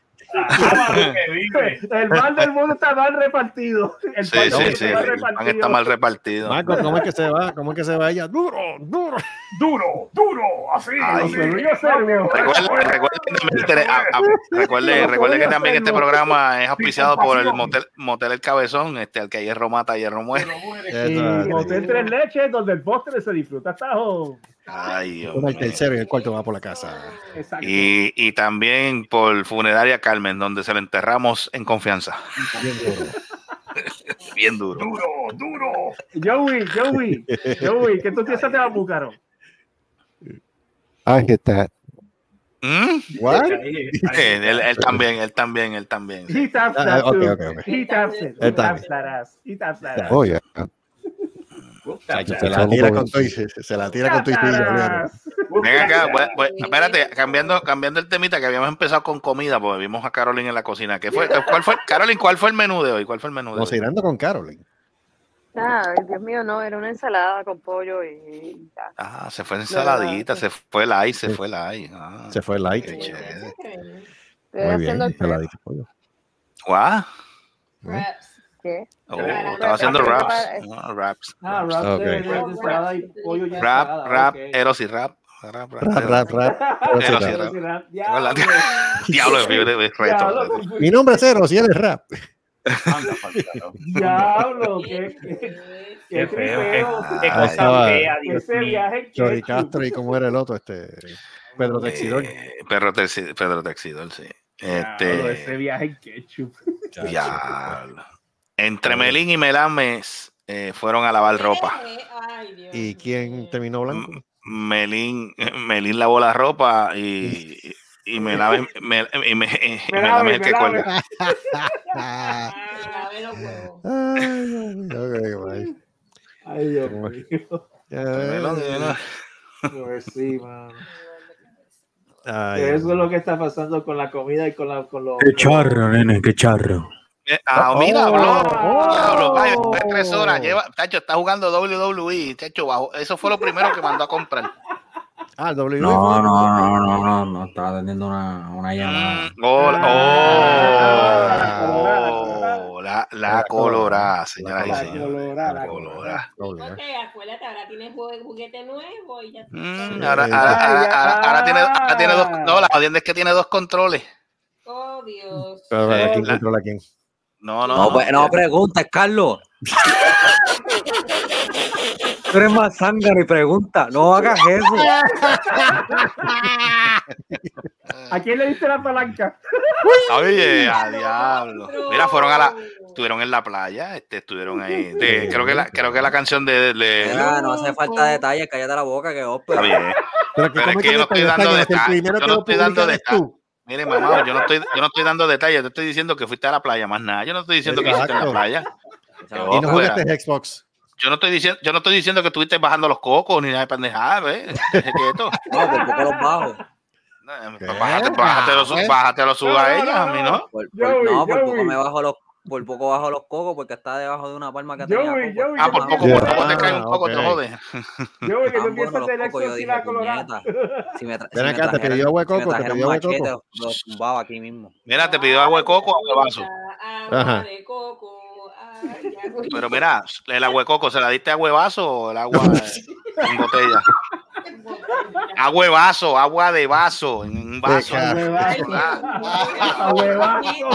Speaker 3: Acaba lo que vive.
Speaker 7: El mal del mundo está mal repartido. El pan
Speaker 5: sí,
Speaker 7: del mundo
Speaker 5: sí, sí.
Speaker 7: está mal
Speaker 5: El pan
Speaker 7: repartido.
Speaker 5: está mal repartido.
Speaker 4: Marco, ¿cómo es que se va? ¿Cómo es que se va ella? Duro, duro.
Speaker 3: Duro, duro, así.
Speaker 5: Ay,
Speaker 3: así.
Speaker 7: Pero yo sé, viejo.
Speaker 5: Recuerde, recuerde que también tiene- ah, ah, recuerde- recuerde que también este programa es auspiciado por el motel, motel El Cabezón, este, al que hierro mata, hierro muere.
Speaker 3: Pero muere.
Speaker 4: Eso,
Speaker 7: Y Motel Tres Leches, donde el postre se disfruta. Tajo.
Speaker 5: Ay, Dios
Speaker 4: Uno el
Speaker 5: mío.
Speaker 4: tercero y el cuarto va por la casa.
Speaker 6: Ah,
Speaker 7: Exacto.
Speaker 5: Y, y también por Funeraria Carmen, donde se lo enterramos en confianza.
Speaker 4: Bien duro.
Speaker 5: Bien duro.
Speaker 3: Duro, duro.
Speaker 7: Joey, Joey, Joey, ¿qué tú piensas de la Búcaro?
Speaker 9: I hit that.
Speaker 5: ¿Mm?
Speaker 4: ¿What?
Speaker 3: Ahí, ahí.
Speaker 5: Él, él- él también, él también, él también.
Speaker 7: He taps
Speaker 4: Ah,
Speaker 7: that
Speaker 4: ok,
Speaker 7: too.
Speaker 4: ok, ok.
Speaker 7: He taps it. He
Speaker 4: Él
Speaker 7: taps
Speaker 4: también.
Speaker 7: that ass. He taps that ass.
Speaker 9: Oh, yeah.
Speaker 3: Gusta,
Speaker 4: Chacho, se la tira con tu se, se la tira con tu
Speaker 7: Tatas.
Speaker 5: Ven
Speaker 3: gusta.
Speaker 5: acá, bu- bu- espérate, cambiando, cambiando el temita que habíamos empezado con comida, porque vimos a Carolyn en la cocina. ¿Qué fue? ¿Cuál fue? Carolyn, ¿cuál fue el menú de hoy? ¿Cuál fue el menú de hoy?
Speaker 4: Considerando con Carolyn.
Speaker 11: Ah, Ay, Dios mío, no, era una ensalada con pollo y- y ya.
Speaker 5: Ah, se fue ensaladita, se fue la I, se
Speaker 4: Sí.
Speaker 5: fue la I. Ah,
Speaker 4: Se fue el like.
Speaker 5: qué chévere. ¿Eh?
Speaker 11: Estoy
Speaker 4: Muy bien.
Speaker 11: haciendo el
Speaker 4: se la
Speaker 11: prep.
Speaker 4: dije, coño.
Speaker 5: Guau.
Speaker 6: Raps.
Speaker 11: ¿Qué?
Speaker 5: Oh,
Speaker 6: Preparando
Speaker 5: estaba haciendo
Speaker 11: el café
Speaker 5: raps.
Speaker 11: para-
Speaker 5: Ah, raps.
Speaker 7: Ah,
Speaker 5: raps.
Speaker 7: rap de-
Speaker 4: Ok.
Speaker 7: de ensalada y pollo y
Speaker 5: Rap,
Speaker 7: ensalada,
Speaker 5: rap, eh,
Speaker 7: ok.
Speaker 5: eros y rap. Ah, Rap, rap.
Speaker 4: Rap,
Speaker 5: eros.
Speaker 4: rap, rap. Pero sí,
Speaker 5: Pero
Speaker 4: rap.
Speaker 5: sí, rap.
Speaker 7: Diablo.
Speaker 5: Diablo, yo le-
Speaker 7: Diablo,
Speaker 5: reto.
Speaker 7: confundí.
Speaker 4: Mi nombre es Cero, si él es rap.
Speaker 3: Anda, pa'l carajo.
Speaker 7: Diablo, qué, qué,
Speaker 6: eh.
Speaker 7: qué
Speaker 3: feo,
Speaker 5: eh.
Speaker 7: tripeo.
Speaker 5: Ah,
Speaker 3: qué- qué cosa
Speaker 4: estaba
Speaker 3: fea, Dios
Speaker 7: Ese
Speaker 3: mío.
Speaker 7: viaje
Speaker 4: Chori
Speaker 7: que-
Speaker 4: Castro y cómo era el otro, este Pedro Texidor.
Speaker 5: Eh, Pedro, Terci- Pedro Texidor, sí.
Speaker 7: Diablo,
Speaker 5: Este,
Speaker 7: ese viaje en ketchup.
Speaker 5: diablo. Entre Melín y Melames eh, fueron a lavar ropa.
Speaker 6: Eh,
Speaker 4: ¿Y quién terminó blanco?
Speaker 5: Melín, Melín lavó la ropa y, y Melames, Mel- y me- y Melames el que cuelga.
Speaker 4: Ah,
Speaker 6: Ah,
Speaker 4: Ay, Dios mío, ok, bye.
Speaker 7: Ay, Dios
Speaker 4: Como-
Speaker 7: mío.
Speaker 4: Ya,
Speaker 5: Melón,
Speaker 4: eh,
Speaker 5: melón.
Speaker 7: Pues sí, mano.
Speaker 4: ay,
Speaker 7: Eso es lo que está pasando con la comida y con, la, con los.
Speaker 8: Qué charro, nene, qué charro.
Speaker 5: Eh, Ah,
Speaker 4: Oh,
Speaker 5: mira, habló. Diablo,
Speaker 7: Oh.
Speaker 5: Cayo, está tres horas. Lleva, tacho, está jugando WWE. Tacho, bajo. Eso fue lo primero que mandó a comprar.
Speaker 4: Ah, W.
Speaker 8: No, no, no, no, no, no, estaba teniendo una, una llamada.
Speaker 5: Mm, oh,
Speaker 7: Ah, colorada,
Speaker 5: oh, oh, la, la
Speaker 4: La
Speaker 5: colorada,
Speaker 4: colorada,
Speaker 5: señoras y
Speaker 4: la
Speaker 5: señores.
Speaker 7: colorada,
Speaker 5: La
Speaker 7: la
Speaker 5: colorada.
Speaker 4: Doble,
Speaker 6: pues, Ok,
Speaker 4: eh.
Speaker 6: acuérdate, ahora tienes jugu- juguete nuevo y ya.
Speaker 5: Mm,
Speaker 4: Sí.
Speaker 5: ahora,
Speaker 4: Ay,
Speaker 5: ahora, ahora,
Speaker 7: ya.
Speaker 5: ahora- ahora tiene, ahora tiene dos. No, la jodienda es que tiene dos controles.
Speaker 6: Oh, Dios.
Speaker 4: Pero, a ver, ¿quién
Speaker 5: la-
Speaker 4: controla a quién?
Speaker 5: No, no. Eh,
Speaker 8: No, pues, no preguntes, Carlos. Tú eres más zángano y pregunta. No hagas eso.
Speaker 7: ¿A quién le diste la palanca?
Speaker 5: Oye, eh, a diablo.
Speaker 6: Otro.
Speaker 5: Mira, fueron a la. Estuvieron en la playa, este, estuvieron ahí. de- creo, que la, creo que la canción de. de-
Speaker 8: Ah, no hace falta detalles, cállate la boca, que vos, pues,
Speaker 5: Está bien.
Speaker 4: Pero
Speaker 5: Pero es
Speaker 4: ¿cómo
Speaker 5: que yo no estoy
Speaker 4: te
Speaker 5: dando
Speaker 4: destacan?
Speaker 5: deta-
Speaker 4: El primero
Speaker 5: yo
Speaker 4: que
Speaker 5: no
Speaker 4: lo
Speaker 5: estoy dando
Speaker 4: publican es tú.
Speaker 5: Mire, mamá, yo no estoy, yo no estoy dando detalles, te estoy diciendo que fuiste a la playa, más nada. Yo no estoy diciendo que hiciste en la
Speaker 4: Exacto.
Speaker 5: playa.
Speaker 4: Y
Speaker 5: Oh,
Speaker 4: no
Speaker 5: fuera.
Speaker 4: jugaste este Xbox.
Speaker 5: Yo no estoy diciendo, yo no estoy diciendo que estuviste bajando los cocos ni nada de pendejada, ¿ves? Deje quieto.
Speaker 8: No, por poco los bajo.
Speaker 5: No, eh,
Speaker 4: ¿Qué?
Speaker 5: Bájate, bájate los,
Speaker 4: Ah,
Speaker 5: bájate los
Speaker 7: Pues. No,
Speaker 5: subas a
Speaker 7: no,
Speaker 5: ella, a
Speaker 7: no,
Speaker 5: mí
Speaker 7: no.
Speaker 5: no.
Speaker 8: Por, por-
Speaker 7: Joey,
Speaker 8: no, por poco
Speaker 7: Joey.
Speaker 8: me bajo los, por poco bajo los cocos porque está debajo de una palma que tenía.
Speaker 7: Joey,
Speaker 8: coco.
Speaker 7: Joey,
Speaker 5: Ah, por
Speaker 7: no,
Speaker 5: poco,
Speaker 4: no,
Speaker 5: por
Speaker 4: no.
Speaker 5: poco te cae un
Speaker 4: Ah,
Speaker 5: poco, te
Speaker 4: ok.
Speaker 5: jode.
Speaker 7: Yo, que
Speaker 8: Estaban
Speaker 7: tú
Speaker 8: buenos
Speaker 7: piensas
Speaker 8: los
Speaker 7: del
Speaker 8: cocos, yo
Speaker 7: Exo si
Speaker 8: dije,
Speaker 7: la colorada.
Speaker 8: puñeta, si me tra-
Speaker 4: Ven
Speaker 8: si me
Speaker 4: acá, te
Speaker 8: trajeran-
Speaker 4: pidió
Speaker 8: si me
Speaker 4: huecoco, te
Speaker 8: trajeran
Speaker 4: pidió
Speaker 8: machete,
Speaker 4: huecoco.
Speaker 8: lo tumbaba aquí mismo.
Speaker 5: Mira, te pidió agua de coco o huevazo.
Speaker 6: Agua
Speaker 4: Ajá.
Speaker 6: de coco. Ay, ya voy.
Speaker 5: Pero mira, el agua de coco, ¿se la diste a huevazo o el agua eh, en botella? A huevazo, agua de vaso, en un vaso.
Speaker 4: Deja.
Speaker 7: Huevazo.
Speaker 5: Ah.
Speaker 7: Huevazo.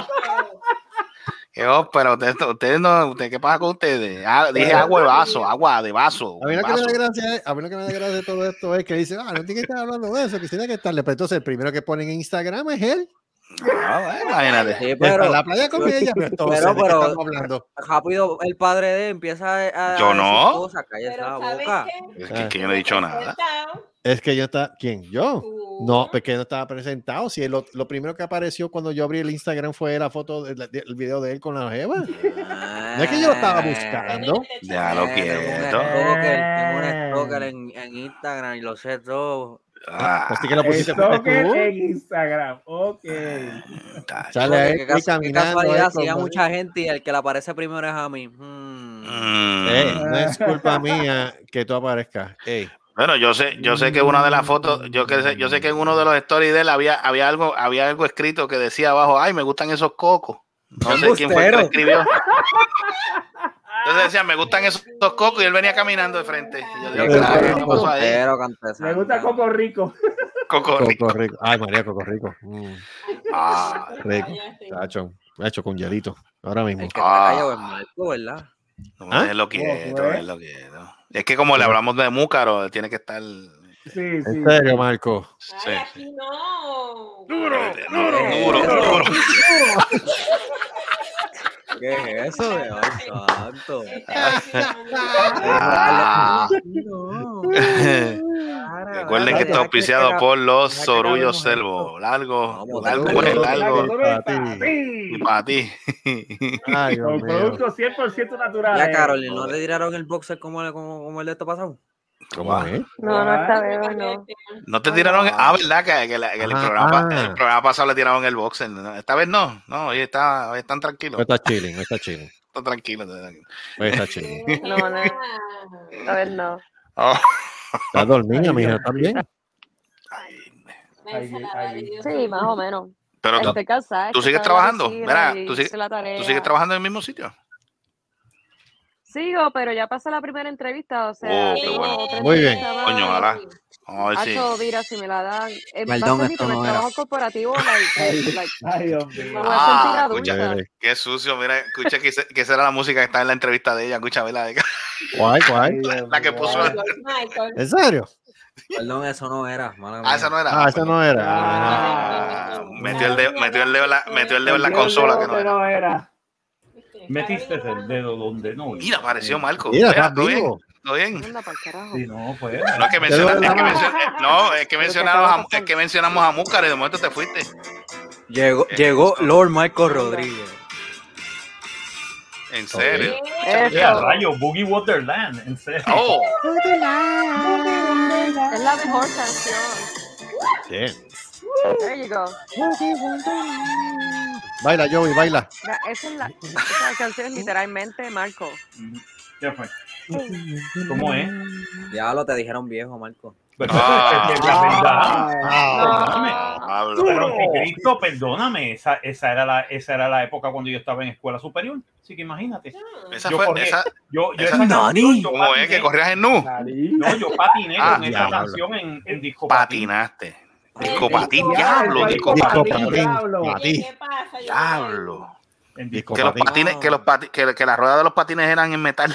Speaker 5: Qué oh, pero ustedes ustedes no, usted, ¿qué pasa con ustedes? Ah, dije agua de vaso, agua de vaso.
Speaker 4: A mí, lo que me
Speaker 5: vaso.
Speaker 4: da gracia, es- a mí lo que me da gracia de todo esto es que dice, ah, no tiene que estar hablando de eso, que tiene que estarle. Pero entonces el primero que ponen en Instagram es él.
Speaker 5: Ah, bueno, imagínate.
Speaker 8: Sí,
Speaker 4: Pero,
Speaker 8: pero
Speaker 4: la playa con ella, pero entonces,
Speaker 8: Pero,
Speaker 4: ¿de qué
Speaker 8: pero-
Speaker 4: estamos hablando?
Speaker 8: rápido el padre de él empieza a. a
Speaker 5: Yo
Speaker 8: decir
Speaker 5: no.
Speaker 8: cosas, cállate
Speaker 6: Pero
Speaker 8: la
Speaker 6: ¿sabes
Speaker 8: boca.
Speaker 6: qué?
Speaker 5: Es que, que yo no he
Speaker 4: Ah.
Speaker 5: dicho nada.
Speaker 6: Sentado,
Speaker 4: Es que yo estaba, ¿quién? Yo.
Speaker 6: tú.
Speaker 4: No, porque no estaba presentado. Si lo, lo primero que apareció cuando yo abrí el Instagram fue la foto, de la- de- el video de él con la jeva.
Speaker 8: Ah.
Speaker 4: No es que yo lo estaba buscando.
Speaker 5: Ya lo
Speaker 8: Eh,
Speaker 5: quieto.
Speaker 8: Tengo un stalker, tengo un stalker en, en Instagram y lo sé todo.
Speaker 5: Ah,
Speaker 4: Así Pues que lo pusiste
Speaker 7: Esto
Speaker 4: fuiste
Speaker 7: que
Speaker 4: tú.
Speaker 8: eh,
Speaker 7: en Instagram. Ok.
Speaker 5: tacho.
Speaker 4: Sale ahí,
Speaker 8: qué,
Speaker 4: estoy
Speaker 8: cas- qué
Speaker 4: caminando pues. ahí
Speaker 8: casualidad,
Speaker 4: con-
Speaker 8: si hay mucha gente y el que le aparece primero es a mí. Hmm.
Speaker 5: Mm.
Speaker 4: Eh, no es culpa mía que tú aparezcas. Ey.
Speaker 5: Bueno, yo sé, yo sé que una de las fotos, yo que sé- yo sé que en uno de los stories de él había, había algo, había algo escrito que decía abajo, ay, me gustan esos cocos. No sé quién fue el que lo escribió. Entonces decía, me gustan esos cocos y él venía caminando de frente. Y yo digo,
Speaker 4: Pero-
Speaker 5: "Claro, ¿qué pasó ahí?
Speaker 8: Pero, cante,
Speaker 7: Me gusta
Speaker 8: santo.
Speaker 7: Coco Rico.
Speaker 5: Coco rico.
Speaker 4: Coco rico. Ay, María, Coco rico. Mm,
Speaker 5: Ah,
Speaker 4: rico.
Speaker 6: Ya sé.
Speaker 4: Tacho, hecho con hielito. Ahora mismo.
Speaker 8: El que está
Speaker 5: Ah.
Speaker 8: callado es Marco, ¿verdad?
Speaker 5: no,
Speaker 4: ¿Ah?
Speaker 5: déjelo quieto,
Speaker 7: fue?
Speaker 5: déjelo quieto. Es que como le hablamos de Múcaro, tiene que estar.
Speaker 7: Sí, sí.
Speaker 4: En serio, Marco.
Speaker 5: Sí.
Speaker 6: Ay, aquí no.
Speaker 5: Duro, duro.
Speaker 8: ¿Qué es eso, Dios santo?
Speaker 6: Este,
Speaker 5: Ah.
Speaker 8: No. Cara,
Speaker 5: Recuerden
Speaker 8: cara,
Speaker 5: que está
Speaker 8: deja
Speaker 5: auspiciado
Speaker 8: era-
Speaker 5: por los
Speaker 8: deja que era
Speaker 5: Sorullos
Speaker 8: un
Speaker 5: Selvo. Largo,
Speaker 8: Vamos,
Speaker 5: largo,
Speaker 8: dale,
Speaker 5: bueno,
Speaker 8: dale,
Speaker 5: largo.
Speaker 7: La corona
Speaker 4: Para ti.
Speaker 7: para ti.
Speaker 5: Y para ti.
Speaker 4: Ay, Dios
Speaker 7: Con
Speaker 4: mío.
Speaker 7: productos 100% naturales.
Speaker 8: Ya, Carolyn, ¿no le tiraron el boxer como, el- como, como el de esto pasado?
Speaker 4: ¿Cómo es?
Speaker 11: No, no está bien, no.
Speaker 5: No te tiraron. Ah, ¿verdad? Que, que la- que el,
Speaker 4: Ah,
Speaker 5: programa, pa-
Speaker 4: ah.
Speaker 5: el programa pasado le tiraron el boxer. ¿no? Esta vez no. No, hoy, está, hoy están tranquilos.
Speaker 4: Hoy está chilling, hoy está chilling.
Speaker 5: Está tranquilo. está tranquilo.
Speaker 4: Hoy está chilling.
Speaker 11: No, no. A ver, no.
Speaker 5: Oh.
Speaker 4: Está dormida, mija, ¿estás bien?
Speaker 5: Ay,
Speaker 11: Sí, más o menos.
Speaker 5: Pero tú,
Speaker 11: Estoy cansada.
Speaker 5: ¿tú
Speaker 11: estoy cansada de
Speaker 5: sigues
Speaker 11: la
Speaker 5: trabajando?
Speaker 11: oficina
Speaker 5: Mira,
Speaker 11: y
Speaker 5: tú sigues-
Speaker 11: hice la
Speaker 5: ¿tú
Speaker 11: tarea.
Speaker 5: sigues trabajando en el mismo sitio.
Speaker 11: Sigo, pero ya pasó la primera entrevista, o sea,
Speaker 5: Oh, qué
Speaker 11: tengo
Speaker 5: Oh, bueno.
Speaker 11: tres
Speaker 4: Muy bien.
Speaker 6: Eh,
Speaker 11: entrevistas más.
Speaker 5: Coño, ojalá. Vamos a ver si-
Speaker 11: Hacho, mira, si me la dan. eh, va a
Speaker 5: Maldón,
Speaker 11: ser
Speaker 5: esto
Speaker 11: mi primer
Speaker 5: no era.
Speaker 11: trabajo corporativo. Like, like, me voy a sentir
Speaker 5: Ah,
Speaker 11: adulta.
Speaker 5: escucha, qué sucio, mira, escucha que, se- que esa era la música que está en la entrevista de ella, escucha, vela,
Speaker 4: Guay, guay.
Speaker 5: la que puso la-
Speaker 4: ¿En serio?
Speaker 8: Perdón, eso no era. mala
Speaker 5: Ah, esa
Speaker 8: mía.
Speaker 5: no era. Ah,
Speaker 4: Ah, esa no era.
Speaker 5: metió, el dedo, metió, el dedo en la, metió el dedo en la consola que no era.
Speaker 3: Metiste el dedo donde no.
Speaker 5: Mira, apareció Marco.
Speaker 3: Mira,
Speaker 5: Mira,
Speaker 3: está
Speaker 5: ¿todo bien?
Speaker 3: vivo.
Speaker 5: ¿Todo bien?
Speaker 3: Sí, no, pues.
Speaker 5: No, es que, menciona- es que menciona- no, es que mencionamos a, es que mencionamos a Múcar y de momento te fuiste.
Speaker 8: Llegó, llegó Lord Michael Rodríguez.
Speaker 5: En serio.
Speaker 3: Oye, a rayos, Boogie Waterland, en serio.
Speaker 5: Oh.
Speaker 11: Es la mejor canción. There you go.
Speaker 4: Baila, Joey, baila.
Speaker 11: Mira, Esa es la esa canción es literalmente Marco.
Speaker 3: ¿Qué fue? ¿Cómo es?
Speaker 8: Ya lo te dijeron viejo, Marco.
Speaker 3: Ah. Es que es verdad.
Speaker 8: Ah.
Speaker 5: Perdóname.
Speaker 3: Pero Anticristo, perdóname, esa, esa, era la, esa era la época cuando yo estaba en escuela superior. Así que imagínate.
Speaker 5: Esa
Speaker 3: yo
Speaker 5: fue-
Speaker 3: corrí-
Speaker 5: esa-
Speaker 3: yo, yo
Speaker 5: esa-
Speaker 3: esa canción, yo
Speaker 5: ¿Cómo es
Speaker 3: patiné.
Speaker 5: que corrías en nu?
Speaker 3: No, yo patiné
Speaker 5: Ah,
Speaker 3: con esa
Speaker 5: diablo.
Speaker 3: canción en, en disco
Speaker 5: Patinaste. Discopatín,
Speaker 3: Disco-
Speaker 5: diablo,
Speaker 3: Disco-
Speaker 5: discopatín.
Speaker 3: Diablo.
Speaker 5: Diablo.
Speaker 3: Disco
Speaker 5: Que los
Speaker 3: patín.
Speaker 5: patines, que los pati- que, que las ruedas de los patines eran en metal.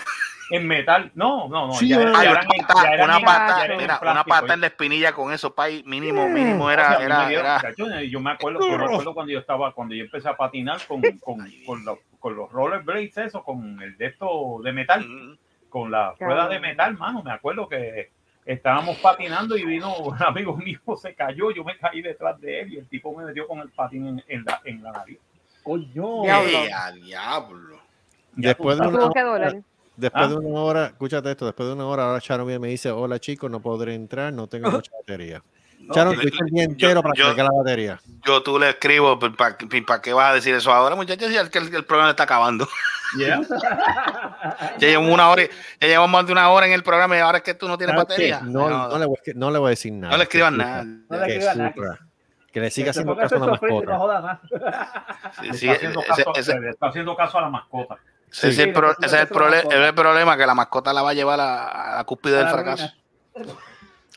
Speaker 3: En metal. No, no, no.
Speaker 5: Sí,
Speaker 3: ya,
Speaker 5: ¿verdad?
Speaker 3: ya
Speaker 5: Ay,
Speaker 3: eran en-
Speaker 5: una pata-
Speaker 3: ya eran
Speaker 5: una
Speaker 3: en-
Speaker 5: pata-
Speaker 3: ya eran en
Speaker 5: mira, una
Speaker 3: plástico,
Speaker 5: pata
Speaker 3: ya.
Speaker 5: en la espinilla con eso, pay, mínimo,
Speaker 3: Mm.
Speaker 5: mínimo era,
Speaker 3: O sea, a mí
Speaker 5: era,
Speaker 3: me dieron,
Speaker 5: era-
Speaker 3: muchacho, yo me acuerdo, yo me acuerdo cuando yo estaba, cuando yo empecé a patinar con, con, con, los- con los rollerblades, eso, con el de esto de metal,
Speaker 5: Mm.
Speaker 3: con la rueda de metal, mano. Me acuerdo que estábamos patinando y vino un amigo mío, se cayó, yo me caí detrás de él y el tipo me metió con el patín en, en la, en la nariz.
Speaker 12: Coño.
Speaker 5: Eh, a diablo.
Speaker 4: Después de una
Speaker 11: Tuvo que
Speaker 4: hora,
Speaker 11: doler.
Speaker 4: después
Speaker 11: Ah.
Speaker 4: de una hora, escúchate esto, después de una hora, ahora Sharon viene y me dice, hola chicos, no podré entrar, no tengo mucha batería.
Speaker 5: No,
Speaker 4: Sharon,
Speaker 5: le-
Speaker 4: tuviste el día
Speaker 5: yo-
Speaker 4: entero para
Speaker 5: yo-
Speaker 4: cargar la batería.
Speaker 5: Yo tú le escribo, pues, ¿para qué vas a decir eso ahora, muchachos? Ya que el, el programa está acabando.
Speaker 3: Yeah.
Speaker 5: ya llevamos una hora, y- ya llevamos más de una hora en el programa y ahora es que tú no tienes
Speaker 4: ¿Sabes
Speaker 5: batería.
Speaker 4: qué? No, no le voy, a escri- no le voy a decir nada.
Speaker 5: Ah, No le escriban
Speaker 4: Que
Speaker 5: nada.
Speaker 4: sufra,
Speaker 5: No le
Speaker 4: que
Speaker 5: escriban nada,
Speaker 4: sufra. Que le siga
Speaker 12: Que se
Speaker 4: haciendo
Speaker 12: ponga
Speaker 4: caso a la
Speaker 12: a sufrir y
Speaker 4: mascota.
Speaker 12: no joda más.
Speaker 5: Sí, sí,
Speaker 3: Está haciendo
Speaker 5: ese-
Speaker 3: caso-
Speaker 5: ese-
Speaker 3: le está haciendo caso a la mascota.
Speaker 5: ese es el pro- ese es el prole- ese es el problema, que la mascota la va a llevar a, a la cúspide del fracaso.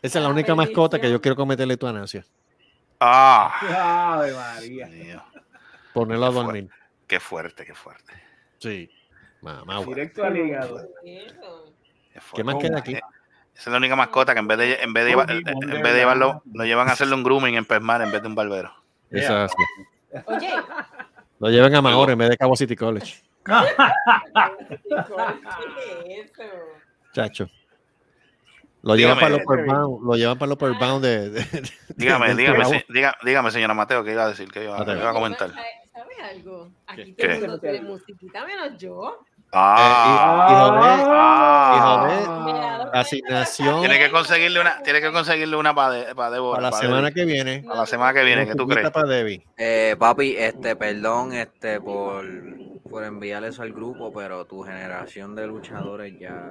Speaker 4: Esa es la única mascota que yo quiero cometerle tu anancia.
Speaker 5: Ah,
Speaker 12: Ave María.
Speaker 4: Ponerla a dormir.
Speaker 5: qué fuerte, qué fuerte.
Speaker 4: Sí. Mamá, güey.
Speaker 12: Directo al hígado.
Speaker 4: ¿Qué más queda aquí?
Speaker 5: Eh, Esa es la única mascota que en vez de, en vez de, llevar-
Speaker 4: Boogie
Speaker 5: en vez de
Speaker 4: Wonderland.
Speaker 5: llevarlo, lo llevan a hacerle un grooming en Pesmar en vez de un barbero.
Speaker 4: Eso es así.
Speaker 13: Oye,
Speaker 4: Lo llevan a Mahor en vez de Cabo City College.
Speaker 13: ¿qué es eso?
Speaker 4: Chacho. Lo llevan para
Speaker 5: Dígame.
Speaker 4: el upper bound. Lo llevan para el upper bound de. de- de-
Speaker 5: Dígame,
Speaker 4: del
Speaker 5: dígame,
Speaker 4: Cabo.
Speaker 5: se- diga- dígame, señora Mateo, ¿qué iba a decir? ¿Qué iba, qué iba a comentar?
Speaker 6: Eh,
Speaker 13: ¿Sabes algo? Aquí
Speaker 5: ¿Qué?
Speaker 13: todo el mundo tiene musiquita menos yo.
Speaker 5: Ah,
Speaker 4: Eh, y- y Jodé- y Jodé, asignación
Speaker 5: Tiene que conseguirle una, tiene que conseguirle una para de, pa' Débora,
Speaker 4: para la
Speaker 5: pa'
Speaker 4: semana
Speaker 5: Debbie.
Speaker 4: que viene.
Speaker 5: Para la semana que viene,
Speaker 4: Una
Speaker 5: ¿qué tú
Speaker 4: cuquita
Speaker 5: crees?
Speaker 4: Para Debbie.
Speaker 8: Eh, papi, este, perdón, este, por, por enviar eso al grupo, pero tu generación de luchadores ya.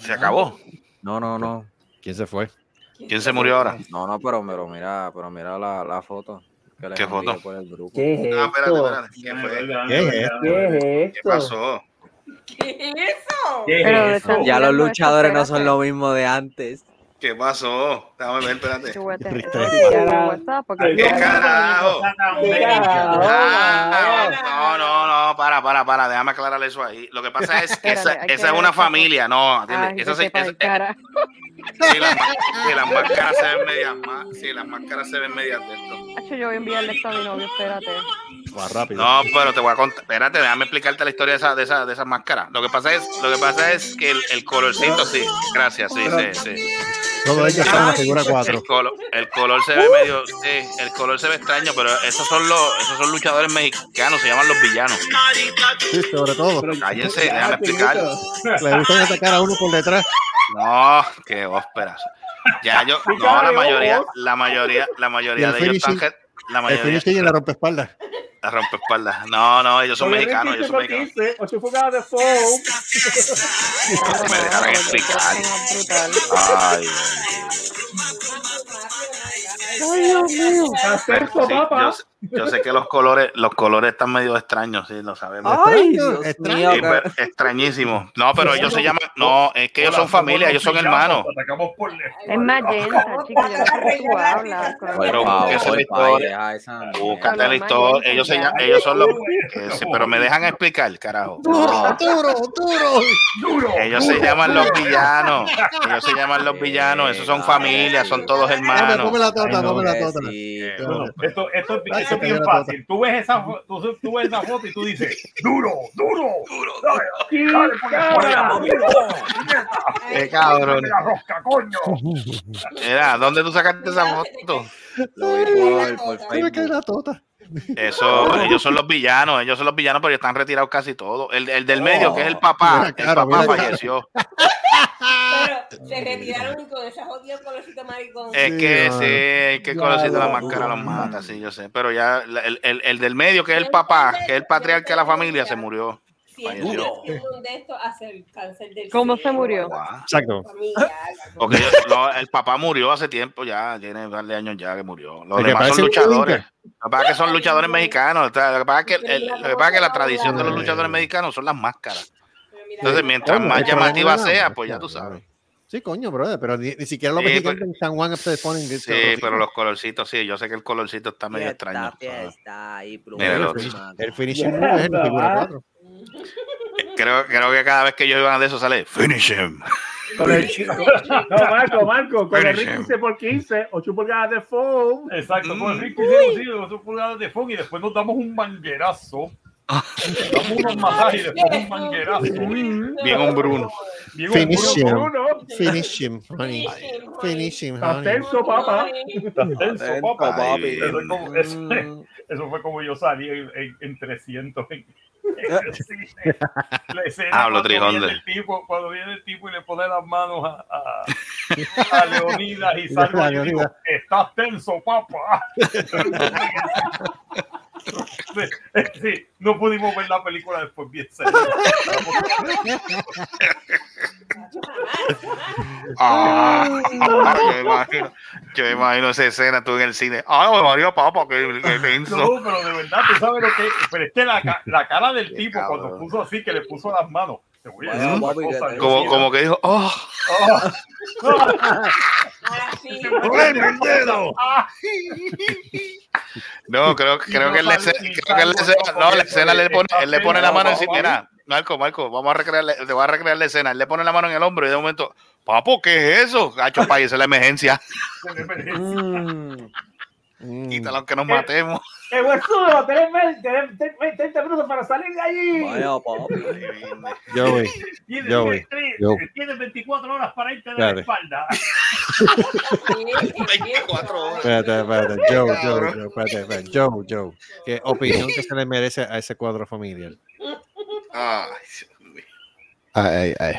Speaker 5: Se acabó.
Speaker 8: No, no, no.
Speaker 4: ¿Quién se fue?
Speaker 5: ¿Quién se murió ahora?
Speaker 8: No, no, pero, pero mira, pero mira la, la foto. Que les
Speaker 5: ¿Qué
Speaker 8: envié
Speaker 5: foto?
Speaker 8: Por el grupo.
Speaker 12: ¿Qué es
Speaker 5: Ah, espérate,
Speaker 12: esto?
Speaker 5: espérate.
Speaker 4: ¿Qué
Speaker 5: ¿Qué fue?
Speaker 4: es esto?
Speaker 12: ¿Qué es
Speaker 5: ¿Qué
Speaker 12: esto?
Speaker 5: pasó?
Speaker 13: ¿Qué es eso?
Speaker 3: ¿Qué es
Speaker 11: Pero
Speaker 3: eso?
Speaker 8: Ya los
Speaker 11: Mirando esto,
Speaker 8: luchadores no son
Speaker 11: espérate.
Speaker 8: lo mismo de antes.
Speaker 5: ¿Qué pasó? Déjame ver, espérate.
Speaker 11: Chuguete.
Speaker 4: Triste.
Speaker 11: Eso es de WhatsApp, porque-
Speaker 5: ¿Qué carajo?
Speaker 3: Cosa tan
Speaker 12: ¿Qué
Speaker 3: bella.
Speaker 12: carajo?
Speaker 5: Ah, no, no, no, para, para, para, déjame aclarar eso ahí. Lo que pasa es que esa,
Speaker 11: Espérate, hay que
Speaker 5: esa es
Speaker 11: ver
Speaker 5: una
Speaker 11: esa foto.
Speaker 5: familia, no, atiende.
Speaker 11: Ay,
Speaker 5: Esa
Speaker 11: vete
Speaker 5: se-
Speaker 11: pa'l
Speaker 5: esa-
Speaker 11: cara.
Speaker 5: sí, las, ma- sí, las máscaras se ven medias más, sí, las máscaras se ven medias de esto.
Speaker 11: Hacho, yo voy a enviarle esto a mi novio, espérate.
Speaker 4: Va rápido.
Speaker 5: No, pero te voy a contar, espérate, déjame explicarte la historia de esa, de esa, de esas máscaras. Lo que pasa es, lo que pasa es que el, el colorcito, sí, gracias, sí, sí, sí.
Speaker 4: Todo ello está en la figura 4.
Speaker 5: El color, el color se ve medio, sí, el color se ve extraño, pero esos son los, esos son luchadores mexicanos, se llaman los villanos.
Speaker 4: Sí, sobre todo.
Speaker 5: Cállense, déjame explicar.
Speaker 4: Le gustan atacar a uno por detrás.
Speaker 5: No, qué ósperas. Ya yo, no, la mayoría, la mayoría, la mayoría
Speaker 4: Y el
Speaker 5: de ellos están
Speaker 4: finishing-
Speaker 5: que- la
Speaker 4: El
Speaker 5: mayoría
Speaker 4: finish y la rompeespaldas.
Speaker 5: la rompeespaldas. No, no, ellos son
Speaker 12: Oye,
Speaker 5: mexicanos, ellos son
Speaker 12: 15,
Speaker 5: mexicanos.
Speaker 12: 15, ocho pulgadas de phone.
Speaker 5: No me dejaron explicar.
Speaker 11: Brutal.
Speaker 5: Ay,
Speaker 12: Hacer
Speaker 5: sí,
Speaker 12: sopapa.
Speaker 5: yo- Yo sé que los colores, los colores están medio extraños, sí, lo sabemos.
Speaker 8: Ay, Dios mío,
Speaker 5: Sí,
Speaker 8: cabrón.
Speaker 5: pero- extrañísimo. No, pero ellos se llaman, no, es que ellos son familia, ellos son hermanos.
Speaker 11: Es más densa, chicos. Yo no sé cómo tú hablas. con-
Speaker 5: Pero
Speaker 8: Por
Speaker 5: búsquese
Speaker 8: favor,
Speaker 5: la historia.
Speaker 8: vaya, esa-
Speaker 5: Búscate
Speaker 11: No,
Speaker 5: la
Speaker 11: no,
Speaker 5: historia.
Speaker 11: Mario,
Speaker 5: Ellos, se
Speaker 11: ya.
Speaker 5: llaman- ellos son los. que sí, pero me dejan explicar, carajo.
Speaker 8: No,
Speaker 4: duro, duro.
Speaker 5: Ellos se llaman los villanos. Ellos se llaman los villanos. Esos son familia, son todos
Speaker 4: Dame,
Speaker 5: hermanos.
Speaker 4: ponme la tota,
Speaker 12: Ay, no,
Speaker 4: ponme la
Speaker 8: que
Speaker 4: tota.
Speaker 8: sí.
Speaker 12: No, no, esto, esto, es-
Speaker 4: Ay,
Speaker 12: esto
Speaker 4: se
Speaker 12: es
Speaker 4: te
Speaker 12: bien
Speaker 4: ve la
Speaker 12: fácil. Tú ves, esa, fo- tú, tú ves esa foto y tú dices, duro, duro, duro, dale, por la cara,
Speaker 4: Eh,
Speaker 5: Qué cabrón.
Speaker 12: la rosca, coño.
Speaker 5: Mira, ¿dónde tú sacaste esa foto?
Speaker 8: Lo vi por, por
Speaker 4: Ay, me cae
Speaker 8: Facebook.
Speaker 4: la tota.
Speaker 5: Eso, ellos son los villanos, ellos son los villanos, pero ellos están retirados casi todos. El, el del medio, que es el papá,
Speaker 4: Mira, claro,
Speaker 5: el papá
Speaker 4: mira, claro.
Speaker 5: falleció.
Speaker 14: Pero se retiraron y con esa jodida colorcita maricón.
Speaker 5: Es que
Speaker 4: mano.
Speaker 5: sí, es que
Speaker 7: Ya,
Speaker 5: conocido la
Speaker 7: ya,
Speaker 5: máscara
Speaker 7: ya.
Speaker 5: los mata, sí, yo sé. Pero ya la- el, el- el del medio, que es el papá, que es el patriarca de la familia, se murió.
Speaker 14: Siempre
Speaker 5: Duro.
Speaker 14: ha sido un de estos hacia el cáncer del
Speaker 11: ¿Cómo se
Speaker 14: seno,
Speaker 11: murió?
Speaker 9: Exacto.
Speaker 14: familia, algo.
Speaker 5: Porque no, el papá murió hace tiempo ya, tiene un par de años ya que murió. Los
Speaker 9: El que
Speaker 5: demás son
Speaker 9: parece un
Speaker 5: luchadores.
Speaker 9: Winker.
Speaker 5: Lo que pasa es que son luchadores mexicanos. o sea, Lo que pasa es que, el- lo que, pasa es que la tradición de los luchadores mexicanos son las máscaras.
Speaker 14: Pero mira,
Speaker 5: Entonces, mientras
Speaker 4: Coño,
Speaker 5: más
Speaker 4: el problema
Speaker 5: llamativa
Speaker 4: es la
Speaker 5: sea,
Speaker 4: máscara,
Speaker 5: pues ya tú sabes.
Speaker 4: Sí, coño, brother, pero ni, ni siquiera los
Speaker 5: Sí,
Speaker 4: mexicanos
Speaker 5: pero-
Speaker 4: en San Juan se ponen. este,
Speaker 5: Sí, pero los colorcitos, sí, yo sé que el colorcito está medio extraño.
Speaker 8: Fiesta, fiesta, ahí, pluma,
Speaker 5: Mira, lo-
Speaker 8: pluma.
Speaker 4: El finishing move es en la figura 4.
Speaker 5: Creo, creo que cada vez que ellos iban de eso sale, finish him.
Speaker 7: Con el chico. No, Marco, Marco, con el Rick 15 por 15, 8 pulgadas de foam.
Speaker 12: Exacto, con
Speaker 5: Mm.
Speaker 12: el rico y seducido, esos pulgadas de fondo y después nos damos un manguerazo.
Speaker 5: Ah.
Speaker 12: Nos damos unos masajes y después un manguerazo.
Speaker 5: Bien un Bruno.
Speaker 12: Bien
Speaker 4: Finish
Speaker 12: oscuro,
Speaker 4: him.
Speaker 7: Uno,
Speaker 4: Finish him, honey. Finish him,
Speaker 7: está
Speaker 4: honey.
Speaker 7: tenso, papá.
Speaker 12: tenso, papá.
Speaker 5: Ay,
Speaker 12: Eso, es
Speaker 5: bien.
Speaker 12: como- eso- eso fue como yo salí en, en- en 300 en,
Speaker 4: Ah.
Speaker 12: en el cine. La escena
Speaker 5: Hablo,
Speaker 12: cuando viene
Speaker 5: Trigonder.
Speaker 12: el tipo, cuando viene el tipo y le pone las manos a, a, a Leonidas y salgo
Speaker 4: A
Speaker 12: y yo digo,
Speaker 4: Leonidas.
Speaker 12: estás tenso, papá. Sí, sí, no pudimos ver la película después bien serio.
Speaker 5: Ah, yo, me imagino, yo me imagino esa escena tú en el cine. Ah, me María papá, que que tenso.
Speaker 12: No, pero de verdad, tú sabes lo que. Pero es que la, ca- la cara del
Speaker 5: Qué
Speaker 12: tipo cuando
Speaker 5: cabrón.
Speaker 12: puso así, que le puso las manos. Te voy a decir
Speaker 8: Bueno,
Speaker 12: una
Speaker 8: papi,
Speaker 12: cosa,
Speaker 8: que te-
Speaker 5: Como,
Speaker 12: Leonidas.
Speaker 5: como que dijo, oh,
Speaker 14: Ahora sí.
Speaker 5: duerme el dedo.
Speaker 12: Ah,
Speaker 5: No, creo, creo
Speaker 12: no
Speaker 5: que él le
Speaker 12: sale
Speaker 5: creo
Speaker 12: ni
Speaker 5: que él le
Speaker 12: salgo, no,
Speaker 5: escena- no, la
Speaker 12: porque
Speaker 5: escena le pone, él le
Speaker 12: está
Speaker 5: pone la
Speaker 12: feo,
Speaker 5: mano
Speaker 12: papá.
Speaker 5: encima. Mira, Marco, Marco, vamos a recrear, la- te voy a recrear la escena. Él le pone la mano en el hombro y de momento, papo, ¿qué es eso? Gacho, país, es la emergencia.
Speaker 12: de verdad.
Speaker 8: Mm.
Speaker 5: Quítalo que nos matemos.
Speaker 7: El huesudo, tenés 30 minutos para salir de allí.
Speaker 8: Vaya, papi.
Speaker 9: Yo, güey.
Speaker 12: Tienes,
Speaker 9: Yo voy,
Speaker 12: tienes-
Speaker 9: yo.
Speaker 12: tienes 24 horas para irte de
Speaker 9: Dale.
Speaker 12: la espalda.
Speaker 14: Sí, sí,
Speaker 5: 24 horas.
Speaker 4: Espérate, espérate. Joe, Joe,
Speaker 5: Cabrón.
Speaker 4: Joe, espérate, espérate. Joe, Joe. ¿Qué opinión que se le merece a ese cuadro familiar?
Speaker 5: Ay,
Speaker 9: Ay, ay, ay.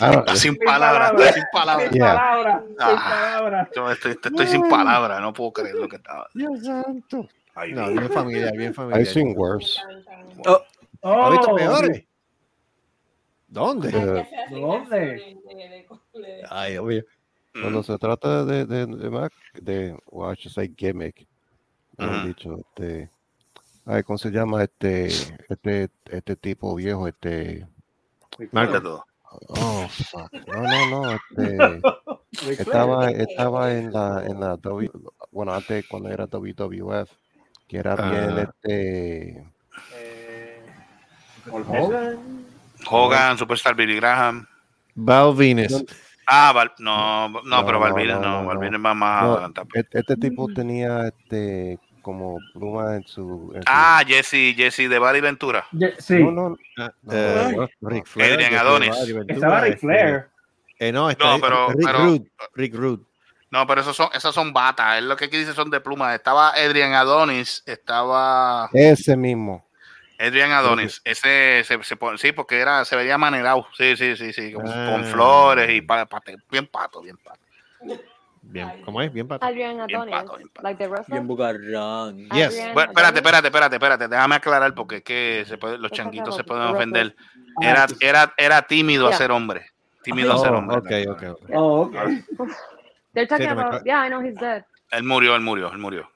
Speaker 9: Ah,
Speaker 5: está sin
Speaker 7: Sin
Speaker 5: palabras, está
Speaker 7: palabras.
Speaker 5: sin palabras.
Speaker 7: Sin
Speaker 9: Yeah.
Speaker 7: palabras, sin
Speaker 5: Ah.
Speaker 7: palabras.
Speaker 5: Yo estoy, estoy, estoy sin palabras, no puedo creer lo que estaba.
Speaker 4: Dios santo.
Speaker 5: Ay,
Speaker 4: No, bien familiar, bien familiar.
Speaker 9: I've seen worse.
Speaker 4: ¿Ha visto
Speaker 7: Oh,
Speaker 4: peores? ¿Dónde?
Speaker 9: Eh,
Speaker 7: ¿Dónde?
Speaker 4: Ay, obvio.
Speaker 5: Mm,
Speaker 9: Cuando se trata de, de, de Mac, de, o I should say gimmick, mejor
Speaker 5: Ujú.
Speaker 9: dicho, este, ay, ¿cómo se llama este, este, este tipo viejo, este,
Speaker 5: Marca todo.
Speaker 9: oh, fuck, no, no, no, este, estaba, estaba en la, en la W, bueno, antes cuando era WWF, que era bien,
Speaker 5: Ah.
Speaker 9: este,
Speaker 7: Oh.
Speaker 5: Hogan, Superstar Billy Graham.
Speaker 4: Val Venus.
Speaker 5: Ah, Val- no, no,
Speaker 9: No,
Speaker 5: pero
Speaker 9: no,
Speaker 5: Valvine
Speaker 9: no,
Speaker 5: no,
Speaker 9: no, no.
Speaker 5: Valvine va más
Speaker 9: No,
Speaker 5: adelante.
Speaker 9: e- este tipo tenía, este, como pluma en su, en su-
Speaker 5: Ah, Jesse, Jesse de Barry Ventura.
Speaker 7: Ye- Sí,
Speaker 9: no, no, no,
Speaker 4: Eh,
Speaker 9: no,
Speaker 4: Ric Flair,
Speaker 5: Adrian
Speaker 4: Jesse
Speaker 5: Adonis.
Speaker 4: Barry Ventura,
Speaker 7: estaba Ric
Speaker 4: este,
Speaker 7: Flair.
Speaker 4: eh, no, está
Speaker 5: No, pero-
Speaker 4: Rick
Speaker 5: pero-
Speaker 4: Rude. Rick Rude.
Speaker 5: No, pero esos son, esas son batas. Es lo que aquí dice son de plumas. Estaba Adrian Adonis, estaba
Speaker 9: ese mismo.
Speaker 5: Adrian Adonis. Ese se, se pon- sí, porque era, se veía manerado. Sí, sí, sí, sí. Con,
Speaker 4: Ah.
Speaker 5: con flores y pa- pate- bien pato, bien pato.
Speaker 4: Bien, ¿cómo es? Bien para
Speaker 11: Adrian Adonis,
Speaker 5: pato, bien pato.
Speaker 11: like the wrestler.
Speaker 8: Bien bucarrán.
Speaker 4: Yes.
Speaker 11: Adrian
Speaker 5: Bueno, espérate,
Speaker 11: Adonis.
Speaker 5: espérate, espérate, espérate. Déjame aclarar porque es que se puede- los
Speaker 11: Está sacado,
Speaker 5: changuitos se pueden
Speaker 11: pero-
Speaker 5: ofender. Era, era, era tímido a
Speaker 11: Ya.
Speaker 5: ser hombre. Tímido a ser
Speaker 4: Oh,
Speaker 5: hombre.
Speaker 4: ok, ok. ok.
Speaker 7: Oh, ok.
Speaker 11: They're
Speaker 4: Sí,
Speaker 11: talking
Speaker 4: no me
Speaker 11: about, yeah, I know he's dead.
Speaker 5: Él murió, él murió, él murió.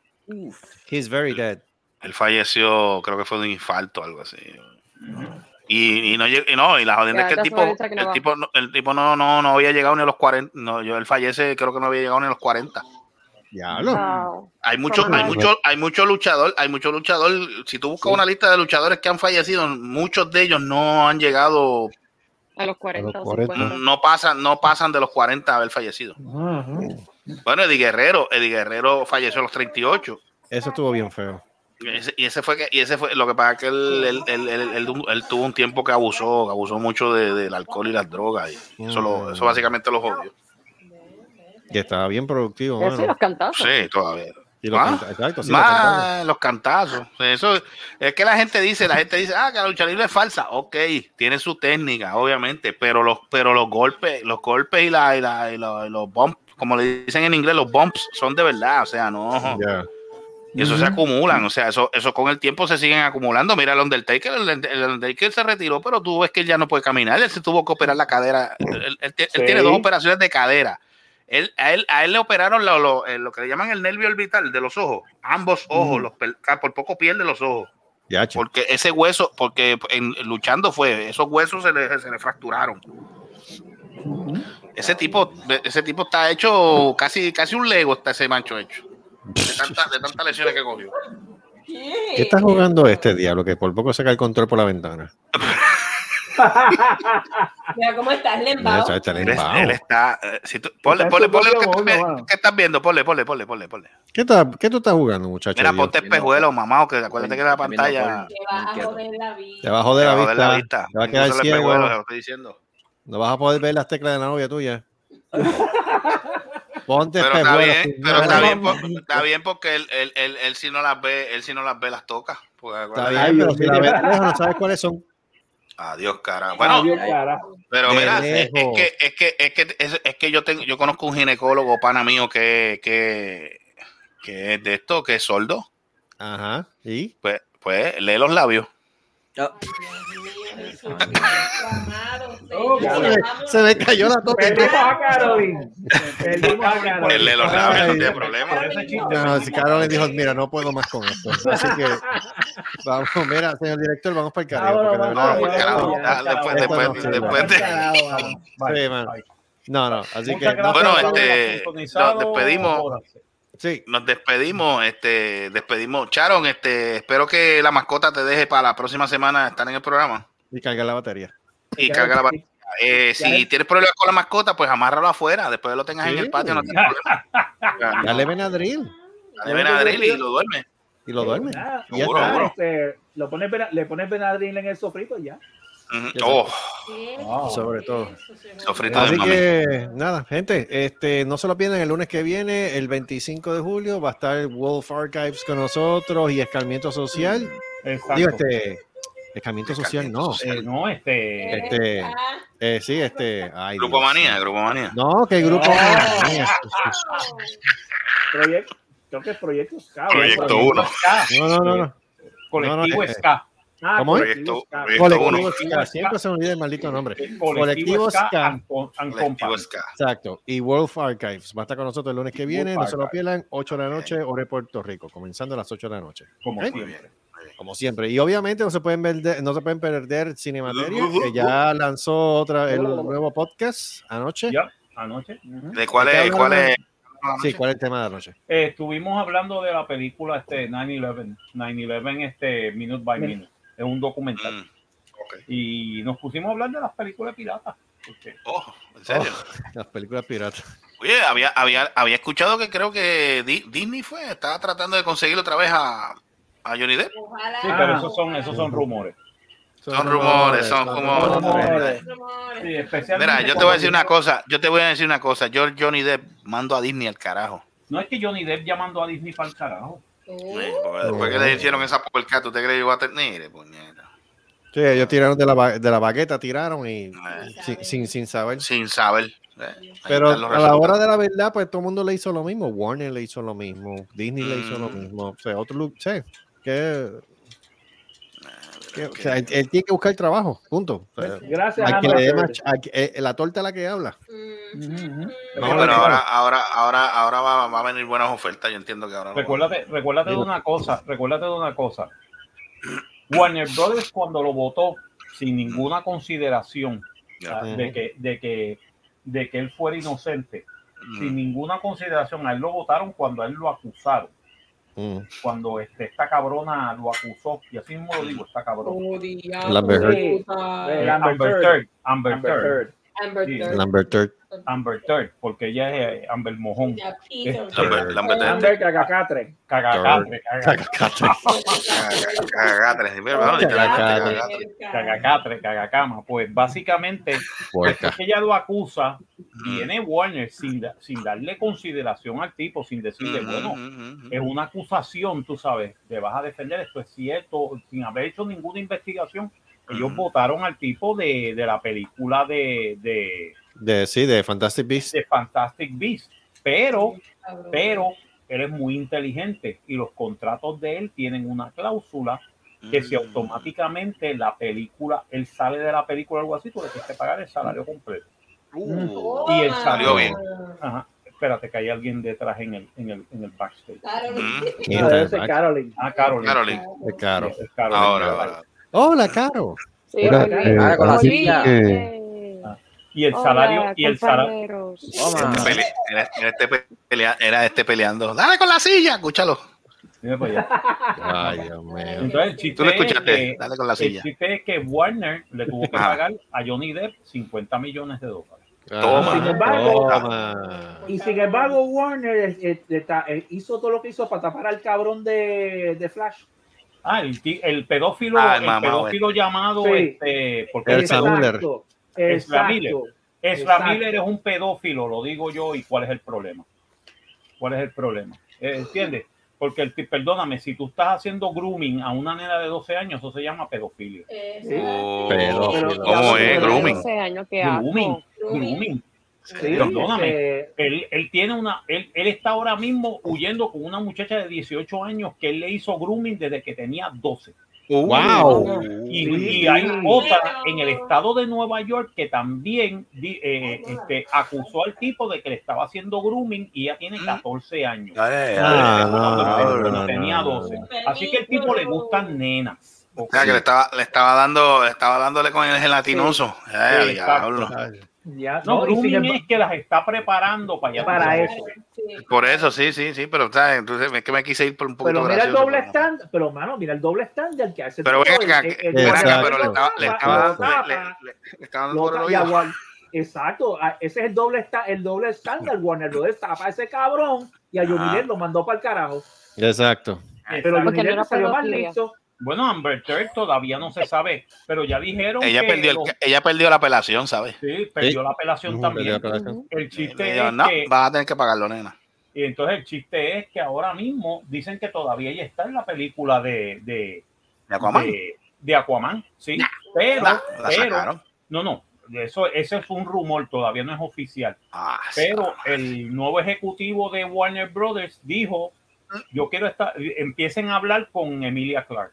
Speaker 4: He's very dead.
Speaker 5: Él falleció, creo que fue de un infarto o algo así. Y, y no, lleg- y no, y la jodienda
Speaker 12: Ya,
Speaker 5: es que el
Speaker 12: ya se me
Speaker 5: tipo,
Speaker 12: dice que no
Speaker 5: el
Speaker 12: va.
Speaker 5: tipo, no- el tipo no, no, no había llegado ni a los 40. No, yo, él fallece, creo que no había llegado ni a los 40.
Speaker 15: Diablo.
Speaker 12: Wow.
Speaker 5: Hay mucho, hay mucho, hay mucho luchador, hay mucho luchador. Si tú buscas una lista de luchadores que han fallecido, muchos de ellos no han llegado,
Speaker 12: A los 40 o 50.
Speaker 5: no pasan, no pasan de los 40 a haber fallecido. Bueno, Eddie Guerrero, Eddie Guerrero falleció a los 38.
Speaker 4: Eso estuvo bien feo.
Speaker 5: Y ese, y ese fue que, y ese fue lo que pasa es que él, él- él- él- él- él tuvo un tiempo que abusó, que abusó mucho de- del alcohol y las drogas. y eso, lo- eso básicamente lo jodió.
Speaker 4: Y estaba bien productivo.
Speaker 12: Eso y
Speaker 4: mano.
Speaker 12: los cantazos.
Speaker 5: Sí, todavía.
Speaker 4: Y los
Speaker 5: Ah,
Speaker 4: canta- exacto, Pues sí, los cantazos.
Speaker 5: más los cantazos. Eso es que la gente dice, la gente dice, ah, que la lucha libre es falsa. Ok, tiene su técnica, obviamente, pero los, pero los golpes, los golpes y, la, y la- y la- y los bumps, como le dicen en inglés, los bumps son de verdad, o sea, no. Y eso se acumulan, o sea, eso, eso con el tiempo se siguen acumulando. Mira, el Undertaker, el, el Undertaker se retiró, pero tú ves que él ya no puede caminar, él se tuvo que operar la cadera. Él, él- él tie- él tiene
Speaker 3: Sí.
Speaker 5: dos operaciones de cadera. Él, a, él, a él le operaron lo, lo- eh, lo que le llaman el nervio orbital de los ojos, ambos ojos, los pel- ah, por poco pierde los ojos.
Speaker 4: Ya, che.
Speaker 5: Porque ese hueso, porque en- luchando fue, esos huesos se le, se le fracturaron. Ese tipo, ese tipo está hecho casi, casi un Lego, está ese mancho hecho. De tantas de tantas lesiones que cogió.
Speaker 4: ¿Qué está jugando este diablo que por poco saca el control por la ventana?
Speaker 11: Mira cómo estás,
Speaker 4: Mira,
Speaker 11: lembao.
Speaker 4: chaval, está
Speaker 5: Él, es-
Speaker 4: lembao.
Speaker 5: él está. eh, si tú- ponle,
Speaker 4: en
Speaker 5: ponle,
Speaker 4: su
Speaker 5: ponle lo que,
Speaker 4: propio
Speaker 5: tú
Speaker 4: mundo,
Speaker 5: ves-
Speaker 4: mano.
Speaker 5: que estás viendo. Ponle, ponle, ponle, ponle, ponle.
Speaker 4: ¿Qué, está- qué tú estás jugando, muchacho?
Speaker 5: Mira,
Speaker 4: Dios?
Speaker 5: ponte espejuelo, mamado, que acuérdate que la pantalla.
Speaker 11: Te vas a joder la vida.
Speaker 4: Te va a joder la
Speaker 5: Te va a joder la
Speaker 4: vista.
Speaker 5: vista.
Speaker 4: Te va a
Speaker 5: Póngase
Speaker 4: quedar
Speaker 5: los
Speaker 4: ciego.
Speaker 5: espejuelos, te lo estoy diciendo.
Speaker 4: No vas a poder ver las teclas de la novia tuya. Ponte este
Speaker 5: Pero está
Speaker 4: espejuelos,
Speaker 5: bien,
Speaker 4: tu
Speaker 5: pero está
Speaker 4: madre.
Speaker 5: bien, por- está bien porque él, él, él, él si no las ve, él si no las ve, las toca. Porque
Speaker 4: Está
Speaker 5: acuérdate-
Speaker 4: bien, pero si la ves de lejos, no sabes cuáles son.
Speaker 5: Adiós, cara. Bueno,
Speaker 4: Adiós,
Speaker 5: pero
Speaker 4: Ah, De
Speaker 5: mira, es, es
Speaker 4: lejos.
Speaker 5: que, es que, es que, es, es que yo tengo, yo conozco un ginecólogo pana mío que, que, que es de esto, que es sordo.
Speaker 4: Ajá. ¿Y?
Speaker 5: Pues, pues lee los labios.
Speaker 4: Se me cayó la toque.
Speaker 7: Perdimos a Carolyn. Perdimos a Carolyn.
Speaker 5: Él lee los labios, no tiene problema.
Speaker 4: No, si Carol le dijo, mira, no puedo más con esto. Así que vamos, mira, señor director, vamos para el carajo.
Speaker 7: Vámonos,
Speaker 4: porque de
Speaker 5: No,
Speaker 4: verdad-
Speaker 5: pues, carajo, ah,
Speaker 4: Esta
Speaker 5: después, después,
Speaker 4: noche,
Speaker 5: después de-
Speaker 4: Sí, mano. No, no, así que. no-
Speaker 3: Muchas gracias.
Speaker 5: Bueno,
Speaker 3: Gracias,
Speaker 5: este,
Speaker 3: sintonizado.
Speaker 5: nos despedimos.
Speaker 4: Sí.
Speaker 5: Nos despedimos, este, despedimos. Charon, este, espero que la mascota te deje para la próxima semana estar en el programa
Speaker 4: Y carga la batería.
Speaker 5: y carga la batería. Eh, si tienes problemas con la mascota, pues amárralo afuera, después lo tengas en
Speaker 4: Sí.
Speaker 5: el patio, no tienes problema.
Speaker 4: Dale Benadryl
Speaker 5: Dale Benadryl y lo duerme.
Speaker 4: y lo duerme.
Speaker 7: Ah,
Speaker 4: Y ya
Speaker 5: Seguro,
Speaker 4: está.
Speaker 5: seguro.
Speaker 7: este, lo pones Bena- le pones Benadryl en el sofrito y ya.
Speaker 5: Ujú. Oh,
Speaker 4: Sobre todo.
Speaker 5: sofrito de
Speaker 4: Así
Speaker 5: mami.
Speaker 4: que nada, gente, este, no se lo pierdan el lunes que viene, el 25 de julio, va a estar Wolf Archives con nosotros y Escarmiento Social.
Speaker 3: Exacto.
Speaker 4: Digo, este, Escarmiento Social, no.
Speaker 3: Eh, no, este.
Speaker 4: Este, eh, sí, este, ay,
Speaker 5: Grupo
Speaker 4: Dios.
Speaker 5: Manía, Grupo Manía.
Speaker 4: No, que grupo. Manía.
Speaker 7: Proyecto, creo que es Proyecto Ska.
Speaker 5: Proyecto 1.
Speaker 4: No, no, no, no.
Speaker 3: Colectivo
Speaker 4: No, eh, no,
Speaker 3: Ska.
Speaker 7: Ah,
Speaker 4: ¿Cómo es?
Speaker 7: Proyecto Ska.
Speaker 5: Proyecto 1.
Speaker 4: Colectivo Ska, siempre se me olvida el maldito nombre.
Speaker 3: Colectivo
Speaker 4: Colectivo
Speaker 3: Ska
Speaker 4: Ska.
Speaker 3: and Co- and Company.
Speaker 4: Exacto. Y Wolf Archives va a estar con nosotros el lunes que viene.
Speaker 3: Wolf
Speaker 4: no se lo
Speaker 3: Archives.
Speaker 4: pierdan, 8 de la noche, hora de Puerto Rico, comenzando a las 8 de la noche.
Speaker 3: Como
Speaker 4: ¿Ok?
Speaker 3: siempre.
Speaker 4: Como siempre. Y obviamente no se pueden perder, no se pueden perder Cinemateria, que ya lanzó otra, el nuevo podcast anoche.
Speaker 3: Ya, Anoche. ujú.
Speaker 5: ¿De cuál es? ¿Cuál es?
Speaker 4: Sí, ¿cuál es el tema de anoche?
Speaker 3: Eh, estuvimos hablando de la película este 9-11, 9-11 este, Minute by
Speaker 7: Min-
Speaker 3: Minute. Es un documental.
Speaker 5: Mm, ok.
Speaker 3: Y nos pusimos a hablar de las películas piratas. porque
Speaker 5: Oh, ¿en serio?
Speaker 4: Las películas piratas.
Speaker 5: Oye, había, había, había escuchado que creo que Di- Disney fue, estaba tratando de conseguir otra vez a, a Johnny Depp.
Speaker 11: Ojalá.
Speaker 4: Ah.
Speaker 3: Sí, pero esos son, esos son rumores.
Speaker 5: Son rumores, son como-
Speaker 4: rumores.
Speaker 3: Sí, especialmente
Speaker 5: Mira, yo te voy a decir una cosa, yo te voy a decir una cosa, yo Johnny Depp mando a Disney al carajo.
Speaker 3: No es que Johnny Depp llamando a Disney para el carajo.
Speaker 5: Eh, porque Después que le hicieron esa puerca, ¿tú te crees que yo voy a tener? Mire, puñeta.
Speaker 4: Sí, ellos tiraron de la, ba- de la baqueta, tiraron y
Speaker 5: Eh,
Speaker 4: sin, sin, sin saber.
Speaker 5: sin saber. eh, ahí
Speaker 4: Pero
Speaker 5: están los
Speaker 4: a la hora
Speaker 5: resultados.
Speaker 4: de la verdad, pues todo el mundo le hizo lo mismo. Warner le hizo lo mismo. Disney le hizo lo mismo. O sea, otro look, che, que
Speaker 12: Que- o sea, él, él tiene que buscar trabajo, punto. O sea,
Speaker 7: Gracias,
Speaker 12: al que
Speaker 7: Amber
Speaker 12: le dé más-
Speaker 7: Heard.
Speaker 12: al que- eh, la torta a la que habla.
Speaker 5: No, pero ahora, ahora, ahora, ahora va, va a venir buenas ofertas. Yo entiendo que ahora. no.
Speaker 3: Recuérdate, recuérdate de una cosa, recuérdate de una cosa. Warner Brothers cuando lo votó sin ninguna consideración
Speaker 5: Ya.
Speaker 3: ah, de que, de que, de que él fuera inocente,
Speaker 5: Mm.
Speaker 3: sin ninguna consideración, a él lo votaron cuando a él lo acusaron,
Speaker 12: Mm.
Speaker 3: cuando este, esta cabrona lo acusó, y así mismo lo digo, esta cabrona.
Speaker 12: Amber Heard.
Speaker 3: Sí.
Speaker 6: Amber
Speaker 3: Eh, Amber
Speaker 7: Heard.
Speaker 3: Heard. Amber
Speaker 7: Amber
Speaker 3: Heard.
Speaker 6: Amber
Speaker 3: Sí.
Speaker 6: Heard.
Speaker 12: Amber Heard.
Speaker 3: Amber Heard, porque ella es eh, Amber Mojón.
Speaker 6: Ya, Peter.
Speaker 3: Este,
Speaker 5: Lambert- Lambert-
Speaker 7: Amber Cagacatre.
Speaker 3: Cagacatre,
Speaker 12: cagacatre.
Speaker 5: Caga- Cagacatre. sí, pero bueno, literalmente cagacatre.
Speaker 3: Cagacatre, cagacama. Pues básicamente,
Speaker 5: Puerca.
Speaker 3: después que ella lo acusa, viene Warner sin, da- sin darle consideración al tipo, sin decirle,
Speaker 5: Ujú,
Speaker 3: bueno, es una acusación, tú sabes, te vas a defender, esto es cierto, sin haber hecho ninguna investigación. Ellos votaron al tipo de, de la película de- de,
Speaker 12: De, sí, de Fantastic Beasts.
Speaker 3: de Fantastic Beasts, pero, pero él es muy inteligente y los contratos de él tienen una cláusula que
Speaker 5: Mm.
Speaker 3: si automáticamente la película, él sale de la película o algo así, tú le tienes que pagar el salario completo.
Speaker 6: Oh,
Speaker 5: Uh,
Speaker 3: Y el
Speaker 5: salió bien.
Speaker 3: salario... Ajá. Espérate que hay alguien detrás en el, en el, en el backstage.
Speaker 5: Mm,
Speaker 12: ¿Quién está detrás?
Speaker 7: Caroline.
Speaker 3: Ah, Caroline.
Speaker 5: Caroline.
Speaker 12: Es caro.
Speaker 3: Es Caroline.
Speaker 5: Ahora, ahora.
Speaker 12: Eh, Hola, Caro.
Speaker 3: Mira, eh, así
Speaker 11: que-
Speaker 3: Y el
Speaker 11: Hola,
Speaker 3: salario, y el salario.
Speaker 11: compañeros.
Speaker 5: Este pele- Era, era este pe- pelea- era este peleando. Dale con la silla, escúchalo.
Speaker 3: Mira para allá.
Speaker 12: Ay, Dios mío.
Speaker 3: Entonces, el chiste
Speaker 5: Tú lo escuchaste,
Speaker 3: es que-
Speaker 5: dale con la silla.
Speaker 3: El chiste es que Warner le tuvo que
Speaker 5: Ajá.
Speaker 3: pagar a Johnny Depp 50 millones de dólares.
Speaker 12: Toma,
Speaker 7: Sin embargo-
Speaker 12: toma.
Speaker 7: Y sin embargo, Warner eh, eh, eh, ta- eh, hizo todo lo que hizo para tapar al cabrón de, de Flash.
Speaker 3: Ah, el, ti- el pedófilo,
Speaker 5: Ah, el
Speaker 3: el
Speaker 5: mamá,
Speaker 3: pedófilo llamado
Speaker 7: Sí.
Speaker 3: este, porque
Speaker 12: El Sam Miller.
Speaker 3: Ezra
Speaker 7: Exacto.
Speaker 3: Miller. Ezra
Speaker 7: Exacto.
Speaker 3: Miller es un pedófilo, lo digo yo, y cuál es el problema. ¿Cuál es el problema? Eh, ¿Entiendes? Porque el ti- perdóname, si tú estás haciendo grooming a una nena de 12 años, eso se llama pedofilia.
Speaker 5: Oh,
Speaker 12: Pero-
Speaker 5: ¿Cómo es, grooming?
Speaker 11: 12 años que hago.
Speaker 3: Grooming,
Speaker 5: Oh.
Speaker 3: grooming.
Speaker 7: Sí,
Speaker 3: Perdóname.
Speaker 7: eh,
Speaker 3: Él, él tiene una, él, él está ahora mismo huyendo con una muchacha de 18 años que él le hizo grooming desde que tenía 12.
Speaker 12: Wow.
Speaker 3: Y,
Speaker 7: Sí,
Speaker 3: y hay
Speaker 7: sí.
Speaker 3: otra en el estado de Nueva York que también di- eh, este, acusó al tipo de que le estaba haciendo grooming y ella tiene 14 años.
Speaker 5: Dale, dale.
Speaker 12: Ah, no,
Speaker 5: no,
Speaker 3: Cuando
Speaker 12: no,
Speaker 3: tenía
Speaker 12: no, no.
Speaker 3: 12. Así que el tipo le gustan nenas.
Speaker 5: O sea, que le estaba, le estaba dando, le estaba dándole con el gelatinoso. Ay,
Speaker 3: Sí,
Speaker 5: diablo.
Speaker 7: ya,
Speaker 3: No,
Speaker 7: no, y sin
Speaker 3: grooming
Speaker 7: embargo-
Speaker 3: es que las está preparando para, allá.
Speaker 7: Para eso.
Speaker 5: Por eso, sí, sí, sí, pero ¿sabes? entonces es que me quise ir por un poquito
Speaker 7: pero mira el
Speaker 5: gracioso,
Speaker 7: doble
Speaker 5: pero-
Speaker 7: stand, pero mano, mira el doble estándar que hace.
Speaker 5: Pero
Speaker 7: el tipo,
Speaker 5: ven acá,
Speaker 7: el-
Speaker 5: que-
Speaker 7: el-
Speaker 5: ven acá,
Speaker 7: Exacto.
Speaker 5: pero le estaba, le estaba
Speaker 7: Lo
Speaker 5: dando, le,
Speaker 7: tapa,
Speaker 5: le- le estaba dando
Speaker 7: lo
Speaker 5: por el
Speaker 7: tapa, y a
Speaker 5: oído.
Speaker 7: Warner- Exacto, a- ese es el doble esta- el doble estándar. Warner lo destapa a ese cabrón y a
Speaker 5: Ajá.
Speaker 7: Johnny Depp lo mandó para el carajo.
Speaker 12: Exacto.
Speaker 7: Pero
Speaker 11: Porque
Speaker 7: Johnny
Speaker 11: no
Speaker 7: Depp
Speaker 11: era
Speaker 7: salió más
Speaker 11: pedofilia.
Speaker 7: listo.
Speaker 3: Bueno, Amber Heard todavía no se sabe, pero ya dijeron
Speaker 5: Ella
Speaker 3: que
Speaker 5: perdió, el-
Speaker 3: los-
Speaker 5: ella perdió la apelación, ¿sabes?
Speaker 3: sí, perdió la apelación también. El
Speaker 5: Y
Speaker 3: chiste
Speaker 5: le dijo,
Speaker 3: es
Speaker 5: no,
Speaker 3: que
Speaker 5: vas a tener que pagarlo, nena.
Speaker 3: Y entonces el chiste es que ahora mismo dicen que todavía ella está en la película de, de,
Speaker 5: De Aquaman.
Speaker 3: de, de Aquaman, sí. pero,
Speaker 5: Nah, la
Speaker 3: pero
Speaker 5: sacaron.
Speaker 3: no, no, eso, ese es un rumor, todavía no es oficial.
Speaker 5: Ah,
Speaker 3: Pero el nuevo ejecutivo de Warner Brothers dijo:
Speaker 5: Mm.
Speaker 3: Yo quiero estar, empiecen a hablar con Emilia Clark.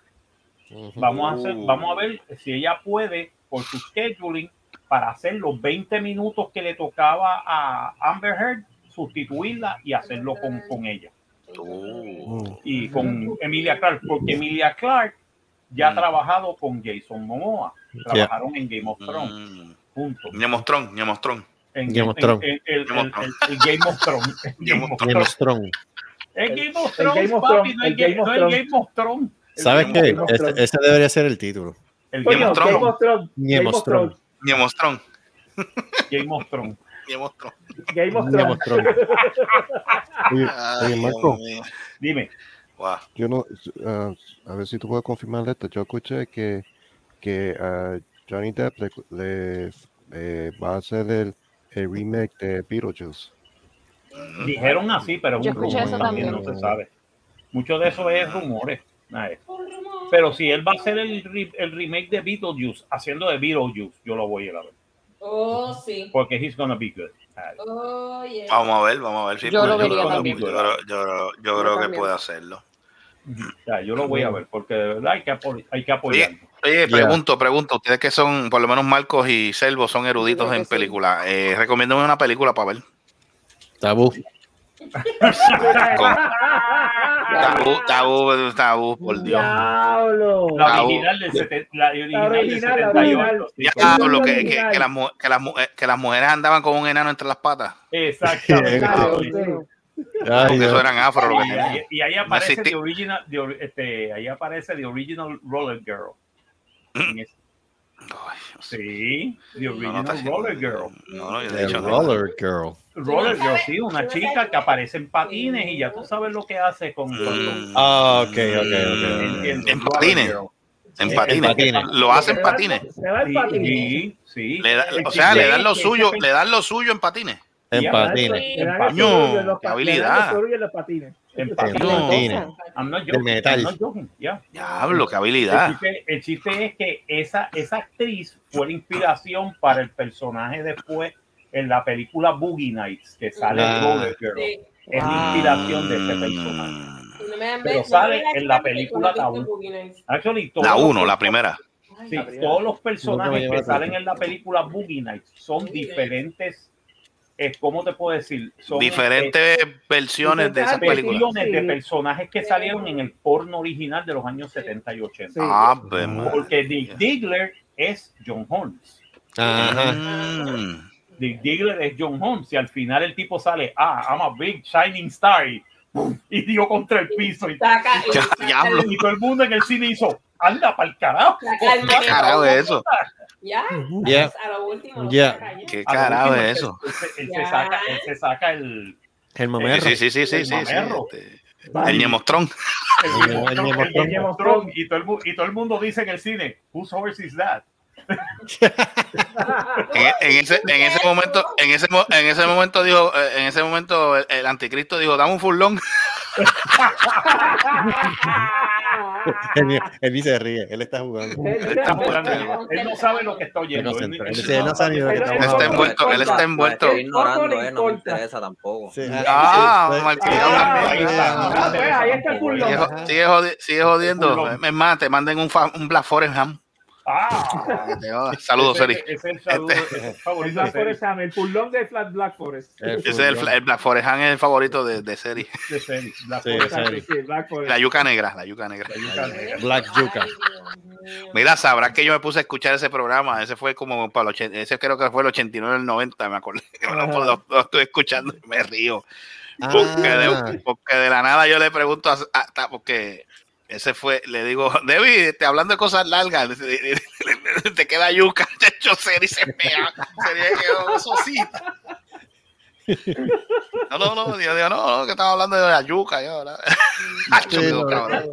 Speaker 3: Vamos a hacer,
Speaker 5: Uh.
Speaker 3: vamos a ver si ella puede, por su scheduling, para hacer los 20 minutos que le tocaba a Amber Heard, sustituirla y hacerlo con, con ella
Speaker 12: Mm.
Speaker 5: tú.
Speaker 3: y con Emilia Clark, porque Emilia Clark ya ha trabajado con Jason Momoa, trabajaron en Game of Thrones
Speaker 5: Mm.
Speaker 3: juntos.
Speaker 5: Ñemostrón, Ñemostrón.
Speaker 3: En
Speaker 12: Game of Thrones.
Speaker 3: en- en- el-
Speaker 5: Game of
Speaker 3: el- el- el Game of Thrones. El Game of
Speaker 12: Game
Speaker 3: Thrones.
Speaker 12: of Thrones.
Speaker 3: El Game of
Speaker 7: El
Speaker 3: Thrones,
Speaker 7: Game of
Speaker 3: papi,
Speaker 7: Thrones,
Speaker 3: no el
Speaker 7: el
Speaker 3: Game-
Speaker 7: Game of
Speaker 3: no el
Speaker 7: Thrones.
Speaker 3: Game of Thrones. El
Speaker 12: ¿Sabes
Speaker 3: Game of
Speaker 12: qué?
Speaker 3: Thrones.
Speaker 12: Ese, ese debería ser el título.
Speaker 3: El
Speaker 7: Coño,
Speaker 3: Game of Thrones.
Speaker 7: Game of Thrones, Game of
Speaker 12: Niemostrón.
Speaker 7: Thrones,
Speaker 5: Ñemostrón.
Speaker 3: Game of Thrones.
Speaker 5: Ñemostrón.
Speaker 7: Game of
Speaker 9: Game
Speaker 7: Thrones.
Speaker 9: of Thrones. Oye,
Speaker 5: Ay,
Speaker 9: oye,
Speaker 5: Dios
Speaker 9: Marco,
Speaker 5: mío.
Speaker 3: Dime.
Speaker 5: Guau.
Speaker 9: yo no, ah, a ver si tú puedes confirmar esto. Yo escuché que, que ah, Johnny Depp le, le, eh, va a hacer el, el remake de Beetlejuice.
Speaker 5: Mm.
Speaker 3: Dijeron así, pero es
Speaker 11: Yo
Speaker 3: un
Speaker 11: escuché
Speaker 3: rumor
Speaker 11: eso
Speaker 3: también,
Speaker 11: también.
Speaker 3: no se sabe. Mucho de eso es rumores. nada de eso. Pero si él va a hacer el, re- el remake de Beetlejuice, haciendo de Beetlejuice, yo lo voy a ir a ver.
Speaker 6: Oh, sí.
Speaker 3: Porque he's gonna be good. Nada de eso.
Speaker 6: Oh, yeah.
Speaker 5: Vamos a ver, vamos a ver. sí,
Speaker 11: Yo
Speaker 5: pues,
Speaker 11: lo vería
Speaker 5: creo-
Speaker 11: también.
Speaker 5: yo creo- yo creo- yo creo que
Speaker 11: también.
Speaker 5: puede hacerlo.
Speaker 3: Ya, yo lo voy a ver porque de verdad hay que, apo- hay que apoyarlo.
Speaker 5: Oye, pregunto, pregunto, ustedes que son, por lo menos Marcos y Selvo, son eruditos en películas. Eh, recomiéndame una película para ver.
Speaker 16: Tabú.
Speaker 5: Con-
Speaker 7: ¡Ah,
Speaker 5: tabú, tabú, tabú, por Dios.
Speaker 7: Diablo.
Speaker 3: La original del seten- la original del
Speaker 7: original, la
Speaker 3: 78.
Speaker 7: original.
Speaker 5: Diablo, que, que- que las, mu- que las mu- eh, que las mujeres andaban con un enano entre las patas.
Speaker 3: Exacto.
Speaker 5: Porque eso eran afro lo que
Speaker 3: Y-
Speaker 5: tenían.
Speaker 3: y, y ahí
Speaker 5: No
Speaker 3: aparece
Speaker 5: existía.
Speaker 3: the original, the or- este, ahí aparece the original roller girl. En es- sí, the original
Speaker 5: está haciendo-
Speaker 3: roller girl.
Speaker 5: No, no, de
Speaker 12: The
Speaker 5: hecho,
Speaker 12: Roller Girl.
Speaker 3: Roller girl, sí, una chica que aparece en patines y ya tú sabes lo que hace con, con- con-
Speaker 12: Ah, ok, ok, ok.
Speaker 5: Mm, En Mm. en patines. En patines. Lo hacen patines.
Speaker 3: Sí, sí, sí.
Speaker 5: Le da- o sea, le dan lo suyo, le dan lo suyo en patines.
Speaker 12: En patines.
Speaker 7: Le dan el
Speaker 5: Coño,
Speaker 7: suyo en los
Speaker 5: qué
Speaker 7: pa- le dan el
Speaker 5: habilidad.
Speaker 7: suyo en los patines.
Speaker 3: En
Speaker 12: patines.
Speaker 3: I'm not
Speaker 12: De
Speaker 3: joking,
Speaker 12: metal.
Speaker 3: I'm not joking, yeah.
Speaker 5: Diablo, qué habilidad.
Speaker 3: El chiste, el chiste es que esa, esa actriz fue la inspiración para el personaje después en la película Boogie Nights, que sale
Speaker 12: Ah.
Speaker 3: Roller Girl.
Speaker 6: Sí.
Speaker 3: Es la
Speaker 5: Ah. Mm,
Speaker 3: inspiración de este personaje.
Speaker 6: Y no me dan
Speaker 3: Pero
Speaker 6: ver- no
Speaker 3: sale
Speaker 6: me dan
Speaker 3: en la
Speaker 6: ver-
Speaker 3: película
Speaker 6: cuando
Speaker 3: Tabú.
Speaker 6: viste Boogie Nights.
Speaker 3: Actually, todos
Speaker 5: La
Speaker 3: los-
Speaker 5: uno, la primera.
Speaker 3: sí, todos los
Speaker 12: Nunca me
Speaker 3: personajes
Speaker 12: llamó la
Speaker 3: que salen
Speaker 12: atención.
Speaker 3: en la película Boogie Nights son diferentes. Es, ¿Cómo te puedo decir? Son eh,
Speaker 5: Diferentes versiones de esas películas.
Speaker 3: versiones de personajes que salieron en el porno original de los años 70 y 80.
Speaker 5: Ave María.
Speaker 3: Porque Dick Diggler es John Holmes.
Speaker 12: Ajá.
Speaker 5: Mm.
Speaker 3: Dick Diggler es John Holmes. Y al final el tipo sale, ah, I'm a big shining star. Y, ¡pum! y dio contra el piso. Y,
Speaker 6: Saca- y- saca-
Speaker 5: diablo.
Speaker 3: y todo el mundo en el cine hizo, anda para el carajo.
Speaker 6: saca el
Speaker 5: ¿Qué carajo es eso?
Speaker 6: Ya,
Speaker 12: Yeah.
Speaker 6: a lo último. lo
Speaker 12: Yeah.
Speaker 6: saca ya.
Speaker 5: ¿Qué
Speaker 3: A lo
Speaker 5: carajo
Speaker 3: último,
Speaker 5: es eso?
Speaker 3: Él, se- él
Speaker 6: Ya.
Speaker 3: se saca, él se saca el...
Speaker 12: El
Speaker 5: Sí,
Speaker 12: momento.
Speaker 5: sí, sí, sí, sí,
Speaker 3: El
Speaker 5: sí, sí,
Speaker 3: mamerro.
Speaker 5: este, El ñemostrón.
Speaker 3: el Game
Speaker 12: el
Speaker 3: of Thrones,
Speaker 12: Game of
Speaker 3: el Game of Thrones, y todo el mu- y todo el mundo dice en el cine, whose horse is that?
Speaker 5: En, en ese, en ese momento, en ese, mo- en ese momento dijo, eh, en ese momento el, el anticristo dijo, dame un furlón.
Speaker 6: Ah.
Speaker 12: Él, él ni se ríe, él está jugando.
Speaker 3: Está
Speaker 7: Ah,
Speaker 3: jugando. Él no sabe lo que está oyendo.
Speaker 12: Se concentra.
Speaker 3: Él-
Speaker 12: Él dice, él no sabe ni lo que
Speaker 7: Él-
Speaker 12: está
Speaker 7: él
Speaker 5: Él está
Speaker 12: jugando.
Speaker 5: envuelto, él está envuelto.
Speaker 8: Estoy ignorando, eh, no me
Speaker 7: importa.
Speaker 8: interesa tampoco.
Speaker 12: Sí,
Speaker 5: Ah,
Speaker 12: sí, sí.
Speaker 5: Martín,
Speaker 7: Ah,
Speaker 5: ahí está.
Speaker 7: ah, pues, ahí está el culo.
Speaker 5: Sigue, jo- sigue jodi- sigue jodiendo.
Speaker 3: Furlón.
Speaker 5: Es más, te manden un, fa- un Black Forest Ham.
Speaker 3: Ah,
Speaker 5: Ah, que te jodas. Saludos, Este,
Speaker 3: ese-
Speaker 5: Seri.
Speaker 3: ese Es el saludo ese es el
Speaker 7: El
Speaker 3: favorito de
Speaker 7: Black Forest
Speaker 3: Seri.
Speaker 7: Sam, el pulón de Flat Black Forest.
Speaker 5: Ese es el, el Black Forest Ham es el favorito de, de Seri.
Speaker 3: de Seri, Black
Speaker 12: Sí,
Speaker 3: Forest.
Speaker 12: Seri.
Speaker 7: Sí, Black Forest.
Speaker 5: La yuca negra, la yuca negra.
Speaker 12: Black Yuca.
Speaker 5: Mira, sabrás que yo me puse a escuchar ese programa. Ese fue como para el 80, ese creo que fue el 89 el 90, me acordé. Lo, lo- lo estuve escuchando y me río. Porque,
Speaker 12: Ah.
Speaker 5: de, porque de la nada yo le pregunto a, a- ta- porque ese fue, le digo, Debbie, este, hablando de cosas largas, le- le- le- te queda yuca, chacho, Seri se mea, Seri se quedó sosita. No, no, no, yo digo, no, no, que estaba hablando de la yuca, yo, ¿no? Chacho,
Speaker 12: Sí,
Speaker 5: digo,
Speaker 12: no,
Speaker 5: cabrón,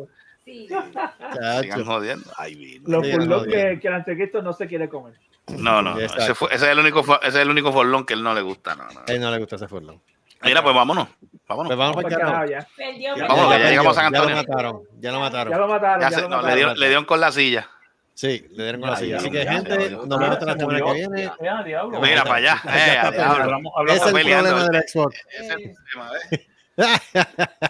Speaker 6: Sí.
Speaker 5: sigan
Speaker 12: Ah, Chacho.
Speaker 5: jodiendo. Ay, vino.
Speaker 7: Los
Speaker 12: Sí,
Speaker 7: furlón
Speaker 12: no,
Speaker 7: que, que el anticristo no se quiere comer.
Speaker 5: No, no, no.
Speaker 12: Exacto.
Speaker 5: Ese, fue- ese es el único, fo- ese es el único forlón que él no le gusta. No, no.
Speaker 12: A él no le gusta ese furlong.
Speaker 5: Mira, pues vámonos.
Speaker 12: Pues
Speaker 5: Vámonos.
Speaker 12: vamos
Speaker 7: Para
Speaker 12: para
Speaker 7: el carajo ah, ya.
Speaker 6: Perdió,
Speaker 5: Ya,
Speaker 6: perdió.
Speaker 5: vámonos, ya llegamos a San
Speaker 12: Ya lo
Speaker 5: Antonio.
Speaker 12: mataron, ya lo
Speaker 7: Ya
Speaker 12: mataron.
Speaker 7: lo mataron.
Speaker 5: Ya
Speaker 7: Ya
Speaker 5: se-
Speaker 7: lo
Speaker 5: no,
Speaker 7: mataron.
Speaker 5: le, dieron, le dieron con la silla.
Speaker 12: Sí, le dieron con la
Speaker 3: Ya,
Speaker 12: silla.
Speaker 3: ya,
Speaker 12: Así que,
Speaker 5: ya,
Speaker 12: gente,
Speaker 5: ya, ya.
Speaker 12: nos vemos la semana que viene.
Speaker 3: Ah, diablo.
Speaker 5: Mira para allá. Eh,
Speaker 12: Ya está
Speaker 5: diablo.
Speaker 3: Hablamos-
Speaker 12: Ese
Speaker 3: hablamos
Speaker 12: es el
Speaker 5: peleando.
Speaker 12: problema del Xbox.
Speaker 5: Ese es el tema, ¿ves?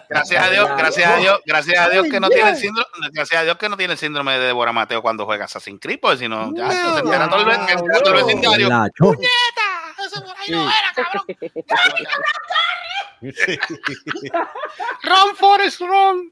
Speaker 5: Gracias a Dios, gracias a Dios, gracias a Dios que no
Speaker 12: Ay,
Speaker 5: tiene el
Speaker 12: Dios.
Speaker 5: síndrome, gracias a Dios que no tiene el síndrome de Deborah Mateo cuando juega Assassin's Creed, porque si no, ya
Speaker 12: No,
Speaker 5: se entera todo el
Speaker 7: no,
Speaker 5: se entera todo el
Speaker 7: no.
Speaker 5: vecindario.
Speaker 16: La cho-
Speaker 5: Eso por ahí
Speaker 12: Sí.
Speaker 5: no era, cabrón. Run, Forrest, run.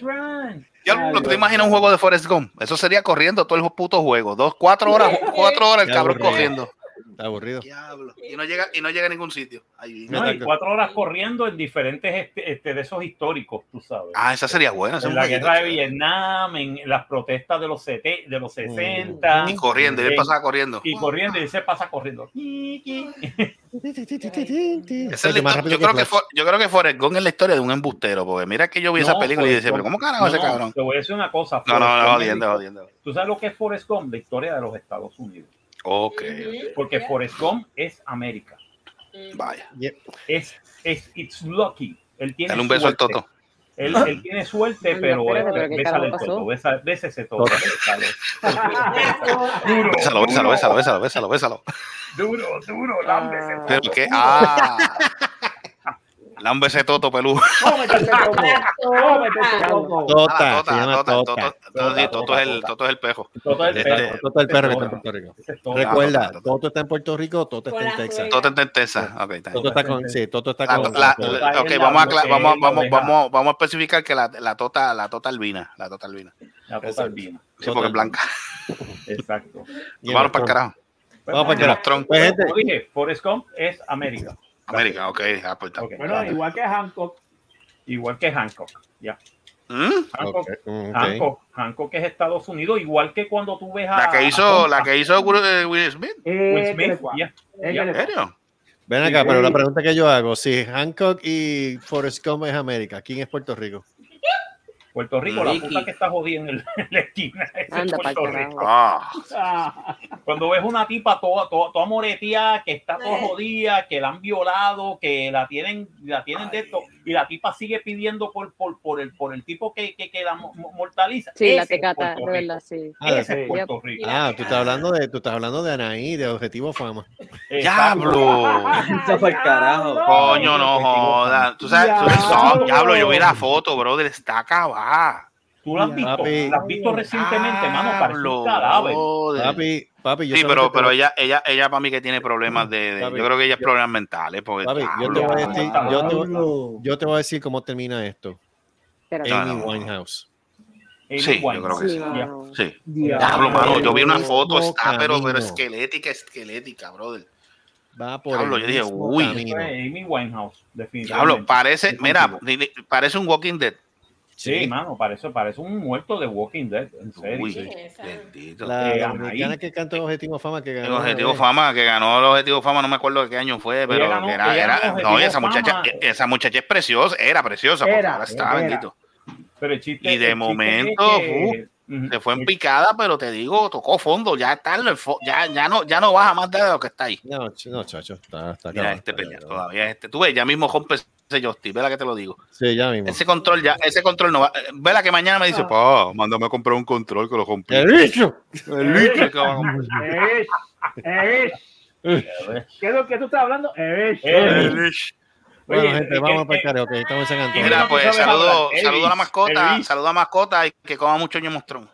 Speaker 7: Run,
Speaker 5: Yo
Speaker 7: Ay,
Speaker 5: lo que
Speaker 7: Dios.
Speaker 5: te imaginas un juego de Forrest Gump. Eso sería corriendo todo el puto juego. Dos, cuatro horas, cuatro horas el
Speaker 12: Qué
Speaker 5: cabrón
Speaker 12: aburrido.
Speaker 5: corriendo.
Speaker 12: Está aburrido.
Speaker 5: Diablo. Y no llega, y no llega a ningún sitio. Ay,
Speaker 3: No, y cuatro horas corriendo en diferentes este, este, de esos históricos, tú sabes.
Speaker 5: Ah, esa sería buena. ese
Speaker 3: en
Speaker 5: es
Speaker 3: la
Speaker 5: un jueguito
Speaker 3: guerra de
Speaker 5: chévere.
Speaker 3: Vietnam, en las protestas de los, sete- de los
Speaker 12: Mm. Ah,
Speaker 3: 60.
Speaker 5: Y corriendo, y él
Speaker 3: Sí.
Speaker 5: pasaba corriendo.
Speaker 3: Y corriendo, y se pasa corriendo. Ese
Speaker 5: Esa
Speaker 3: Este,
Speaker 5: es la histo- yo, creo que For- yo creo que Forrest Gump es la historia de un embustero, porque mira que yo vi esa película y dice, pero ¿cómo carajo ese cabrón?
Speaker 3: Te voy a decir una cosa.
Speaker 5: No, no,
Speaker 3: Forrest
Speaker 5: no,
Speaker 3: Gump es
Speaker 5: jodiendo,
Speaker 3: la-
Speaker 5: jodiendo.
Speaker 3: Tú sabes lo que es Forrest Gump, la historia de los Estados Unidos.
Speaker 5: Ok,
Speaker 3: Porque Forrest Gump es América.
Speaker 5: vaya.
Speaker 3: Es, es, it's lucky. Él tiene
Speaker 5: Dale un beso al
Speaker 3: suerte.
Speaker 5: Toto.
Speaker 3: Él, él tiene suerte,
Speaker 11: Anda,
Speaker 3: pero
Speaker 11: espérate, pero ¿qué
Speaker 3: bésale
Speaker 11: carajo
Speaker 3: el
Speaker 11: pasó?
Speaker 3: toto, besa- besa ese toto. bésalo. Duro,
Speaker 5: Bésalo, bésalo, bésalo, bésalo, bésalo, bésalo.
Speaker 11: Ah.
Speaker 3: Duro, duro, lámbese.
Speaker 5: Pero qué, ah. Lámbese toto pelú.
Speaker 7: Cómete ese coco.
Speaker 12: Ah,
Speaker 7: Cómete ese coco.
Speaker 5: Ah,
Speaker 4: Tota,
Speaker 5: tota,
Speaker 4: se llama
Speaker 5: tota,
Speaker 4: Tota.
Speaker 5: tota,
Speaker 4: Tota,
Speaker 5: tota, sí, Toto es el- Toto es el pejo.
Speaker 3: Toto es el
Speaker 5: Este,
Speaker 3: perro.
Speaker 4: Toto es el perro que está en
Speaker 3: Tota.
Speaker 4: Puerto Rico.
Speaker 3: Ese es Toto.
Speaker 4: Recuerda,
Speaker 5: Tota, Tota.
Speaker 4: Toto está en Puerto Rico, Toto
Speaker 17: Con
Speaker 4: está en
Speaker 17: la
Speaker 4: Texas.
Speaker 17: suegra.
Speaker 5: Toto es de Texas. Ok, está bien.
Speaker 4: Toto está con, sí, Toto está
Speaker 5: La-
Speaker 4: con.
Speaker 5: la-
Speaker 4: con-
Speaker 5: la- ok,
Speaker 3: la-
Speaker 5: vamos
Speaker 3: la-
Speaker 5: a, acla- vamos, a-
Speaker 3: la-
Speaker 5: vamos,
Speaker 3: la-
Speaker 5: vamos, vamos a especificar que la, la tota, la tota albina, la tota albina.
Speaker 3: La
Speaker 4: Exacto.
Speaker 3: tota albina.
Speaker 5: Sí,
Speaker 4: Tota
Speaker 5: porque es
Speaker 4: albina.
Speaker 5: blanca.
Speaker 3: Exacto.
Speaker 4: y el
Speaker 5: Vamos para el
Speaker 4: otro.
Speaker 5: carajo.
Speaker 4: Vamos para el carajo.
Speaker 5: Tron,
Speaker 4: Pues, gente,
Speaker 3: Como dije, Forrest Gump es América.
Speaker 5: América, ok. ah, pues, está.
Speaker 3: Ok.
Speaker 7: Bueno, igual que Hancock.
Speaker 3: Igual que Hancock. Ya.
Speaker 5: ¿Mm?
Speaker 3: Hancock,
Speaker 4: ok, ok.
Speaker 3: Hancock, Hancock es Estados Unidos, igual que cuando tú ves a.
Speaker 5: La que
Speaker 7: Ah,
Speaker 5: hizo, la que hizo eh, Will Smith.
Speaker 3: Will
Speaker 7: Eh, que le
Speaker 3: Smith,
Speaker 7: cua-
Speaker 3: ya.
Speaker 7: eh, que le
Speaker 5: ¿En
Speaker 7: cua-
Speaker 5: serio?
Speaker 4: Ven
Speaker 3: Sí,
Speaker 4: acá, pero la
Speaker 3: sí.
Speaker 4: pregunta que yo hago, si Hancock y Forrest Gump es América, ¿quién es Puerto Rico?
Speaker 3: Puerto Rico, la
Speaker 18: Ricky.
Speaker 3: puta que está jodida en, el- en la esquina. ese
Speaker 11: Anda pa'l
Speaker 3: Puerto
Speaker 11: carajo.
Speaker 3: Rico.
Speaker 5: Ah,
Speaker 7: Ah,
Speaker 3: Cuando ves una tipa toda, toda, toda moreteada, que está toda
Speaker 17: Eh.
Speaker 3: jodida, que la han violado, que la tienen, la tienen de
Speaker 5: Ay.
Speaker 3: esto, y la tipa sigue pidiendo por, por, por, el, por el tipo que, que, que la mo- mo- mortaliza.
Speaker 11: Sí, la
Speaker 3: Ese es
Speaker 11: tecata, de
Speaker 3: Puerto Rico.
Speaker 11: verdad, sí.
Speaker 4: Ah,
Speaker 3: Ese es
Speaker 7: sí.
Speaker 3: Puerto Rico.
Speaker 4: Ah, tú estás hablando de, tú estás hablando de Anaí, de Objetivo Fama.
Speaker 3: Exacto.
Speaker 5: diablo.
Speaker 18: Eso fue el carajo.
Speaker 5: Coño, no jodas. Tú sabes, tú sabes, no, diablo, yo vi la foto, brother, está acabada.
Speaker 3: Tú la has visto,
Speaker 4: Papi.
Speaker 3: la has visto recientemente, mano, parece
Speaker 5: Diablo,
Speaker 3: un cadáver.
Speaker 5: brother.
Speaker 4: Papi, papi, yo
Speaker 5: Sí,
Speaker 4: solamente
Speaker 5: pero,
Speaker 4: te-
Speaker 5: pero ella, ella, ella para mí que tiene problemas de, de-
Speaker 4: Papi,
Speaker 5: yo creo que ella es
Speaker 4: yo-
Speaker 5: problemas mentales, porque
Speaker 4: Papi, yo te
Speaker 5: diablo,
Speaker 4: voy a decir, yo te, voy-
Speaker 7: diablo.
Speaker 4: yo te voy a decir cómo termina esto.
Speaker 11: Espérate.
Speaker 5: No,
Speaker 4: Amy
Speaker 5: no.
Speaker 4: Winehouse.
Speaker 5: Sí, yo creo que
Speaker 11: Sí,
Speaker 5: sí.
Speaker 11: mano.
Speaker 5: sí.
Speaker 7: Diablo,
Speaker 5: Diablo, mano, yo vi una foto,
Speaker 4: mismo
Speaker 5: está, pero, pero
Speaker 4: camino.
Speaker 5: esquelética, esquelética, brother.
Speaker 4: Va por
Speaker 5: Diablo,
Speaker 4: el
Speaker 5: yo dije,
Speaker 4: mismo
Speaker 5: uy.
Speaker 4: camino.
Speaker 3: Fue Amy Winehouse,
Speaker 5: Diablo,
Speaker 3: definitivamente.
Speaker 5: parece,
Speaker 3: Estoy
Speaker 5: mira,
Speaker 3: contigo.
Speaker 5: ni- ni- parece un Walking Dead.
Speaker 3: Sí,
Speaker 4: Sí.
Speaker 3: mano, parece, parece un muerto de Walking Dead, en serio.
Speaker 5: Uy,
Speaker 17: Sí, esa.
Speaker 5: bendito.
Speaker 4: La,
Speaker 3: Eh,
Speaker 4: la
Speaker 3: Anaí.
Speaker 4: americana que canta Objetivo Fama que
Speaker 5: El
Speaker 4: ganó.
Speaker 5: objetivo
Speaker 4: eh,
Speaker 5: fama, que ganó el objetivo fama, no me acuerdo de qué año fue, pero
Speaker 3: ganó-
Speaker 5: que era,
Speaker 3: ella
Speaker 5: era-
Speaker 3: ganó
Speaker 5: no, y
Speaker 3: Objetivo
Speaker 5: esa muchacha,
Speaker 3: Fama.
Speaker 5: e- esa muchacha es preciosa, era preciosa, porque
Speaker 7: Era,
Speaker 5: ahora está,
Speaker 7: era.
Speaker 5: bendito.
Speaker 3: Pero el chiste,
Speaker 5: Y de
Speaker 3: el chiste es
Speaker 5: momento,
Speaker 3: que- Ujú.
Speaker 5: Se fue en picada, pero te digo, tocó fondo, ya está en el fo- ya, ya no, ya no baja más de lo que está ahí.
Speaker 4: No, ch- no, chacho, está, está
Speaker 5: Mira,
Speaker 4: acabado,
Speaker 5: este
Speaker 4: está
Speaker 5: pelea,
Speaker 4: acabado.
Speaker 5: todavía este. Tú ves, ya mismo rompe ese Justy, vela que te lo digo.
Speaker 4: Sí, ya mismo.
Speaker 5: Ese control ya, ese control no va. eh, Vela que mañana me dice,
Speaker 7: Ah.
Speaker 5: pa, mándame a comprar un control que lo rompí.
Speaker 4: ¡El bicho!
Speaker 5: El bicho que va a comprar.
Speaker 7: Eh, eh, ¿Qué es lo que tú estás hablando? Eh,
Speaker 3: Eh,
Speaker 5: El bicho.
Speaker 3: Oye,
Speaker 4: Bueno, gente,
Speaker 3: eh,
Speaker 4: vamos
Speaker 3: eh,
Speaker 4: para el karaoke. Estamos en San Antonio.
Speaker 5: Mira,
Speaker 3: Tú
Speaker 5: pues
Speaker 3: sabes
Speaker 5: saludo,
Speaker 3: hablar,
Speaker 5: saludo a la
Speaker 3: Elvis,
Speaker 5: mascota,
Speaker 3: Elvis.
Speaker 5: saludo a la mascota y que coma mucho ño mostrón.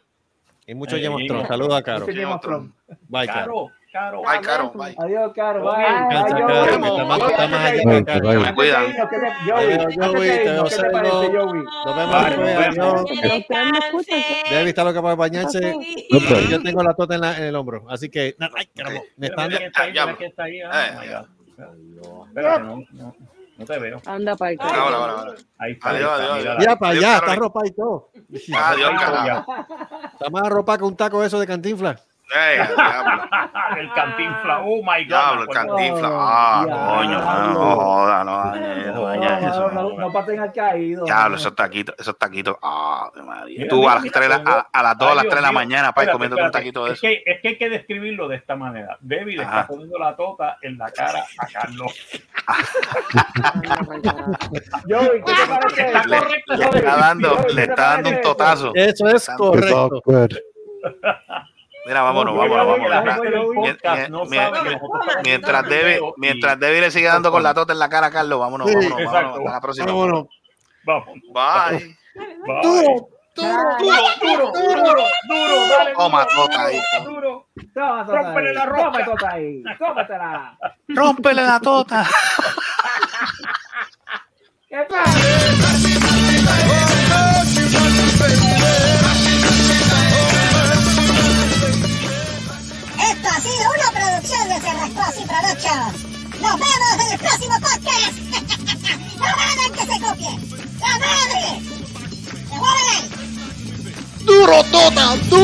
Speaker 4: Y mucho
Speaker 3: Eh,
Speaker 4: Game
Speaker 3: eh,
Speaker 4: Saludos a Caro.
Speaker 7: Mucho Game of Thrones.
Speaker 4: Bye, Caro.
Speaker 3: Caro, caro.
Speaker 5: Ay, caro, bye.
Speaker 7: Adiós, Caro. Bye.
Speaker 4: Descansa,
Speaker 7: Bye,
Speaker 4: Caro, que
Speaker 7: Joey.
Speaker 4: está más- está más allá
Speaker 7: Antes de
Speaker 4: que acá.
Speaker 9: Bye.
Speaker 5: Me cuidan.
Speaker 7: irnos, ¿qué te-
Speaker 4: Te
Speaker 7: Joey,
Speaker 4: veo,
Speaker 7: antes
Speaker 4: Joey, te
Speaker 7: de
Speaker 4: veo
Speaker 7: irnos, ¿qué te parece,
Speaker 4: cerdo.
Speaker 7: Joey?
Speaker 4: Nos vemos
Speaker 3: Bye,
Speaker 4: después.
Speaker 3: nos vemos.
Speaker 4: Adiós.
Speaker 11: Pero ustedes me escuchan.
Speaker 4: Debbie está loca para bañarse.
Speaker 9: Opa.
Speaker 4: Yo tengo la tota en, la- en el hombro. Así que. Ay, caramba, me
Speaker 3: Mira,
Speaker 4: está
Speaker 3: mira
Speaker 4: dando-
Speaker 3: que está ahí,
Speaker 5: Ah,
Speaker 3: mira
Speaker 5: ya.
Speaker 3: que está ahí. Ah,
Speaker 5: Eh,
Speaker 3: my God. Espérate, no, no, no te veo.
Speaker 11: Anda para el
Speaker 5: Ahora,
Speaker 11: carajo.
Speaker 5: ahora, ahora.
Speaker 3: Ahí está.
Speaker 5: Adiós,
Speaker 3: ahí está, mira,
Speaker 5: adiós,
Speaker 3: Ah,
Speaker 5: adiós.
Speaker 4: Mira para
Speaker 5: Adiós,
Speaker 4: allá,
Speaker 5: Caro.
Speaker 4: está ropa y todo.
Speaker 5: Adiós, Ah, carajo.
Speaker 4: Está más ropa que un taco eso de cantinfla.
Speaker 5: Ey, diablo,
Speaker 3: El cantinfla. Oh my God.
Speaker 5: diablo,
Speaker 3: me
Speaker 5: el
Speaker 3: acuerdo.
Speaker 5: cantinfla. Ah,
Speaker 7: Diablo.
Speaker 5: coño, mano, no joda, no dañes eso, no
Speaker 7: No,
Speaker 5: dañes eso,
Speaker 7: no,
Speaker 5: no.
Speaker 7: no, no pasen al caído.
Speaker 5: Diablo,
Speaker 7: no.
Speaker 5: esos taquitos, esos taquitos. Ah, de
Speaker 3: Mira,
Speaker 5: María. Tú
Speaker 3: mira,
Speaker 5: a las
Speaker 3: mira,
Speaker 5: tres de la-
Speaker 3: Dios.
Speaker 5: a, a las 2, a las
Speaker 3: Ay,
Speaker 5: 3 de la
Speaker 3: Dios mío.
Speaker 5: mañana, para ir
Speaker 3: Espérate,
Speaker 5: comiéndote un
Speaker 3: espérate.
Speaker 5: taquito
Speaker 3: Es
Speaker 5: de eso.
Speaker 3: que, es que hay que describirlo de esta manera. Debbie le está
Speaker 5: Ajá.
Speaker 3: poniendo la tota en la cara a Carlos.
Speaker 11: Anda pa'l carajo.
Speaker 7: Joey, ¿qué te parece?
Speaker 5: Le, le está dando, le está dando un totazo.
Speaker 4: Eso es
Speaker 5: Está-
Speaker 9: It's
Speaker 4: correcto.
Speaker 9: awkward.
Speaker 5: Mira, vámonos,
Speaker 3: Yo creo
Speaker 5: vámonos,
Speaker 3: que la
Speaker 5: vámonos.
Speaker 3: gente del
Speaker 5: Mien-
Speaker 3: podcast
Speaker 5: mien-
Speaker 3: no
Speaker 5: mien-
Speaker 3: sabe que
Speaker 5: mien-
Speaker 3: nosotros estamos
Speaker 5: Mientras
Speaker 3: haciendo
Speaker 5: Debbie,
Speaker 3: video y-
Speaker 5: mientras Debbie le sigue dando con la tota en la cara a Carlos, vámonos,
Speaker 4: Sí,
Speaker 5: vámonos, vámonos.
Speaker 3: exacto.
Speaker 5: Hasta la próxima.
Speaker 4: Vámonos.
Speaker 3: Vamos.
Speaker 5: Bye.
Speaker 3: Bye.
Speaker 4: Duro,
Speaker 3: Duro, duro, duro, duro, dale.
Speaker 5: Toma,
Speaker 3: duro,
Speaker 5: tota ahí.
Speaker 3: duro, duro.
Speaker 7: Toma, tota
Speaker 3: Rómpele
Speaker 7: ahí,
Speaker 3: la roca.
Speaker 7: toma, tota ahí, tómatela.
Speaker 5: Rómpele la tota.
Speaker 7: ¿Qué pasa?
Speaker 2: Esto ha sido una producción de Cerrascos y Productions. Nos vemos en el próximo podcast. no hagan que se copie. ¡La madre! ¡Se mueven!
Speaker 12: Duro, tota, duro.